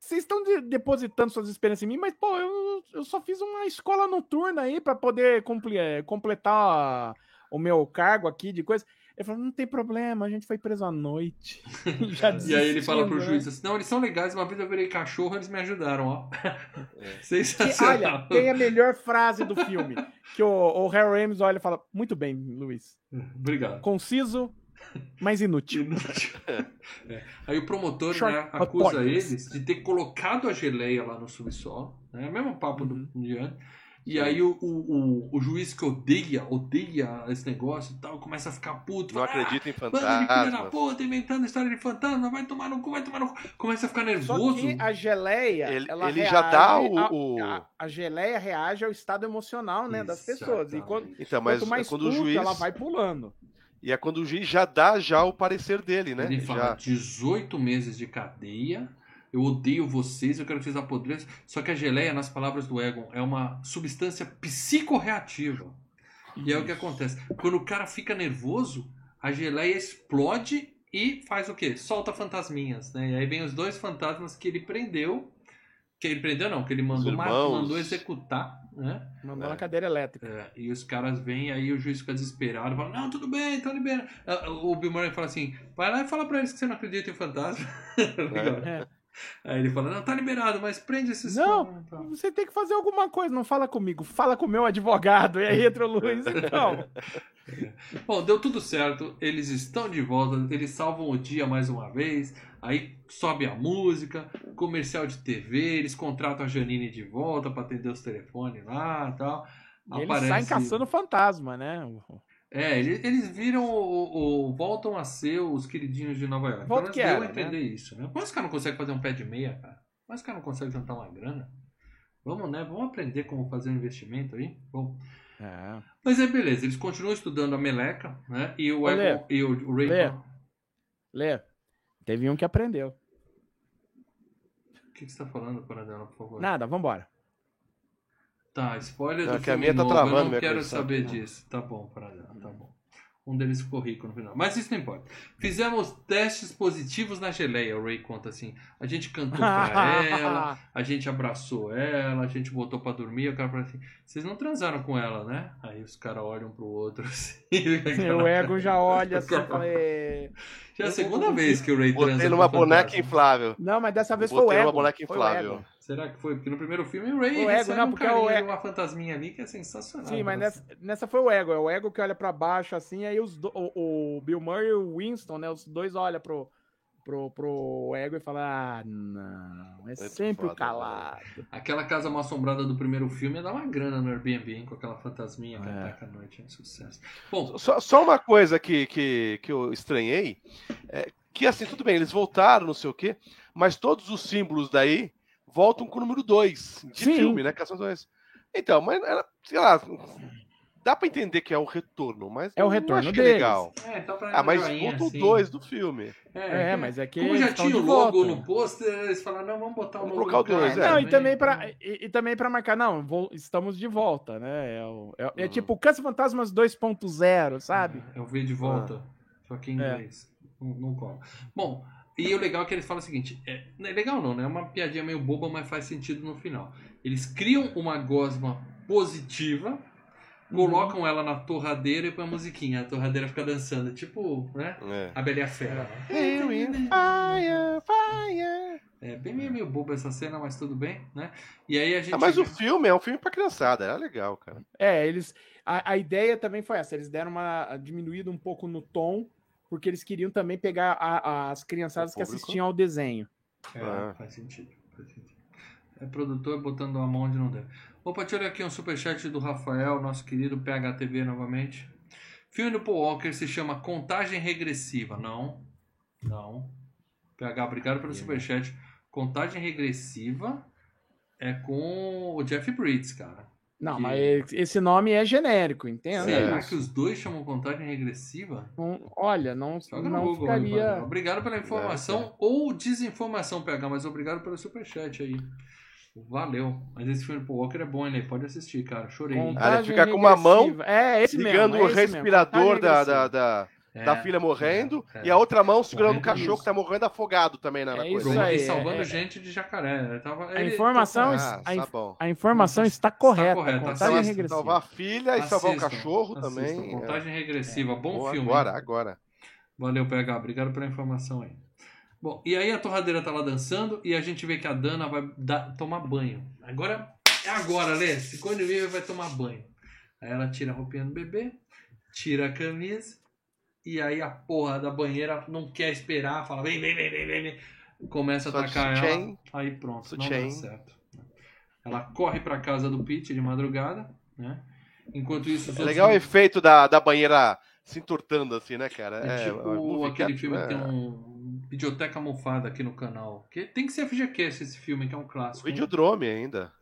B: Vocês estão de- depositando suas esperanças em mim, mas, pô, eu, eu só fiz uma é, escola noturna aí pra poder compli- eh, completar o meu cargo aqui de coisa. Ele falou, não tem problema, a gente foi preso à noite. Já
A: E aí ele fala pro
B: desistimos, né?
A: juiz assim: Não, eles são legais, uma vez eu virei cachorro, eles me ajudaram, ó.
B: Que,
C: É.
B: olha,
A: Sensacional.
B: tem a melhor frase do filme. Que o, o Harry Rames olha e fala: Muito bem, Luiz.
A: Obrigado.
B: Conciso, mas
C: Tipo,
B: inútil.
A: Inútil. É. Aí o promotor
B: Short
A: né,
B: but
A: acusa
B: pointless.
A: eles de ter colocado a geleia lá no subsolo. Né? É o mesmo papo
B: Uhum.
A: do Indiana. E aí o, o, o- o juiz que odeia, odeia esse negócio e tal, começa a ficar puto.
C: Não
A: fala, "Ah,
C: acredita em
B: é
A: Bando de filha da
C: fantasmas.
A: puta, inventando história de fantasma, vai tomar no cu, vai tomar no cu. Começa a ficar nervoso.
B: Só que a geleia.
C: Ele,
B: ela
C: ele já dá
B: reage a-
C: o. o-
B: A, a geleia reage ao estado emocional né, das pessoas. E quando,
A: Exatamente.
C: Então, mas
B: quanto mais
C: quando o
B: puta,
C: juiz.
B: ela vai pulando.
C: E é quando o juiz já dá já o parecer dele, né?
A: Ele fala,
C: Já.
A: 18 meses de cadeia, eu odeio vocês, eu quero que vocês apodreçam. Só que a geleia, nas palavras do Egon, é uma substância psicorreativa. E é o que acontece. Quando o cara fica nervoso, a geleia explode e faz o quê? Solta fantasminhas, né? E aí vem os dois fantasmas que ele prendeu. Que ele prendeu, não, que ele mandou, ma-
C: irmãos.
A: mandou executar, né?
B: Mandou
C: É.
B: na cadeira elétrica.
A: É, e os caras vêm, aí o juiz fica desesperado, fala, não, tudo bem, então libera. Ah, O Bill Murray fala assim, vai lá e fala pra eles que você não acredita em fantasma. Legal.
B: É.
A: Aí ele fala, não, tá liberado, mas prende esses...
B: Não.
A: caras, tá.
B: Você tem que fazer alguma coisa, não fala comigo, fala com o meu advogado. E
C: É.
B: aí entra o Luiz, então.
A: Bom, deu tudo certo, eles estão de volta, eles salvam o dia mais uma vez, aí sobe a música, comercial de TV, eles contratam a Janine de volta pra atender os telefones lá e tal.
B: E eles saem caçando fantasma, né?
A: É, ele- eles, viram o, o- o- voltam a ser os queridinhos de Nova York.
B: Volta
A: Pelo menos
B: que
A: deu
B: era,
A: a entender isso, né? Mas os caras não conseguem fazer um pé de meia, cara. Mas os caras não conseguem juntar uma grana. Vamos, né? Vamos aprender como fazer um investimento aí. Bom.
B: É.
A: Mas aí, beleza, eles continuam estudando a meleca, né? E o,
B: Ô, Lê.
A: Egon- e o, o Ray.
B: Lê.
A: O
B: Lê, teve um que aprendeu.
A: que, que você tá falando, Paradela, por favor?
B: Nada, vambora.
A: Tá, spoiler
C: Não,
A: do
C: que a
A: filme
C: minha tá
A: novo,
C: travando
A: eu não
C: minha É.
A: quero
C: conexão.
A: saber disso. Tá bom, Paradela, tá bom. Um deles ficou rico no final. Mas isso não importa. Fizemos testes positivos na geleia, o Ray conta assim. A gente cantou pra ela, A gente abraçou ela, a gente botou pra dormir. O cara falou assim: vocês não transaram com ela, né? Aí os caras olham pro outro assim.
B: Meu ego já olha assim e fala, "É."
A: Já é a segunda vez que o Ray transa.
C: Botei
A: com
C: numa
A: fantasma.
C: boneca inflável.
B: Não, mas dessa vez foi o
C: Botei
B: ego.
C: numa boneca
B: foi o ego.
C: inflável.
A: Será que foi? Porque no primeiro filme o Ray
B: O
A: recebe
B: ego, não,
A: um
B: porque é o
A: carinha de
B: ego.
A: uma fantasminha ali que é sensacional.
B: Sim, mas
A: Nossa.
B: nessa, nessa foi o ego. É o ego que olha pra baixo, assim, aí os do- o, o Bill Murray e o Winston, né? Os dois olham pro, pro, pro ego e falam: Ah, não, é
C: Muito
B: sempre o
C: foda, né?"
B: calado.
A: Aquela casa mal assombrada do primeiro filme dá uma grana no Airbnb hein, com aquela fantasminha que
B: É.
A: ataca à noite. É um sucesso. Bom,
C: Só, só uma coisa que, que, que eu estranhei. É, que assim, tudo bem, eles voltaram, não sei o quê, mas todos os símbolos daí voltam com o número 2 de
B: Sim.
C: filme, né? Cação 2. Então, mas era, sei lá, dá pra entender que é o retorno, mas
B: É o
C: eu não
B: retorno
C: achei
B: deles.
C: legal.
A: é, tá pra
C: Ah, mas
A: joinha,
C: volta o
A: assim.
C: 2 do filme.
B: É, mas é que.
A: Como já
B: estão
A: tinha o
B: de
A: logo
B: volta.
A: no né? pôster, eles falaram, não, vamos botar o
C: Vamos
A: logo.
C: colocar o
A: do cara
C: dois, é.
B: Não, e também pra, e, e também pra marcar, não, vou- estamos de volta, né? É, o- é- é
C: Uhum.
B: tipo o Caça Fantasmas 2.0, sabe?
A: É o V de volta, só que em inglês. Não, não cola. Bom, e o legal é que eles falam o seguinte: é, não é legal não, né? É uma piadinha meio boba, mas faz sentido no final. Eles criam uma gosma positiva, colocam ela na torradeira e põe a musiquinha. A torradeira fica dançando, tipo, né?
C: É.
A: A Bela e a Fera. né?
B: Fire, fire.
A: É bem meio, meio boba essa cena, mas tudo bem, né? E aí a gente.
C: Ah, mas o filme é um filme pra criançada, era legal, cara.
B: É, eles. A, a ideia também foi essa, eles deram uma diminuída um pouco no tom, porque eles queriam também pegar a- as criançadas
C: O
B: que
C: público.
B: assistiam ao desenho.
A: É,
C: Ah.
A: faz sentido. Faz sentido. É produtor botando a mão onde não deve. Opa, te olhar aqui um superchat do Rafael, nosso querido PHTV novamente. Filme do Paul Walker se chama Contagem Regressiva. Não. Não. PH, obrigado pelo superchat. Contagem Regressiva é com o Jeff Bridges, cara.
B: Não,
A: Que-
B: mas esse nome é genérico, entende?
A: Será
C: é
A: que os dois chamam Contagem Regressiva?
B: Não- olha, não,
A: Joga no
B: não
A: Google aí, mano.
B: ficaria. É,
A: Obrigado pela informação ou desinformação, PH, mas obrigado pelo superchat aí. Valeu. Mas esse filme pro Walker é bom, hein, Lê? Pode assistir, cara. Chorei. hein?
C: Ah, ele fica com uma mão
B: regressiva. é, esse
C: Ligando
B: mesmo, é
C: o
B: esse mesmo, assim.
C: respirador
B: contagem
C: da,
B: regressiva.
C: da, da-
A: É,
C: da filha morrendo
A: é, é.
C: e a outra mão segurando o
A: Morrendo,
C: cachorro que tá morrendo afogado também né, na, na
B: É
C: coisa.
B: isso
A: Bruno
B: aí,
A: Henrique tá salvando
B: é-
A: gente de jacaré. Ele tava-
B: A
A: ele-
B: informação,
C: Ah,
B: a,
C: tá bom. Então, assim,
B: a informação está correta.
A: correta,
B: contagem
A: salva-
B: regressiva.
C: Salvar a filha e salvar o
A: Assistam,
C: cachorro
A: assistam.
C: também. É,
A: Contagem regressiva, um bom
C: Boa,
A: filme.
C: Agora, agora.
A: Valeu, PH. Obrigado pela informação aí. Bom, e aí a torradeira tá lá dançando e a gente vê que a Dana vai dar- tomar banho. Agora, é agora, Lê. Se quando vive, vai tomar banho. Aí ela tira a roupinha do bebê, tira a camisa e aí a porra da banheira não quer esperar, fala vem, vem, vem, vem, vem. vem. Começa a
C: Só
A: atacar
C: de
A: ela.
C: chain.
A: Aí pronto,
C: Só
A: não dá
C: chain.
A: certo. né? Ela corre pra casa do Pete de madrugada, né? Enquanto isso, os
C: É
A: outros
C: legal o
A: não-
C: efeito da, da banheira se entortando assim, né, cara?
A: É, tipo
C: muito
A: aquele
C: indicativo,
A: filme que
C: né?
A: tem um Videoteca Mofada aqui no canal. Que tem que ser FGCast esse filme, que é um clássico. hein?
C: Videodrome ainda.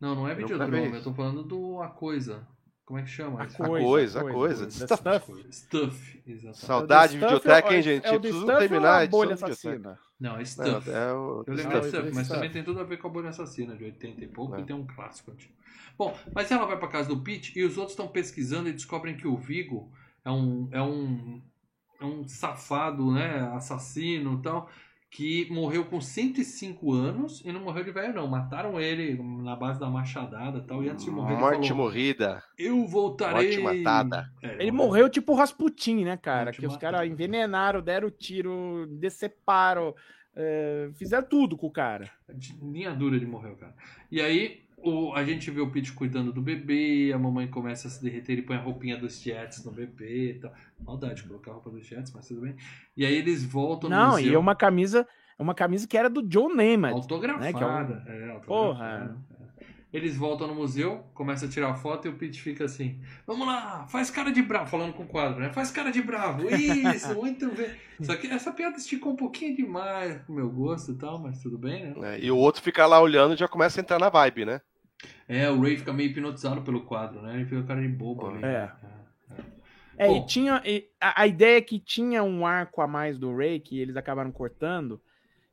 A: Não, não é
C: Nunca
A: Videodrome,
C: vi.
A: eu tô falando do A Coisa. Como é que chama?
B: A
A: isso?
C: coisa, a coisa.
B: The
C: Stuff.
B: Stuff.
A: Stuff, exatamente.
C: Saudade
B: É o The Stuff,
C: de videoteca,
B: é o-
C: hein, gente?
B: É o The
C: Preciso
B: Stuff ou
C: terminar a
B: a
C: edição
B: bolha
C: do videoteca.
B: assassina.
A: Não, é Stuff.
C: Não, é o
A: Eu lembro
C: Stuff.
A: de Stuff,
B: Stuff.
A: mas também tem tudo a ver com a bolha assassina de 80 e pouco,
C: É.
A: e tem um clássico antigo. Bom, mas ela vai pra casa do Pete e os outros estão pesquisando e descobrem que o Vigo é um é um é um safado, né, assassino, e tal, que morreu com 105 anos e não morreu de velho não, mataram ele na base da machadada, e tal, e antes de morrer ele
C: Morte
A: falou,
C: morrida.
A: eu voltarei.
C: Morte matada.
A: É,
B: Ele morreu tipo Rasputin, né, cara?
A: Morte
B: Que os
A: matada.
B: caras envenenaram, deram tiro, deceparam, eh, fizeram tudo com o cara.
A: De- Linha dura de morreu, cara. E aí, o, a gente vê o Pete cuidando do bebê, a mamãe começa a se derreter, ele põe a roupinha dos Jets no bebê e tal. Maldade de colocar a roupa dos Jets, mas tudo bem. E aí eles voltam no
B: Não,
A: museu,
B: e é uma camisa, é uma camisa que era do John Neymar.
A: autografada.
B: né, que é um-
A: é, autografada.
B: Porra.
A: Eles voltam no museu, começa a tirar foto e o Pete fica assim: Vamos lá, faz cara de bravo, falando com o quadro, né? Faz cara de bravo, isso, muito bem. Só que essa piada esticou um pouquinho demais pro meu gosto e tal, mas tudo bem, né?
C: né? E o outro fica lá olhando e já começa a entrar na vibe, né?
A: É, o Ray fica meio hipnotizado pelo quadro, né? Ele fica com cara de bobo ali.
B: É.
A: É.
B: É,
A: Bom.
B: e tinha. e a, a ideia é que tinha um arco a mais do Ray, que eles acabaram cortando,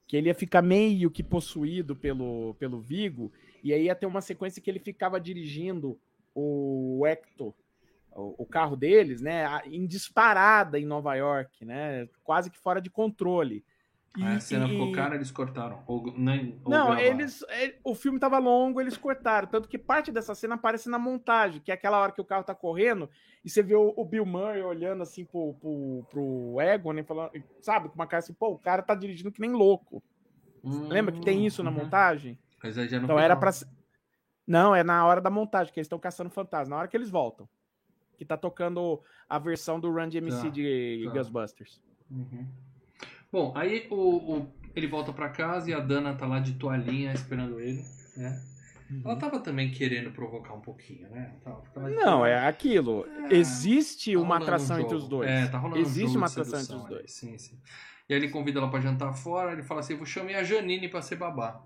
B: que ele ia ficar meio que possuído pelo, pelo Vigo, e aí ia ter uma sequência que ele ficava dirigindo o Hector, o, o carro deles, né? a- Em disparada em Nova York, né? Quase que fora de controle. E-
A: Aí Ah, a cena
B: e-
A: ficou cara, eles cortaram. Ou, nem, ou
B: não,
A: gravaram.
B: eles. ele- o filme tava longo, eles cortaram. Tanto que parte dessa cena aparece na montagem, que é aquela hora que o carro tá correndo e você vê o, o Bill Murray olhando assim pro, pro, pro Egon e falando, sabe, com uma cara assim, pô, o cara tá dirigindo que nem louco.
A: Hum,
B: Lembra que tem isso na
A: uhum.
B: montagem?
A: Mas aí já não
B: Então
A: foi
B: era
A: bom.
B: pra. se- Não, é na hora da montagem, que eles estão caçando fantasma, na hora que eles voltam. Que tá tocando a versão do Run DMC
A: Tá,
B: de
A: tá.
B: Ghostbusters.
A: Uhum. Bom, aí o, o- ele volta pra casa e a Dana tá lá de toalhinha esperando ele, né? Ela tava também querendo provocar um pouquinho, né? Ela tava- ficava de
B: Não,
A: toalhinha.
B: é aquilo.
A: É.
B: Existe
A: Tá
B: uma
A: rolando um
B: atração entre
A: jogo.
B: os dois.
A: É, tá rolando um
B: Existe
A: jogo
B: uma
A: de
B: atração
A: sedução
B: entre os
A: ali.
B: dois.
A: Sim, sim. E aí ele convida ela pra jantar fora, ele fala assim: vou chamar a Janine pra ser babá.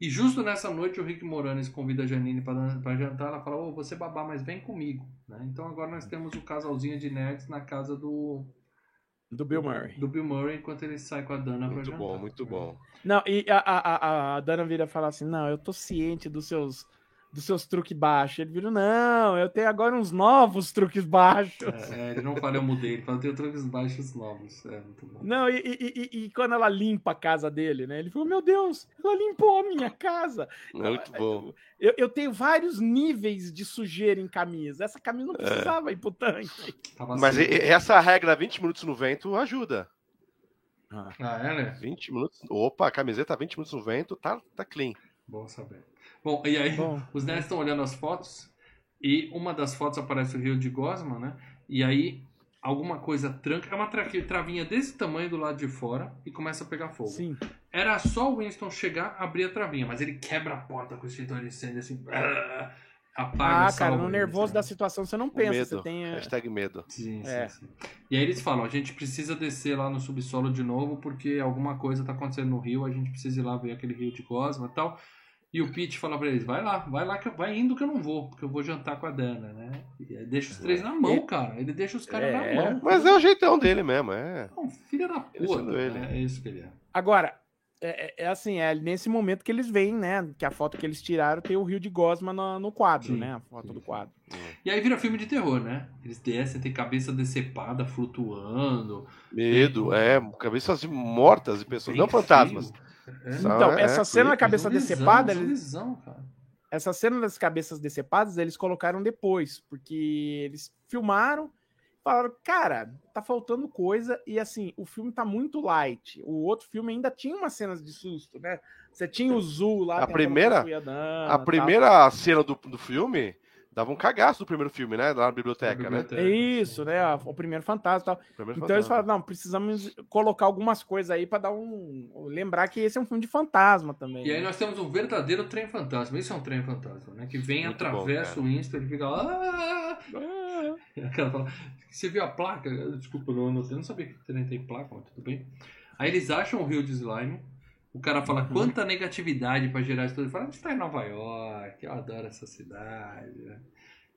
A: E justo nessa noite o Rick Moranes convida a Janine pra dan- pra jantar, ela fala: Ô, você é babá, mas vem comigo. né? Então agora nós temos o casalzinho de nerds na casa do, é.
B: Do Bill Murray.
A: do Bill Murray enquanto ele sai com a Dana pra
C: Muito
A: jantar.
C: bom, muito bom.
B: Não, e a, a, a, a Dana vira falar assim: não, eu tô ciente dos seus dos seus truques baixos. Ele vira, não, eu tenho agora uns novos truques baixos.
A: É, é, ele não fala, eu mudei, ele fala: tenho truques baixos novos. É, muito bom.
B: Não, e, e, e, e quando ela limpa a casa dele, né? Ele falou: Meu Deus, ela limpou a minha casa.
A: É.
C: Muito bom.
B: Eu, eu tenho vários níveis de sujeira em camisa. Essa camisa não precisava ir pro tanque.
A: Tava
C: Mas é, e-
A: assim.
C: e- essa regra 20 minutos no vento ajuda.
A: Ah, é, né?
C: 20 minutos. Opa, a camiseta 20 minutos no vento, tá, tá clean.
A: Bom saber. Bom, e aí.
B: Bom,
A: Os nerds estão olhando as fotos e uma das fotos aparece o rio de Gosma, né? E aí alguma coisa tranca. É uma tra- travinha desse tamanho do lado de fora e começa a pegar fogo.
B: sim.
A: Era só o Winston chegar, abrir a travinha, mas ele quebra a porta com o extintor de incêndio assim. brrr, Apaga
B: Ah, cara, no nervoso da
A: das
B: situação você não
C: O
B: pensa.
C: medo.
B: Você tem. é,
C: Hashtag medo.
A: Sim, sim,
B: É.
A: sim. E aí eles falam, a gente precisa descer lá no subsolo de novo, porque alguma coisa tá acontecendo no rio, a gente precisa ir lá ver aquele rio de Cosma e tal. E o Pete fala pra eles, vai lá, vai lá, que eu- vai indo que eu não vou, porque eu vou jantar com a Dana, né? E aí deixa os
C: É.
A: três na mão,
B: Ele-
A: cara. Ele deixa os caras
B: É.
A: na mão.
C: Mas é o jeitão dele mesmo, é.
A: É um filho da
C: Ele
A: puta.
C: sendo ele.
A: né? É isso que ele é.
B: Agora, É, é- é assim, é nesse momento que eles veem, né? Que a foto que eles tiraram tem o Rio de Gosma no, no quadro,
A: Sim,
B: né? A foto do quadro.
A: E aí vira filme de terror, né? Eles descem, tem cabeça decepada, flutuando.
C: Medo, é, cabeças de mortas de pessoas, não fantasmas. Só
B: Então,
C: é-
B: essa
C: é
B: cena da
C: creepy.
B: cabeça decepada, eles-
A: um Visão, cara.
B: essa cena das cabeças decepadas eles colocaram depois, porque eles filmaram falaram, cara, tá faltando coisa e assim, o filme tá muito light. O outro filme ainda tinha umas cenas de susto, né? Você tinha o Zul lá,
C: A
B: tem aquela
C: primeira-
B: pessoa andando e
C: A
B: tal.
C: primeira cena do, do filme dava um cagaço do primeiro filme, né? Lá na biblioteca, né?
A: biblioteca.
B: É isso, né? A- O primeiro fantasma e tal.
C: Primeiro
B: Então eles
C: fantasma.
B: falaram, não, precisamos colocar algumas coisas aí pra dar um. Lembrar que esse é um filme de fantasma também.
A: E aí
B: né?
A: nós temos um verdadeiro trem fantasma. Isso é um trem fantasma, né? Que vem,
C: Muito
A: atravessa
C: bom,
A: o Insta, ele fica lá. "Ah!"
B: Ah,
A: E a cara fala, você viu a placa? Eu, Desculpa, eu não anotei, eu não sabia que o trem tem placa, mas tudo bem. Aí eles acham o rio de slime. O cara fala, quanta negatividade pra gerar isso tudo. Ele fala, a gente tá em Nova York, eu adoro essa cidade. né?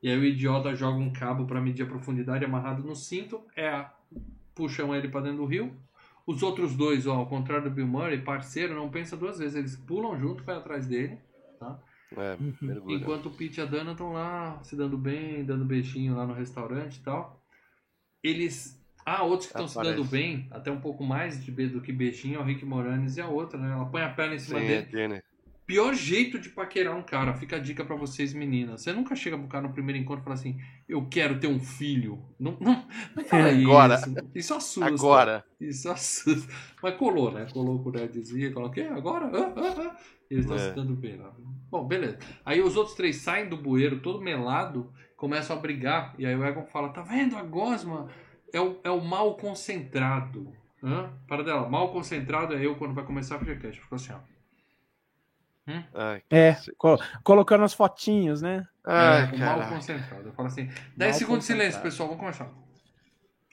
A: E aí o idiota joga um cabo pra medir a profundidade amarrado no cinto. É a- Puxam ele pra dentro do rio. Os outros dois, ó, ao contrário do Bill Murray, parceiro, não pensa duas vezes. Eles pulam junto, vai atrás dele.
C: É,
A: Uhum.
C: mergulha.
A: Enquanto o Pete e a Dana estão lá se dando bem, dando beijinho lá no restaurante e tal. Eles. Ah, outros que estão se
C: Aparece.
A: dando bem, até um pouco mais de be- do que beijinho, é o Rick Moranes e a outra, né? Ela põe a perna em
C: Sim,
A: cima
C: é,
A: dele.
C: Jenny.
A: Pior jeito de paquerar um cara, fica a dica pra vocês, meninas. Você nunca chega pro cara no primeiro encontro e fala assim: Eu quero ter um filho. Não, não, não fala
C: Agora.
A: isso. Isso assusta.
C: Agora,
A: Isso é assusta. Mas colou, né? Colou o Nerd dizia, colou o quê? Agora? Ah, ah, ah. E Eles estão
C: É.
A: se dando bem lá. Bom, beleza. Aí os outros três saem do bueiro todo melado, começam a brigar. E aí o Egon fala: Tá vendo? A gosma é o, é o mal concentrado. Hã? Para dela, mal concentrado é eu quando vai começar a FGCast. Ficou assim, ó.
C: ai,
B: É, co- colocando as fotinhos, né?
A: É,
C: ai
A: o mal
C: cara,
A: concentrado. Eu falo assim: 10
B: Mal
A: segundos de silêncio,
B: concentrado.
A: pessoal, vamos começar.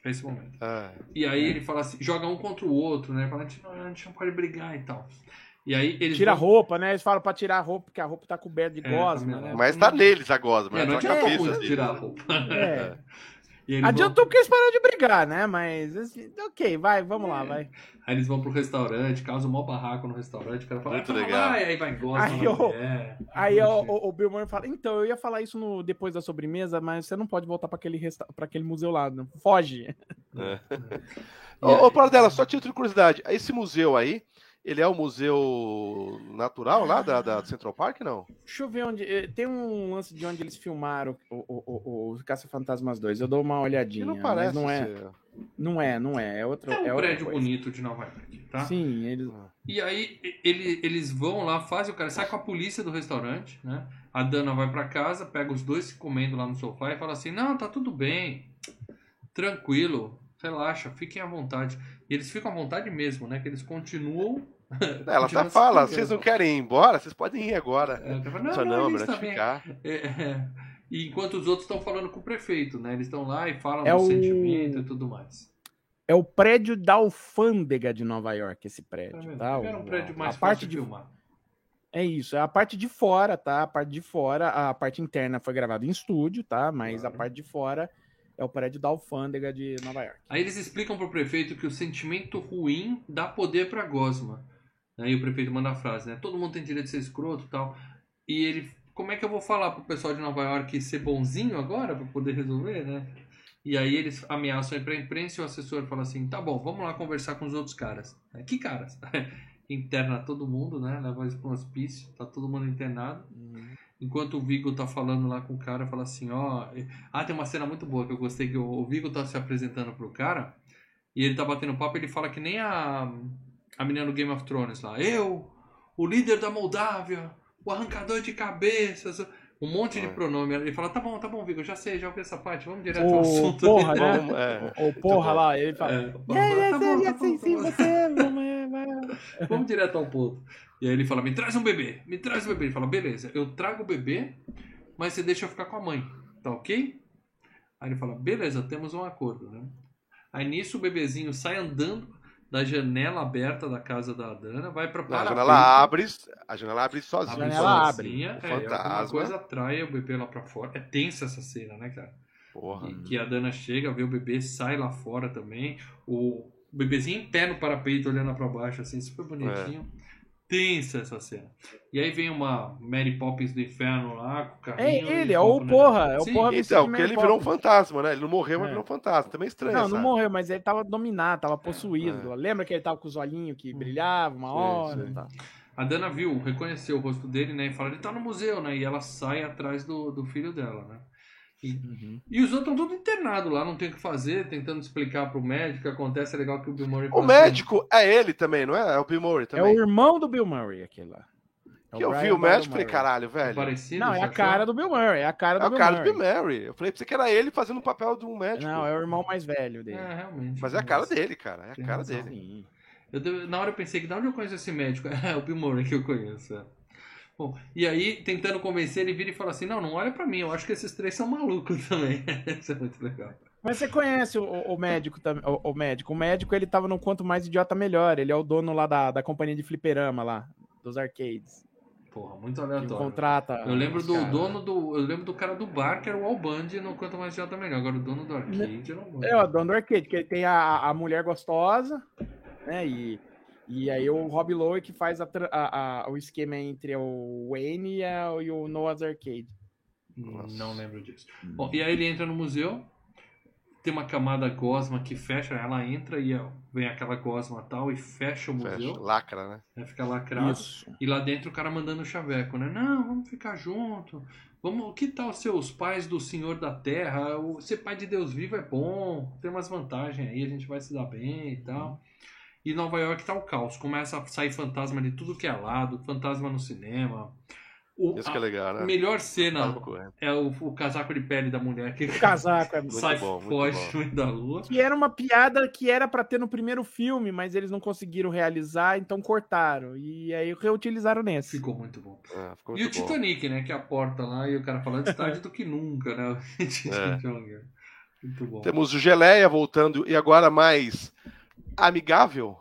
A: É esse momento.
C: ai,
A: E aí ele fala assim, joga um contra o outro, né? Fala, a gente não, a gente não pode brigar e tal. E aí eles.
B: Tira a
A: vão-
B: roupa, né? Eles falam pra tirar a roupa, porque a roupa tá coberta de
A: É,
B: gosma,
A: também
B: né?
A: não.
C: mas tá neles agora,
A: É,
C: mas
A: não
C: na
A: adianta
C: cabeça assim, né?
A: muito
C: deles.
A: tirar a roupa.
B: É.
A: E né? eles
B: Adiantou porque eles pararam de brigar, né? Mas, assim, ok, vai, vamos lá,
A: É.
B: vai.
A: vão, aí eles vão pro restaurante, causa um maior barraco no restaurante, o cara fala,
C: Muito
A: "Ah,
C: legal.
A: vai", aí vai embora.
B: Aí,
A: fala,
B: ó,
A: "É".
B: Aí ó, o, o Bill Murray fala, então, eu ia falar isso no, depois da sobremesa, mas você não pode voltar pra aquele, resta- pra aquele museu lá, não. foge.
A: E
C: Ô,
A: aí-
C: ô Paradela, só título de curiosidade. Esse museu aí, ele é o museu natural lá da, da Central Park, não?
B: Deixa eu ver onde... eh, Tem um lance de onde eles filmaram o, o, o, o Caça-Fantasmas 2, eu dou uma
C: Que
B: olhadinha,
C: não
B: mas
C: parece
B: não é,
C: ser.
B: não é, não é, é outro...
A: É um
B: outra
A: prédio
B: coisa.
A: bonito de Nova York, tá?
B: Sim, eles...
A: E aí e- ele- eles vão lá, fazem o cara, sai com a polícia do restaurante, né? A Dana vai pra casa, pega os dois se comendo lá no sofá e fala assim: Não, tá tudo bem, tranquilo, relaxa, fiquem à vontade. E eles ficam à vontade mesmo, né? Que eles continuam.
C: Ela
A: continuam
C: tá
A: se
C: fala,
A: comendo.
C: vocês não querem ir embora? Vocês podem ir agora.
A: É, ela fala, não,
C: Só
A: não,
C: não,
A: a gente
C: é melhor
A: tá
C: de
A: bem.
C: ficar.
A: É, é. E enquanto os outros estão falando com o prefeito, né? Eles estão lá e falam
B: É
A: do
B: o-
A: sentimento e tudo mais.
B: É o prédio da alfândega de Nova York, esse
A: Tá
B: prédio,
A: vendo?
B: tá?
A: Era um
B: O-
A: prédio mais
B: a
A: fácil
B: parte
A: de
B: de
A: filmar.
B: É isso, é a parte de fora, tá? A parte de fora, a parte interna foi gravada em estúdio, tá? Mas
A: Claro.
B: a parte de fora é o prédio da alfândega de Nova York.
A: Aí eles explicam pro prefeito que o sentimento ruim dá poder pra gosma. Aí o prefeito manda a frase, né? Todo mundo tem direito de ser escroto e tal. E ele, como é que eu vou falar pro pessoal de Nova York ser bonzinho agora pra poder resolver, né? E aí eles ameaçam aí pra imprensa e o assessor fala assim, tá bom, vamos lá conversar com os outros caras. Né? Que caras? Interna todo mundo, né? Leva eles pro hospício, tá todo mundo internado. Enquanto o Vigo tá falando lá com o cara, fala assim, ó. e- Ah, tem uma cena muito boa que eu gostei, que o o Vigo tá se apresentando pro cara, e ele tá batendo papo, ele fala que nem a, a menina do Game of Thrones lá. Eu, o líder da Moldávia, o arrancador de cabeças, um monte de
C: É.
A: pronome. Ele fala, tá bom, tá bom, Vigo, já sei, já ouvi essa parte, vamos direto ao
B: Ô,
A: um assunto.
B: porra, né?
C: Vamos, é.
B: Ô, porra
C: bom.
B: lá, ele
A: É,
B: fala.
A: vamos-
B: É,
A: tá
B: é,
A: bom,
B: é,
A: tá
B: assim,
A: bom, tá
B: sim,
A: bom."
B: você, mamãe, vai.
A: Vamos direto ao ponto. E aí ele fala: Me traz um bebê, me traz um bebê. Ele fala: Beleza, eu trago o bebê, mas você deixa eu ficar com a mãe, tá ok? Aí ele fala: Beleza, temos um acordo, né? Aí nisso o bebezinho sai andando da janela aberta da casa da Dana, vai pra
C: Não, a
A: parapeito,
C: janela abre, a janela abre
A: abre
C: sozinha.
B: janela abre.
A: sozinha,
C: O
A: é, e alguma
C: fantasma.
A: coisa atrai o bebê lá pra fora. É tensa essa cena, né, cara?
C: Porra.
A: E que a Dana chega, vê o bebê, sai lá fora também. O, O bebezinho em pé no parapeito, olhando pra baixo, assim, super bonitinho. Tensa essa cena. E aí vem uma Mary Poppins do inferno lá, com o
B: É
A: carrinho.
B: ele,
A: e
B: é o
A: copo, né?
B: porra, é o
A: Sim,
B: porra vestido
C: Então,
B: de
C: porque
B: Mary
C: ele virou um
B: Poppins.
C: fantasma, né? Ele não morreu, mas
B: É.
C: virou um fantasma. Também é estranho,
B: Não, não
C: sabe?
B: morreu, mas ele tava dominado, tava possuído.
C: É. Uhum.
B: Lembra que ele tava com os olhinhos que brilhavam uma
C: Sim,
B: hora
C: sim.
B: e tal?
A: A Dana viu, reconheceu o rosto dele, né? E fala, ele tá no museu, né? E ela sai atrás do, do filho dela, né? E os outros estão todos internados lá, não tem o que fazer, tentando explicar pro médico o que acontece. É legal que o Bill Murray
C: O
A: fala assim,
C: médico é ele também, não é? É o Bill Murray
B: É o
C: também.
B: irmão do Bill Murray, aquele lá. É
C: que eu vi
B: Brian
C: o médico e
B: Doyle Murray.
C: falei, caralho, velho.
A: um Parecido,
B: Não, é
A: você
B: a
A: achou?
B: cara do Bill Murray, é a cara do
C: É o
B: Bill
C: cara do
B: Murray.
C: Bill Murray. Eu falei pra você que era ele fazendo o papel de um médico.
B: Não, é o irmão mais velho dele.
A: É, realmente.
C: Mas é a cara
A: Nossa.
C: dele, cara. É a
A: Tem
C: cara
A: razão.
C: dele.
B: Sim.
A: Eu de- na hora eu pensei que de onde eu conheço esse médico? É o Bill Murray que eu conheço. é. Bom, e aí, tentando convencer, ele vira e fala assim: Não, não olha pra mim, eu acho que esses três são malucos também. Isso é muito legal.
B: Mas você conhece o, o- o médico também, o, o médico. O médico, ele tava no Quanto Mais Idiota Melhor. Ele é o dono lá da, da companhia de fliperama lá, dos arcades.
A: Porra, muito
B: Que
A: aleatório.
B: contrata.
A: Eu lembro
B: os
A: do
B: caras.
A: dono do. Eu lembro do cara do bar, que era o Albandi, no quanto mais idiota melhor. Agora o dono do arcade Né? eu não vou.
B: É, o dono do arcade, que ele tem a, a mulher gostosa, né? E, e aí o Rob Lowe que faz a tra- a- a- o esquema entre o Wayne e, a- e o Noah's Arcade.
C: Nossa.
A: Não lembro disso. Bom, e aí ele entra no museu, tem uma camada gosma que fecha, ela entra e ó, vem aquela gosma tal e fecha o museu,
C: Fecha. Lacra, né?
A: né, fica lacrado.
B: Isso.
A: E lá dentro o cara mandando o chaveco, né? Não, vamos ficar junto. Vamos, que tal seus pais do Senhor da Terra? O, ser pai de Deus vivo é bom, tem umas vantagens aí, a gente vai se dar bem e tal. E Nova York tá o caos, começa a sair fantasma de tudo que é lado, fantasma no cinema. O,
C: Isso que é
A: a
C: legal, né?
A: melhor cena
C: Papo correto.
A: é o, o casaco de pele da mulher que
B: O casaco é
A: sai
C: bom, muito
A: foge
C: bom.
A: no meio da lua.
B: Que era uma piada que era pra ter no primeiro filme, mas eles não conseguiram realizar, então cortaram. E aí reutilizaram nesse.
A: Ficou muito bom.
C: É, ficou
A: e o
C: muito bom.
A: Titanic, né? Que é a porta lá e o cara fala antes tarde do que nunca, né? O Titanic é. Muito bom.
C: Temos o Geleia voltando e agora mais amigável,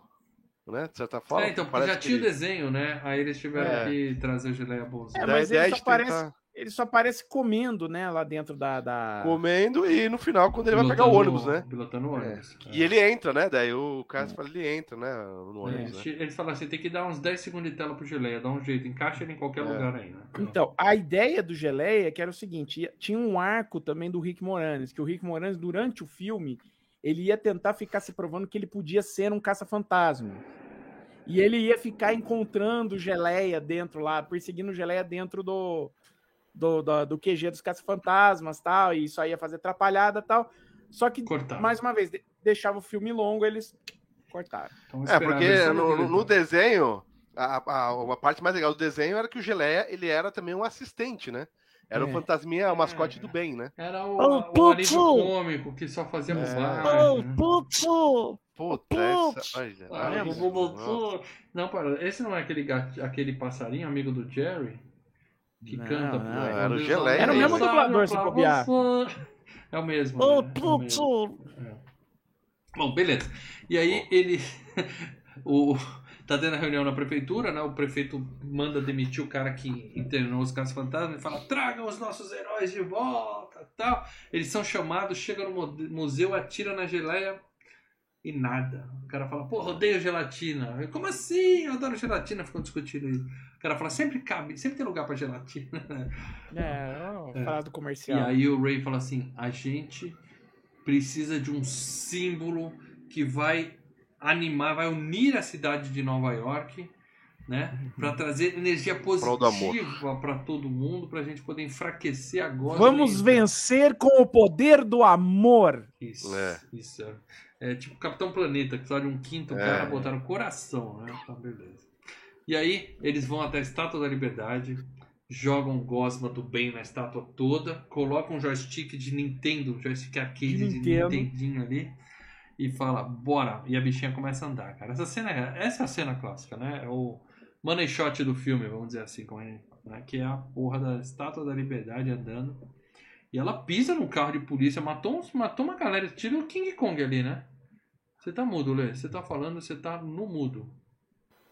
C: né? De certa forma.
A: É, então, porque
C: Parece
A: já tinha o
C: que-
A: desenho, né? Aí eles tiveram
C: É.
A: que trazer a geleia bonzinha.
B: É,
C: da
B: mas ele
C: ideia
B: só
C: de tá
B: parece-
C: tentar
B: Ele só aparece comendo, né, lá dentro da. da-
C: comendo e no final, quando ele vai pegar o
A: Pilotando-
C: ônibus, né?
A: Pilotando o ônibus.
C: E ele entra, né? Daí o cara
B: É.
C: fala, ele entra, né? No
A: É,
C: ônibus, né?
A: Eles falam assim: tem que dar uns 10 segundos de tela pro geleia, dá um jeito, encaixa ele em qualquer
C: É.
A: lugar aí, né?
B: Então, a ideia do Geleia é que era o seguinte: ia- tinha um arco também do Rick Moranis, que o Rick Moranis, durante o filme, ele ia tentar ficar se provando que ele podia ser um caça-fantasma. E ele ia ficar encontrando o Geleia dentro lá, perseguindo o Geleia dentro do, do, do, do QG dos caça-fantasmas tal, e isso aí ia fazer atrapalhada tal. Só que,
A: Cortar.
B: mais uma vez, de- deixava o filme longo, eles cortaram.
A: Então,
C: É,
A: esperar a
C: porque
A: versão
C: no, no-
A: diretor.
C: no desenho, a, a, a parte mais legal do desenho era que o Geleia, ele era também um assistente, né? Era
B: É.
C: o fantasminha, o mascote do bem, né?
A: Era o,
B: Oh,
A: o,
B: Pupu!
A: alívio cômico que só
C: É.
A: fazia
B: É um
A: bobagem. né?
B: Pupu!
C: Puta,
B: Putz!
C: essa... Olha,
A: Ah,
C: olha
A: o
C: isso,
A: Bubu-
C: nossa.
A: Não, para, esse não é aquele, gato, aquele passarinho amigo do Jerry? Que
B: Não,
A: canta.
B: não,
A: pô, é um
C: era o
A: Deus
C: Geleia.
A: abençoe
C: Era o mesmo
A: pra
B: dublador, se
A: você.
B: bobear.
A: É o mesmo.
B: Ô,
A: né? É o mesmo. Bom, beleza. E aí ele. o, tá tendo a reunião na prefeitura, né? O prefeito manda demitir o cara que internou os caras fantasmas e fala: tragam os nossos heróis de volta tal. Eles são chamados, chegam no mo- museu, atira na geleia e nada. O cara fala, porra, odeio gelatina. Eu, Como assim? Eu adoro gelatina, ficam discutindo isso. O cara fala, sempre cabe, sempre tem lugar pra gelatina.
B: É, ó,
A: É.
B: frase do
A: E
B: comercial.
A: aí o Ray fala assim: a gente precisa de um símbolo que vai animar, vai unir a cidade de Nova York, né? Pra trazer energia
C: prol do amor.
A: positiva pra todo mundo, pra gente poder enfraquecer agora.
B: Vamos vencer com o poder do amor.
A: Isso,
C: É.
A: isso. É, É tipo Capitão Planeta, que só de um quinto
C: É.
A: cara botaram o coração, né? Tá, beleza. E aí, eles vão até a Estátua da Liberdade, jogam gosma do bem na estátua toda, colocam um joystick de Nintendo, um joystick arcade de
B: Nintendo.
A: Nintendinho ali, e fala, bora! E a bichinha começa a andar, cara. Essa cena é, essa é a cena clássica, né? É o money shot do filme, vamos dizer assim, como ele, né? que é a porra da Estátua da Liberdade andando. E ela pisa num carro de polícia, matou, uns- matou uma galera, tira o King Kong ali, né? Você tá mudo, Lê. Você tá falando, você tá no mudo.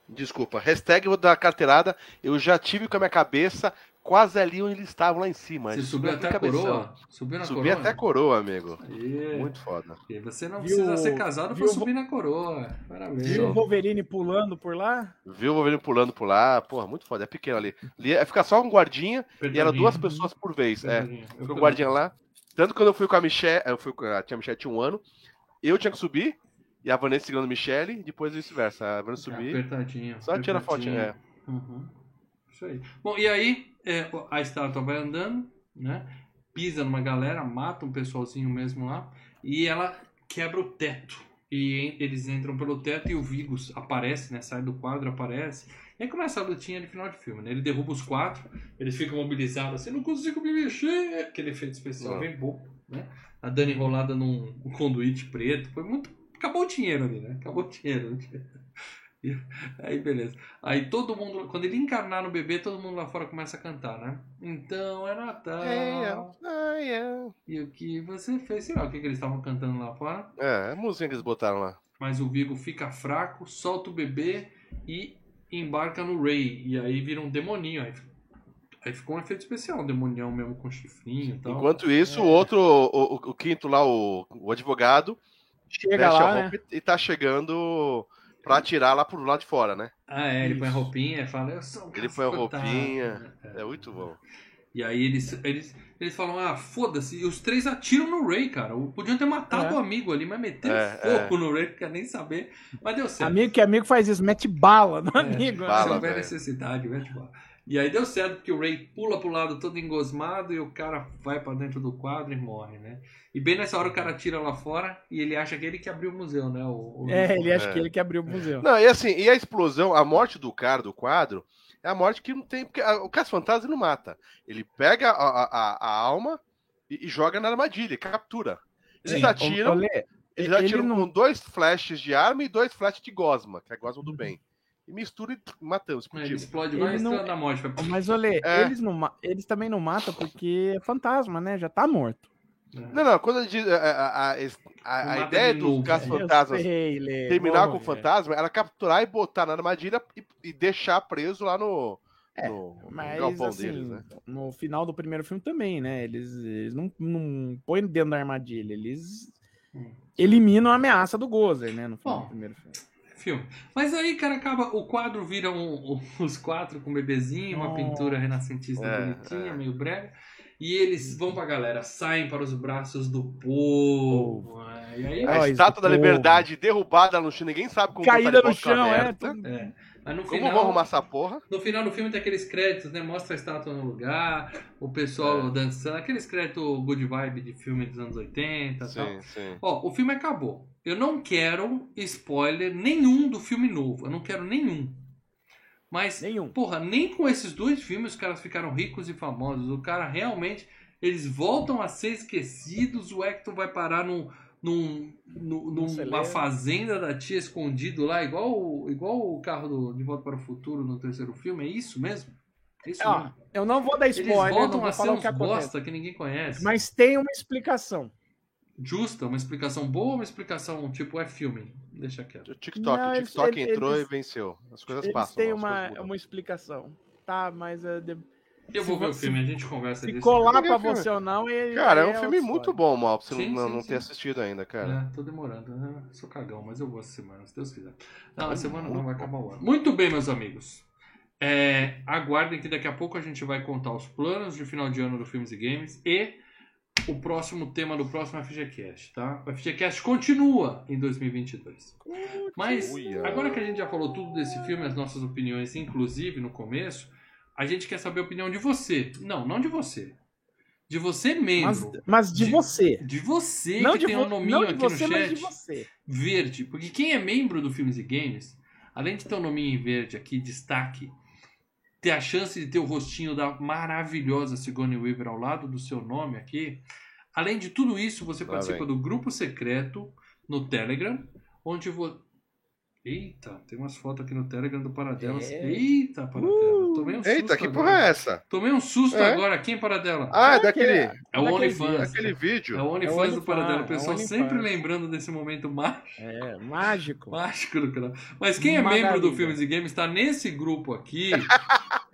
C: Desculpa, hashtag vou dar carteirada. Eu já tive com a minha cabeça quase ali onde eles estavam lá em cima.
A: Você
C: Eles
A: subiu
C: subiram
A: até a
C: de cabeção.
A: coroa? Subiu na
C: Subi
A: coroa? É.
C: até a coroa, amigo.
A: Aê.
C: Muito foda.
A: E você não
B: Viu-
A: precisa ser casado pra
B: viu-
A: subir na coroa. Parabéns.
B: E o um Wolverine pulando por lá?
C: Viu o Wolverine pulando por lá, porra, muito foda. É pequeno ali. ali é ficar só um guardinha e era
A: Apertadinho.
C: duas pessoas por vez. É.
A: Apertadinho. Eu
C: Ficou o
A: também.
C: guardinha lá. Tanto quando eu fui com a Michelle, eu fui com a tia Michelle tinha um ano, eu tinha que subir, e a Vanessa segurando a Michelle, e depois vice-versa. A Vanessa subir,
A: Apertadinho.
C: só tira a fotinha.
A: apertadinho.
C: É.
A: Uhum. Isso aí. Bom, e aí é, a estátua vai andando, né? Pisa numa galera, mata um pessoalzinho mesmo lá. E ela quebra o teto. E en- eles entram pelo teto e o Vigus aparece, né? Sai do quadro, aparece. E aí começa a lutinha de final de filme, né? Ele derruba os quatro, eles ficam mobilizados assim, não consigo me mexer. Aquele efeito especial
C: Não.
A: bem bobo, né? A Dani enrolada num num conduíte preto. Foi muito. Acabou o dinheiro ali, né? Acabou o dinheiro. E- Aí beleza. Aí todo mundo, quando ele encarnar no bebê, todo mundo lá fora começa a cantar, né? Então é Natal.
C: É, é,
A: E o que você fez? Sei lá o que, que eles estavam cantando lá fora.
C: é, a música que eles botaram lá.
A: Mas o Vigo fica fraco, solta o bebê e embarca no Ray. E aí vira um demoninho. Aí, aí ficou um efeito especial, um demonião mesmo com chifrinho e tal.
C: Enquanto isso, o outro, o, o- o quinto lá, o, o advogado,
B: Chega
C: veste a
B: lá, né?
C: roupa e- e tá chegando pra atirar lá pro lado de fora, né?
A: Ah, é, ele põe a
B: Isso.
A: roupinha e fala, eu sou um
C: Ele
A: caça
C: põe a
A: fantasma.
C: roupinha. É muito bom.
A: E aí eles, eles, eles falam, ah, foda-se. E os três atiram no Ray, cara. O- Podiam ter matado
B: É.
A: o amigo ali, mas meteram
C: É,
A: fogo no Ray, não quer nem saber. Mas deu certo.
B: Amigo que amigo faz isso, mete bala no
A: É,
B: amigo. né?
C: bala.
A: Se houver
C: velho.
A: necessidade, mete bala. E aí deu certo, porque o Ray pula pro lado todo engosmado e o cara vai pra dentro do quadro e morre, né? E bem nessa hora o cara tira lá fora e ele acha que é ele que abriu o museu, né? O, o-
B: É, ele acha
C: É.
B: que ele que abriu o museu.
C: Não, e assim, e a explosão, a morte do cara do quadro, é a morte que não tem. Porque a- o Caso Fantasma não mata. Ele pega a, a- a- a alma e, e joga na armadilha, e captura. Eles
A: Sim,
B: Ô, ô,
C: atiram,
B: Lê,
C: eles atiram
B: ele não-
C: com dois flashes de arma e dois flashes de gosma, que é a gosma
B: Uhum.
C: do bem. E mistura e matamos,
B: É
A: Aí Ele
C: explodimos.
A: explode
B: Tipo, Ele
A: mais
B: não-
A: estrada da morte. vai-
B: mas olha,
C: É.
B: eles, não ma- eles também não matam porque é fantasma, né? Já tá morto.
C: Não, não, quando a, gente diz, a- a, a- a-
A: Não
C: a
A: mata
C: ideia
A: de
C: dos
A: novo,
C: Caso
B: Eu
C: Fantasmas
B: sei, Lê,
C: É terminar
B: vamos,
C: com o
B: é.
C: fantasma era capturar e botar na armadilha e, e deixar preso lá no, no, no
B: É,
C: né?
B: Mas assim, no final do primeiro filme também, né? Eles, eles não, não põem dentro da armadilha, eles
A: Hum.
B: eliminam a ameaça do Gozer, né? No final
A: Bom.
B: do primeiro filme.
A: Filme. Mas aí, cara, acaba. O quadro vira um- um- os quatro com o bebezinho, uma
B: Nossa.
A: pintura renascentista
C: É,
A: bonitinha,
C: é. Uhum.
A: meio breve. E eles vão pra galera, saem para os braços do povo. é, E aí,
B: É,
C: A
B: Heróis
C: estátua
B: do
C: da
B: povo.
C: liberdade derrubada no chão, ninguém sabe como
B: Caída
C: botar
B: no
C: de volta a
B: chão, é.
C: merda.
B: tudo-
A: é. Mas no
C: Como
A: final,
C: vão arrumar essa porra?
A: No final do filme tem aqueles créditos, né? Mostra a estátua no lugar, o
C: É.
A: pessoal dançando, aqueles créditos good vibe de filme dos anos 80 e tal.
C: sim.
A: Ó, o filme acabou. Eu não quero spoiler nenhum do filme novo. Eu não quero nenhum. Mas,
B: Nenhum.
A: porra, nem com esses dois filmes os caras ficaram ricos e famosos. O cara realmente. Eles voltam a ser esquecidos. O Hector vai parar num. num- num- numa
B: celeiro.
A: fazenda da tia escondido lá, igual, o- igual o carro do De Volta para o Futuro no terceiro filme, é isso mesmo? É isso
B: Ó,
A: mesmo.
B: eu não vou dar
A: Eles
B: Ah, spoiler, não
A: voltam
B: vou
A: a ser
B: falar o
A: uns
B: que acontece.
A: bosta que ninguém conhece.
B: Mas tem uma explicação.
A: justa, uma explicação boa, uma explicação tipo é filme. Deixa quieto.
C: O TikTok,
B: Não,
C: o
B: eles-
C: TikTok
B: eles-
C: entrou
B: eles-
C: e venceu. As coisas
B: Eles
C: passam.
B: têm
C: as coisas
B: uma,
C: mudam.
B: uma explicação. Tá, mas é, de-
A: Eu vou
B: Se
A: ver o
B: você-
A: filme, a gente conversa
B: se
A: disso.
B: colar
C: Porque
B: pra
C: o filme-
B: você ou não, ele.
C: Cara, é um
B: outra
C: filme muito
B: história.
C: bom, Mal, pra você
A: Sim,
C: não,
A: sim,
C: não
A: sim.
C: ter assistido ainda, cara.
A: É, tô demorando, né? Sou cagão, mas eu vou essa semana, se Deus quiser. Não,
C: Tá
A: essa semana não
C: muito
A: vai acabar o ano. Muito bem, meus amigos. É, aguardem que daqui a pouco a gente vai contar os planos de final de ano do Filmes e Games e o próximo tema do próximo FGCast, tá? O FGCast continua em 2022. Mas
C: Uia.
A: agora que a gente já falou tudo desse filme, as nossas opiniões, inclusive no começo, a gente quer saber a opinião de você. Não, não de você. De você
B: Mas,
A: mesmo.
B: mas de,
A: De-
B: você.
A: De você
B: Não
A: que
B: de,
A: tem
B: vo-
A: um nominho
B: não de
A: aqui
B: você,
A: no
B: mas de
A: chat
B: você.
A: verde, porque quem é membro do Filmes e Games, além de ter o nominho em verde aqui, destaque, ter a chance de ter o rostinho da maravilhosa Sigourney Weaver ao lado do seu nome aqui, além de tudo isso, você
C: Lá
A: participa
C: vem.
A: do grupo secreto no Telegram, onde vo- Eita, tem umas fotos aqui no Telegram do Paradelas.
D: É.
A: Eita, Paradela. Tomei um susto.
C: Eita, que
A: agora.
C: porra é essa?
A: Tomei um susto
C: É?
A: agora aqui, hein, Paradela?
C: Ah, é
B: Aquele-
C: daquele,
A: é o
B: daquele
A: OnlyFans.
C: daquele
A: É
C: vídeo.
A: o
B: É o
A: OnlyFans do
B: OnlyFans,
A: Paradela. O
B: é o
A: pessoal
B: OnlyFans.
A: sempre lembrando desse momento má-
B: É, mágico.
A: mágico do canal. Mas quem é membro do
B: Maravilha.
A: Filmes e Games está nesse grupo aqui,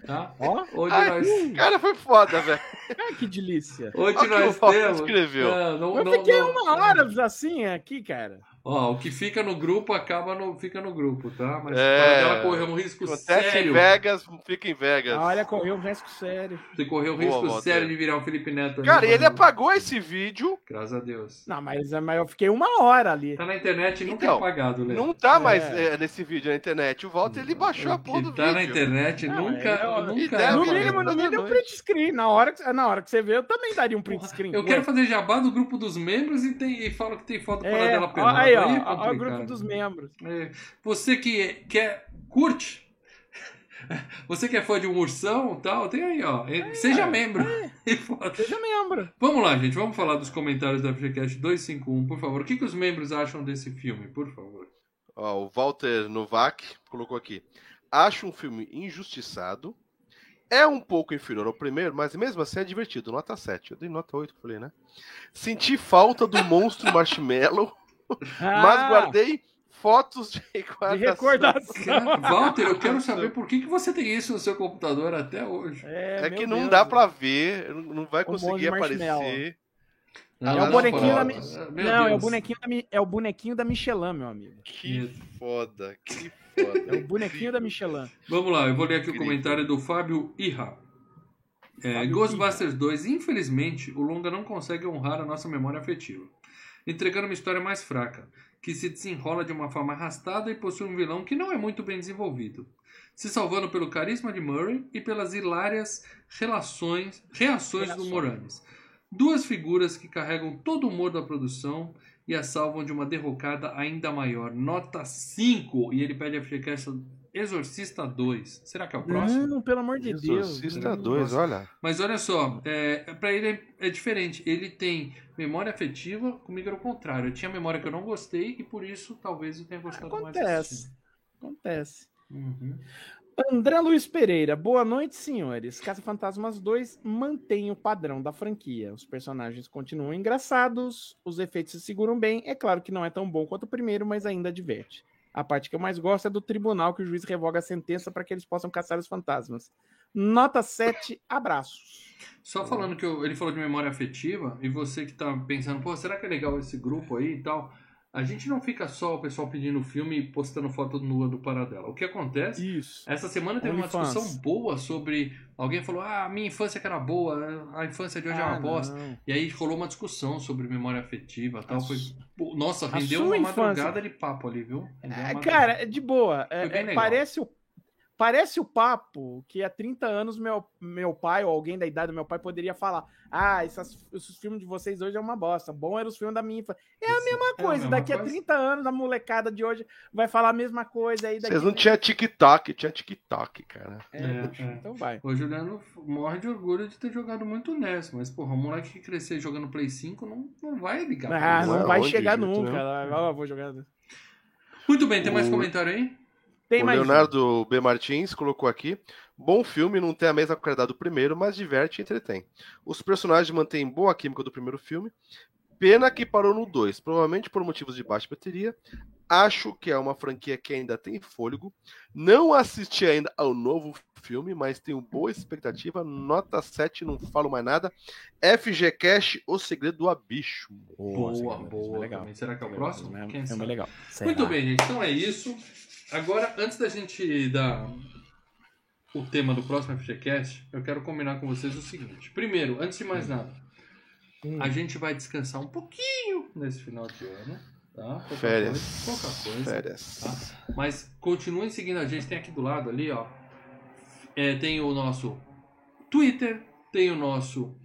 A: tá?
B: Ó,
A: Onde
C: Ai,
A: nós,
C: Cara, foi foda, velho.
B: ah, que delícia.
A: onde
C: Olha o que
A: nós
C: o Paulo
A: temos.
C: escreveu.
A: Não, não,
B: Eu
A: não,
B: fiquei
A: não.
B: uma hora assim aqui, cara.
A: Ó, o que fica no grupo acaba no, fica no grupo, tá? Mas
C: É.
A: Paradela correu um risco
C: Acontece em
A: sério.
C: Vegas, fica em Vegas.
B: Olha, correu um risco sério.
A: Você correu um
C: Boa,
A: risco
C: Walter.
A: sério de virar um Felipe Neto. ali,
C: Cara, e ele
A: mano.
C: apagou esse vídeo,
A: Graças a Deus.
B: Não, mas, é, mas eu fiquei uma hora ali.
A: Tá na internet e nunca
C: Então,
A: é apagado, Lê.
C: não tá
B: É.
C: mais é, nesse vídeo na internet. O Walter, ele baixou a porra
A: Ele
C: do
A: tá na
C: vídeo.
A: internet,
B: Ah,
A: nunca,
B: é,
A: nunca.
C: é,
A: é
B: no
C: mano,
A: apagado.
B: mínimo, no
C: tá
B: mínimo,
C: doido.
B: um print screen. Na hora, que, na hora que você vê, eu também daria um print screen.
A: Eu quero fazer jabá do grupo dos membros e, tem, e falo que tem foto
B: É,
A: para dela
B: ó,
A: pelada.
B: aí, ó,
A: é
B: ó, ó o grupo
A: complicado.
B: dos membros.
A: É, Você que quer curte, você que é fã de um ursão, tal, tem aí, ó. E-
B: É,
A: Seja membro. E foto.
B: Seja membro.
A: Vamos lá, gente, vamos falar dos comentários da FGCast 251, por favor. O que, que os membros acham desse filme, por favor?
C: Ó, o Walter Novak colocou aqui. Acho um filme injustiçado. É um pouco inferior ao primeiro, mas mesmo assim é divertido. Nota 7. Eu dei nota 8 que eu falei, né? Senti falta do monstro marshmallow, mas
B: Ah,
C: guardei fotos de
B: De
C: recordação.
B: recordação.
A: Cara, Walter, eu quero saber por que, que você tem isso no seu computador até hoje.
C: É que
B: meu
C: não
B: Deus.
C: dá pra ver, não- não vai
B: Um monte de
C: conseguir
B: marshmallow.
C: aparecer.
B: É
C: o
A: não,
C: bonequinho
A: não,
C: da
A: não.
B: mi-
A: Meu
B: não, é o,
A: Deus.
B: bonequinho da, Mi- é o bonequinho da Michelin, meu amigo.
C: Que foda, que foda.
B: É o bonequinho da Michelin.
A: Vamos lá, eu vou ler aqui o
C: Incrível.
A: comentário do Fábio Irra. É,
B: Fábio
A: Ghostbusters 2, infelizmente, o longa não consegue honrar a nossa memória afetiva, entregando uma história mais fraca, que se desenrola de uma forma arrastada e possui um vilão que não é muito bem desenvolvido, se salvando pelo carisma de Murray e pelas hilárias relações, reações do
B: Reações.
A: Moranis. Duas figuras que carregam todo o humor da produção e a salvam de uma derrocada ainda maior. Nota 5! E ele pede a FGCast Exorcista 2. Será que é o próximo?
B: Não, pelo amor de Deus. né?
C: Exorcista
A: Deus.
C: 2, olha.
A: Mas olha só, é, para ele é, é diferente. Ele tem memória afetiva, comigo era o contrário. Eu tinha memória que eu não gostei e por isso talvez eu tenha gostado mais.
B: Acontece.
A: assistindo.
B: Acontece.
A: Uhum.
B: André Luiz Pereira, boa noite, senhores. Caça Fantasmas 2 mantém o padrão da franquia. Os personagens continuam engraçados, os efeitos se seguram bem. É claro que não é tão bom quanto o primeiro, mas ainda diverte. A parte que eu mais gosto é do tribunal que o juiz revoga a sentença para que eles possam caçar os fantasmas. Nota 7, abraços.
A: Só falando que eu- ele falou de memória afetiva e você que tá pensando, pô, será que é legal esse grupo aí e tal? A gente não fica só o pessoal pedindo filme e postando foto nua do paradela. O que acontece
B: Isso.
A: Essa semana teve uma
B: OnlyFans.
A: discussão boa sobre. Alguém falou, ah, minha infância que era boa, a infância de hoje
B: Ah,
A: é uma bosta. E aí rolou uma discussão sobre memória afetiva e tal.
B: A
A: Foi...
B: su-
A: Pô, Nossa, rendeu
B: sua
A: uma
B: infância.
A: madrugada de papo ali, viu? Rendeu uma
B: É,
A: madrugada.
B: cara, é de boa. É,
A: Foi bem
B: é,
A: legal.
B: parece, o, parece o papo que há 30 anos meu, meu pai ou alguém da idade do meu pai poderia falar: Ah, essas- esses filmes de vocês hoje é uma bosta. Bom eram os filmes da minha infância. É a
A: Isso.
B: mesma
A: É a
B: coisa.
A: mesma
B: daqui a
A: coisa.
B: 30 anos a molecada de hoje vai falar a mesma coisa. Aí daqui
C: Vocês não tinham TikTok, tinha TikTok, cara.
B: É,
A: É, é.
B: Então vai.
A: O Juliano morre de orgulho de ter jogado muito NES, mas, porra, o moleque que crescer jogando Play 5 não, não vai ligar. pra
B: Ah,
A: isso.
B: não,
C: Não é
B: vai
C: onde,
B: chegar
C: Vitor,
B: nunca.
C: né?
B: Ela vai, ó, vou jogar.
A: Muito bem, tem mais
C: O-
A: comentário aí?
B: Tem
C: o
B: mais. um.
C: Leonardo B. Martins colocou aqui. Bom filme, não tem a mesma qualidade do primeiro, mas diverte e entretém. Os personagens mantêm boa química do primeiro filme. Pena que parou no 2, provavelmente por motivos de baixa bateria. Acho que é uma franquia que ainda tem fôlego. Não assisti ainda ao novo filme, mas tenho boa expectativa. Nota 7, não falo mais nada. FG Cash, O Segredo do Abismo.
A: Boa,
B: Nossa, cara,
A: boa.
B: isso é legal.
A: também. Será que é o
B: É,
A: próximo?
B: É,
A: Quem
B: é
A: sabe?
B: muito legal.
A: Muito bem, gente. Então é isso. Agora, antes da gente dar o tema do próximo FGCast, eu quero combinar com vocês o seguinte. Primeiro, antes de mais nada,
B: Hum.
A: a gente vai descansar um pouquinho nesse final de ano. Tá? Pouca
C: Férias.
A: Coisa, pouca coisa.
C: Férias.
A: Mas continuem seguindo a gente. Tem aqui do lado ali, ó. É, tem o nosso Twitter, tem o nosso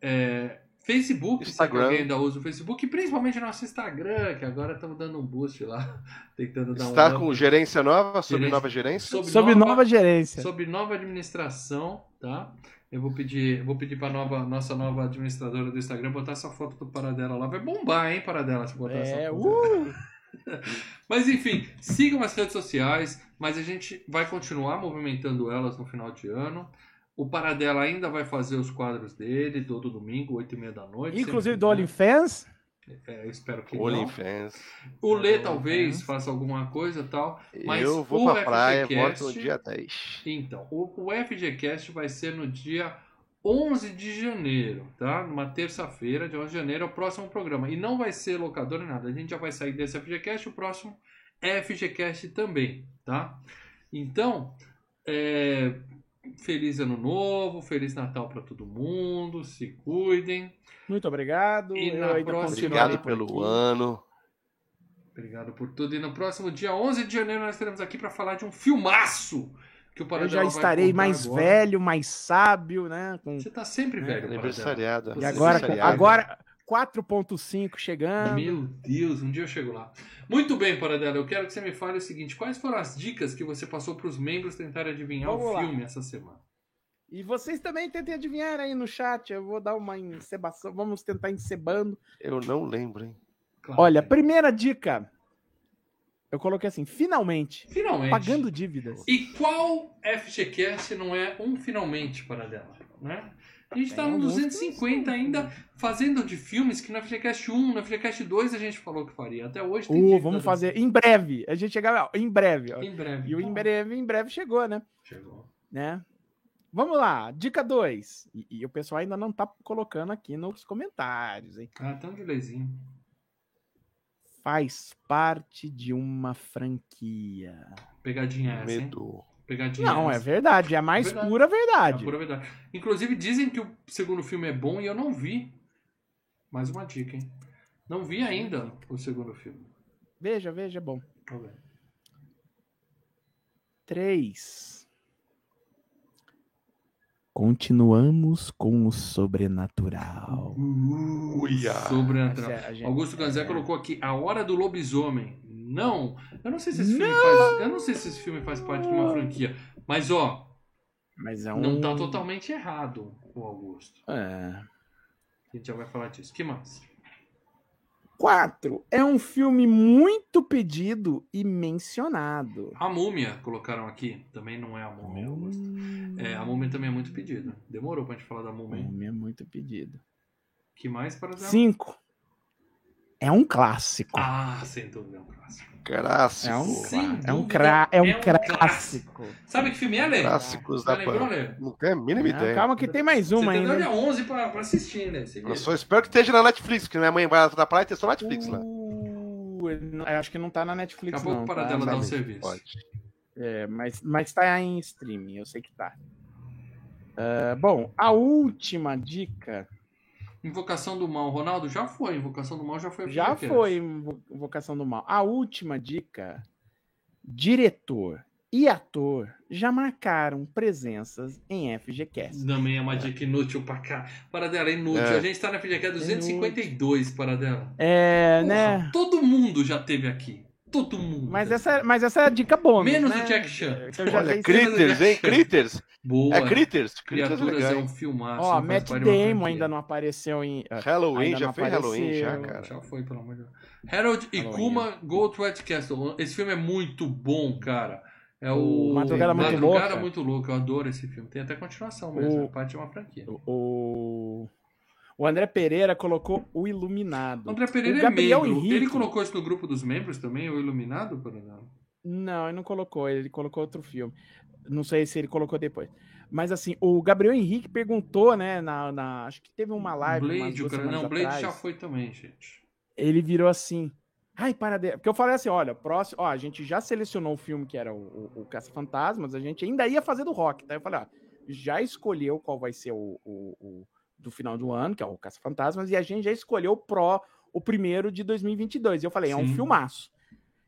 A: é, Facebook, se
C: Instagram.
A: é que alguém ainda usa o Facebook, e principalmente o nosso Instagram, que agora estamos dando um boost lá, tentando dar
C: Está
A: um up.
C: com gerência nova, sob
A: Gerência.
C: nova gerência.
B: Sob nova gerência.
A: Sob nova administração, tá? Eu vou pedir, vou pedir para nova nossa nova administradora do Instagram botar essa foto do Paradela lá. Vai bombar, hein, Paradela, se botar essa
B: É,
A: foto.
B: uh!
A: Mas enfim, sigam as redes sociais, mas a gente vai continuar movimentando elas no final de ano. O Paradela ainda vai fazer os quadros dele todo domingo, 8 e meia da noite.
B: Inclusive
A: sempre,
B: do
A: né?
B: OnlyFans.
A: É, eu espero que
C: Olhem,
A: não.
C: fans.
A: O Lê
B: É.
A: talvez faça alguma coisa e tal. Mas
C: eu
A: o
C: vou pra praia,
A: FGCast
C: volto no dia 10.
A: Então, o, o FGCast vai ser no dia 11 de janeiro, tá? Numa terça-feira, dia 11 de janeiro, é o próximo programa. E não vai ser locador nem nada. A gente já vai sair desse FGCast, o próximo é FGCast também, tá? Então, é, feliz ano novo, feliz Natal para todo mundo, se cuidem.
B: Muito obrigado.
A: E na próxima-
B: continuarei
C: Obrigado
B: por
C: pelo
B: aqui.
C: ano.
A: Obrigado por tudo. E no próximo dia 11 de janeiro nós estaremos aqui para falar de um filmaço que o
B: Eu
A: Paradela
B: já
A: vai
B: estarei
A: contar
B: mais
A: agora.
B: velho, mais sábio, né? Com...
A: Você tá sempre velho, Paradela.
C: Aniversariada.
B: E
A: Você
B: agora,
A: se aliada.
B: agora 4.5 chegando.
A: Meu Deus, um dia eu chego lá. Muito bem, Paradela, eu quero que você me fale o seguinte: quais foram as dicas que você passou para os membros tentarem adivinhar
B: Vamos
A: o
B: lá.
A: filme essa semana?
B: E vocês também tentem adivinhar aí no chat. Eu vou dar uma encebação. Vamos tentar encebando.
C: Eu não lembro, hein?
A: Claro.
B: Olha, primeira dica. Eu coloquei assim, finalmente.
A: finalmente.
B: Pagando dívidas.
A: E qual FGCast não é um finalmente, Paradela? Né? A gente tá
B: Tem
A: no
B: alguns que né?
A: 250
B: são.
A: ainda, fazendo de filmes que na FGCast 1, na FGCast 2 a gente falou que faria. Até hoje tem
B: Uh,
A: dívida
B: vamos
A: do-
B: fazer em breve. A gente chegava ó, em breve. ó.
A: Em breve.
B: E o em breve, em breve chegou, né?
A: Chegou.
B: né? Vamos lá, dica 2. E, e o pessoal ainda não tá colocando aqui nos comentários, hein?
A: Ah, tão de leizinho.
B: Faz parte de uma franquia.
A: Pegadinha essa, hein?
C: Medo.
A: Pegadinha
B: Não, é
A: essa.
B: verdade, é a mais
A: Verdade.
B: pura
A: É a
B: verdade.
A: pura verdade. Inclusive, dizem que o segundo filme é bom e eu não vi. Mais uma dica, hein? Não vi ainda o segundo filme.
B: Veja, veja, é bom.
A: Tá vendo?
B: 3. Continuamos com o sobrenatural.
C: Uia.
A: Sobrenatural.
B: Essa é a gente-
A: Augusto Ganzé
B: é.
A: colocou aqui A Hora do Lobisomem. Não! Eu não sei se esse filme
B: Não.
A: faz. Eu não sei se esse filme faz parte de uma franquia. Mas ó,
B: Mas é um.
A: não tá totalmente errado o Augusto.
B: É.
A: A gente já vai falar disso. que mais?
B: 4. É um filme muito pedido e mencionado.
A: A múmia colocaram aqui. Também não é a múmia, Augusto. É, a múmia também é muito pedida. Demorou pra gente falar da múmia. hein?
B: Homem é muito pedido.
A: que mais para dar?
B: 5. É um clássico.
A: Ah, sem dúvida, é um clássico.
C: Clássico.
B: é um,
A: sem
B: clá- é um,
A: dúvida,
B: cra- é um
A: é um
B: clássico.
A: Sabe que filme é, Lê?
B: Clássico
C: Clássicos
A: Tá
C: da
A: lembrou,
C: banda.
A: Lê?
C: Não tem a mínima
B: Não,
C: ideia.
B: calma que tem mais
A: Você
B: uma
A: tem
B: ainda.
A: dia 11 pra, pra assistir, né? Você
C: Eu
A: viu?
C: só espero que esteja na Netflix, que minha mãe vai atrapalhar e tem só Netflix lá.
B: Uh, eu acho que não tá na Netflix
A: Acabou
B: não.
A: com o paradela
B: tá?
A: dá um
B: Mas,
A: serviço.
C: Pode.
B: é, mas, mas tá em streaming, eu sei que tá. Ah, bom, a última dica
A: Invocação do Mal, Ronaldo, já foi. Invocação do Mal já foi.
B: já
A: FGCast.
B: foi Invo- Invocação do Mal. A última dica, diretor e ator já marcaram presenças em FGCast.
A: Também é uma dica inútil pra cá. Paradela, é inútil.
C: É.
A: A gente tá na FGQ 252, Paradela.
B: É,
A: Porra,
B: né?
A: Todo mundo já teve aqui. Todo mundo.
B: Mas essa, mas essa é a dica bônus.
A: Menos
B: né?
A: o Jack Chan.
B: Que eu já
C: Olha,
B: dei-
C: Critters, hein? Critters.
A: Boa.
C: É Critters. Critters é
A: Criaturas é
C: legal.
A: um filmaço.
B: Ó,
A: não faz
B: Matt
A: parte de uma
B: Damon
A: franquia.
B: ainda não apareceu em. ah,
C: Halloween,
B: Ainda
C: já
B: não
C: foi Halloween já,
B: apareceu.
C: cara.
A: Já foi, pelo amor de Deus. Harold e
B: Halloween.
A: Kuma Go to White Castle. Esse filme é muito bom, cara. É o
B: O Madrugada Muito
A: Madrugada
B: Louca.
A: Muito Louca. Eu adoro esse filme. Tem até continuação mesmo.
B: O-
A: é Parte de uma franquia.
B: O, o André Pereira colocou o Iluminado.
A: André Pereira
B: o
A: é
B: Gabriel
A: membro.
B: Henrique-
A: Ele colocou isso no grupo dos membros também, o Iluminado, por exemplo.
B: Não, ele não colocou, ele colocou outro filme. Não sei se ele colocou depois. Mas assim, o Gabriel Henrique perguntou, né? Na, na- acho que teve uma live. umas
A: Blade, o
B: duas
A: cara. Não,
B: semanas
A: Blade
B: atrás.
A: já foi também, gente.
B: ele virou assim. Ai, paradela. Porque eu falei assim: olha, próximo. Ó, a gente já selecionou o filme que era o, o, o Caça-Fantasmas, a gente ainda ia fazer do rock. Tá? Eu falei, ó, já escolheu qual vai ser o, o- o do final do ano, que é o Caça-Fantasmas, e a gente já escolheu o pró, o primeiro de 2022. E eu falei, é um
A: Sim.
B: filmaço.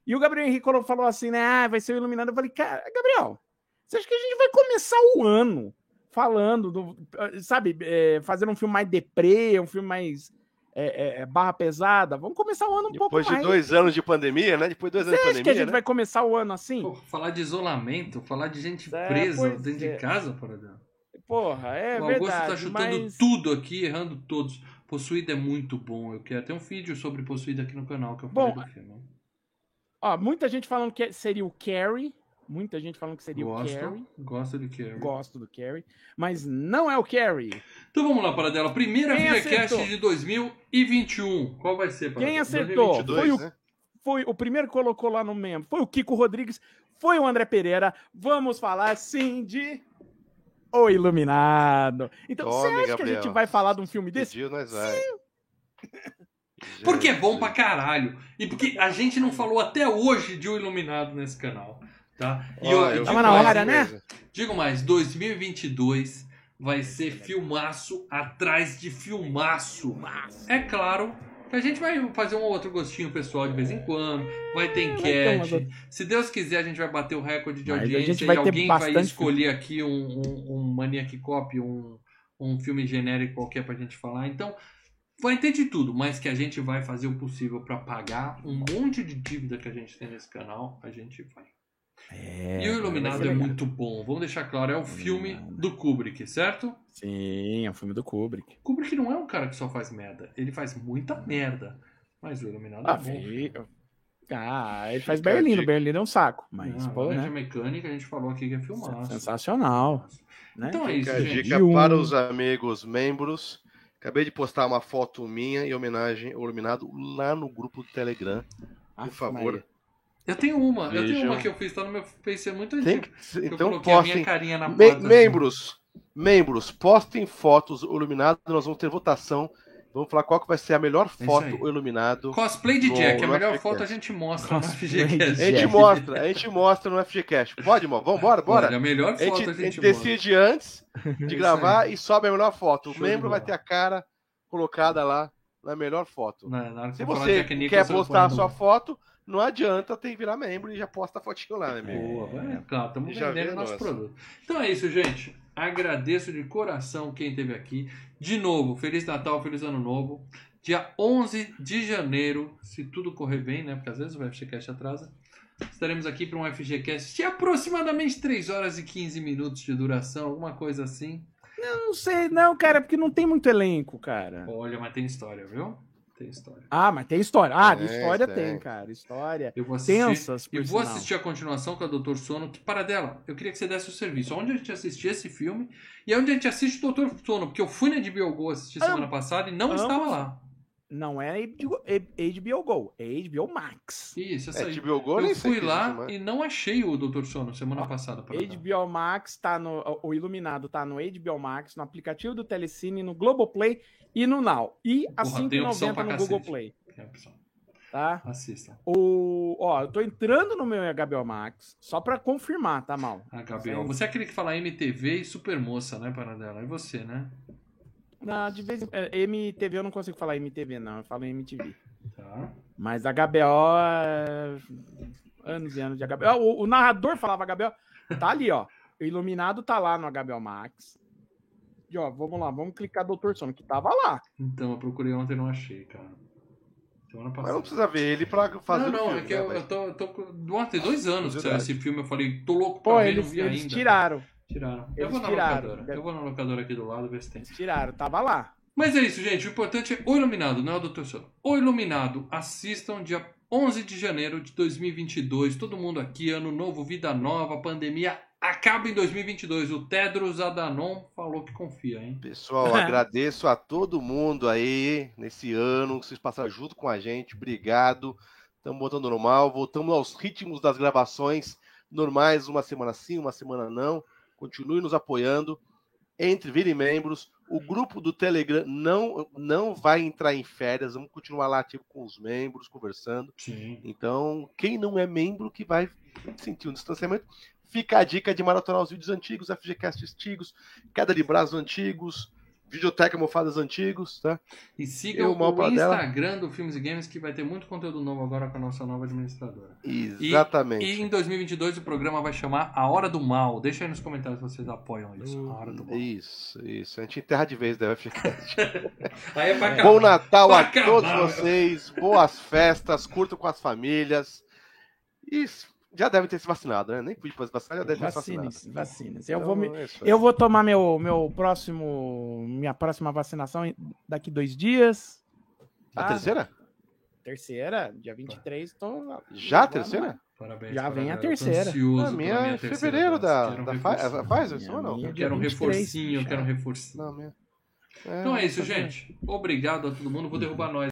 B: E o Gabriel Henrique colo- falou assim, né? Ah, vai ser o Iluminado. Eu falei, cara, Gabriel, você acha que a gente vai começar o ano falando, do, ah, sabe, é, fazendo um filme mais deprê, um filme mais é, é, é, barra pesada? Vamos começar o ano um pouco
C: Depois de
B: mais.
C: dois anos de pandemia, né? Depois de dois
B: Você
C: anos de
B: acha que a
C: pandemia,
B: gente
C: né?
B: vai começar o ano assim?
A: Pô, falar de isolamento, falar de gente
B: É,
A: presa
B: pois
A: dentro
B: é.
A: de casa, por exemplo.
B: Porra, é
A: o Augusto
B: verdade,
A: tá chutando
B: mas...
A: tudo aqui, errando todos. Possuída é muito bom. Eu quero até um vídeo sobre Possuída aqui no canal que eu falei
B: Bom,
A: do filme.
B: Ó, muita gente falando que seria o Carrie. Muita gente falando que seria
A: Gosto.
B: o Carrie.
A: Gosto de Carrie.
B: Gosto do Carrie. Mas não é o Carrie.
A: Então vamos lá, Paradela. Primeira
B: Quem
A: ViaCast
B: acertou?
A: de 2021. Qual vai ser,
B: Quem
A: Paradela?
B: acertou? Foi o,
C: né?
B: foi o primeiro que colocou lá no membro. Foi o Kiko Rodrigues. Foi o André Pereira. Vamos falar sim de. O Iluminado. Então, você
C: Tome,
B: acha que a
C: Gabriel.
B: gente vai falar de um filme
C: Que
B: desse?
C: dia nós vai.
A: Porque é bom
C: Gente.
A: pra caralho. E porque a gente não falou até hoje de O Iluminado nesse canal. Tá? E
C: Ó,
A: eu
C: eu
B: Tava
A: digo
B: na
A: mais,
B: hora, né?
A: Digo mais, 2022 vai ser filmaço atrás de filmaço. É claro que a gente vai fazer um outro gostinho pessoal de vez em quando. Vai ter
B: ter umas
A: enquete. Se Deus quiser, a gente vai bater o recorde de
B: Mas a gente
A: audiência
B: vai
A: e
B: ter
A: alguém vai
B: bastante
A: escolher aqui um, um, um Maniac Cop, um, um filme genérico qualquer pra gente falar. Então, vai ter de tudo, mas que a gente vai fazer o possível pra pagar um monte de dívida que a gente tem nesse canal, a gente vai.
B: É,
A: E o
B: vai
A: Iluminado é
B: ser legal.
A: muito bom. Vamos deixar claro, é o filme
B: Iluminado.
A: do Kubrick, certo?
B: Sim, é um filme do Kubrick.
A: Kubrick não é um cara que só faz merda. Ele faz muita merda. Mas o Iluminado
B: Ah,
A: é bom.
B: vi- ah, ele faz
C: Fica a
B: Berlim.
C: dica.
B: Berlim é um saco. Mas,
A: Mas,
B: pô,
A: Laranja
B: né?
A: Mecânica, a gente falou aqui que é filmado.
B: Sensacional. Né?
A: Então é isso,
C: Fica a
A: gente.
C: dica
B: E um-
C: para os amigos membros. Acabei de postar uma foto minha em homenagem ao Iluminado lá no grupo do Telegram.
B: Ah,
C: Por favor.
A: Eu tenho uma, eu tenho
C: Vejam.
A: uma que eu fiz, tá no meu PC há muito
C: Tem
A: antigo.
C: que...
A: que eu
C: Então
A: coloquei a minha
C: postem.
A: carinha na
C: Me-
A: porta. assim.
C: membros, membros, postem fotos o Iluminado. Nós vamos ter votação. Vamos falar qual que vai ser a melhor
A: É isso aí.
C: foto o Iluminado.
A: Cosplay de
C: No-
A: Jack, a
C: no
A: melhor
C: FGCast.
A: foto a gente mostra né? no
B: Cosplay de
A: FGCast.
C: A gente
B: Jeff.
C: mostra, a gente mostra no FGCast. Pode, irmão? Vambora, bora.
A: Olha, a melhor
C: A gente,
A: foto a gente,
C: a gente
A: mostra.
C: decide antes
A: isso
C: de gravar e sobe a melhor foto. O
A: Show de
C: membro vai
A: bola.
C: ter a cara colocada lá na melhor foto.
A: Na, Né, na hora que é
C: Se
A: eu falar
C: você
A: Jack Nicholson,
C: quer
A: eu ponho
C: postar a
A: no-
C: sua foto, não adianta, tem que virar membro e já posta a fotinho lá, né, amigo?
A: Boa, vai. Claro, estamos
C: Já
A: vendendo
C: vi a
A: nosso
C: nossa.
A: produto. Então é isso, gente. Agradeço de coração quem esteve aqui. De novo, Feliz Natal, Feliz Ano Novo. Dia 11 de janeiro, se tudo correr bem, né? Porque às vezes o FGCast atrasa. Estaremos aqui para um FGCast de aproximadamente 3 horas e 15 minutos de duração, alguma coisa assim.
B: Não sei, não, cara, porque não tem muito elenco, cara.
A: Olha, mas tem história, viu? Tem história.
B: Ah, mas tem história. Ah,
C: Tem,
B: história tem,
C: tem.
B: cara. História.
A: Eu É, vou assistir.
B: Tensas, por
A: Eu vou
B: sinal.
A: assistir a continuação com a Doutor Sono, que para dela, eu queria que você desse o serviço. Onde a gente assistia esse filme e onde a gente assiste o Doutor Sono, porque eu fui na HBO Go assistir
B: Am-
A: semana passada e não
B: ambos.
A: estava lá.
B: Não é HBO, é HBO Go, é HBO Max.
A: Isso, essa
C: É,
A: aí.
C: HBO Go, nem
A: Eu
C: sei
A: fui
C: que
A: lá
C: existe mais.
A: e não achei o Doutor Sono
B: Ah,
A: semana passada. Para dela.
B: HBO Max tá no. O Iluminado tá no HBO Max, no aplicativo do Telecine, no Globoplay e no Now. E a
A: Porra, tem opção
B: 5,90
A: pra
B: no
A: cacete.
B: Google Play,
A: É a opção.
B: tá?
A: Assistam.
B: O, ó, eu tô entrando no meu HBO Max, só pra confirmar, tá mal?
A: Ah, Gabriel, você é aquele que fala MTV e Supermoça, né, Paradela? E você, né?
B: Na, de vez em, é, MTV eu não consigo falar MTV, não, eu falo MTV.
A: Tá.
B: Mas HBO. é, Anos e anos de HBO. O, o narrador falava HBO. Tá ali, ó. O Iluminado tá lá no HBO Max. E ó, vamos lá, vamos clicar Doutor Sono, que tava lá.
A: Então, eu procurei ontem e não achei, cara. Semana passada.
C: Mas não precisa ver ele pra fazer
A: Não, não,
C: o filme.
A: é que
C: né,
A: eu,
C: velho?
A: eu tô, eu tô com- Nossa, tem dois anos que saiu esse filme, eu falei, tô
C: Tá
A: louco pra
B: Pô,
A: ver, não
B: eles,
A: vi
B: eles
A: ainda.
B: tiraram.
A: Tiraram. eu
B: Eles
A: vou na
B: tiraram.
A: locadora. Eu vou na locadora aqui do lado ver se tem.
B: Eles tiraram, tava lá.
A: Mas é isso, gente. O importante é o Iluminado, não é o Dr. Sono. O Iluminado, assistam dia 11 de janeiro de 2022. Todo mundo aqui, ano novo, vida nova, pandemia acaba em 2022. O Tedros Adanon falou que confia, hein?
C: Pessoal, agradeço a todo mundo aí nesse ano que vocês passaram junto com a gente. Obrigado. Estamos botando normal. Voltamos aos ritmos das gravações normais, uma semana sim, uma semana não. Continue nos apoiando. Entre virem membros. O grupo do Telegram não, não vai entrar em férias. Vamos continuar lá ativo com os membros, conversando.
A: Sim.
C: Então, quem não é membro que vai sentir um distanciamento, fica a dica de maratonar os vídeos antigos, FGCast antigos, Queda de Braços antigos, Videoteca Mofadas antigos, tá?
A: E sigam
C: Eu, mal
A: o
C: pra dela.
A: Instagram do Filmes e Games, que vai ter muito conteúdo novo agora com a nossa nova administradora.
C: Exatamente.
A: E em 2022 o programa vai chamar A Hora do Mal. Deixa aí nos comentários se vocês apoiam isso. A Hora do Mal.
C: Hum, Isso, isso. A gente enterra de vez né, da FGCast.
A: Aí é pra
C: Bom Natal a
A: Pra
C: todos
A: acabar,
C: vocês, boas festas, curtam com as famílias. E já devem ter se vacinado, né? Nem pude fazer vacinar, já devem ter se vacinado.
B: Vacines, vacines. Eu vou me,
C: Então, é isso aí.
B: Eu vou tomar meu, meu próximo. Minha próxima vacinação em- daqui dois dias.
C: A
B: tá?
C: terceira?
B: Terceira, dia 23, tô. lá.
C: Já a
B: Lá
C: terceira?
B: na-
A: Parabéns.
B: Já vem a
A: parabéns. Eu tô
B: terceira.
A: Ansioso
C: A minha
A: pela
C: é
A: terceira
C: fevereiro
A: dose.
C: da,
A: Quero um
C: da é, Fi-
A: reforcinho.
C: a Pfizer, sua ou não?
B: minha-
A: Eu quero um
B: 23,
A: reforcinho, eu quero um reforcinho.
C: Não, minha. É,
B: Tá
A: Então é isso, gente. Obrigado a todo mundo. Vou derrubar nós.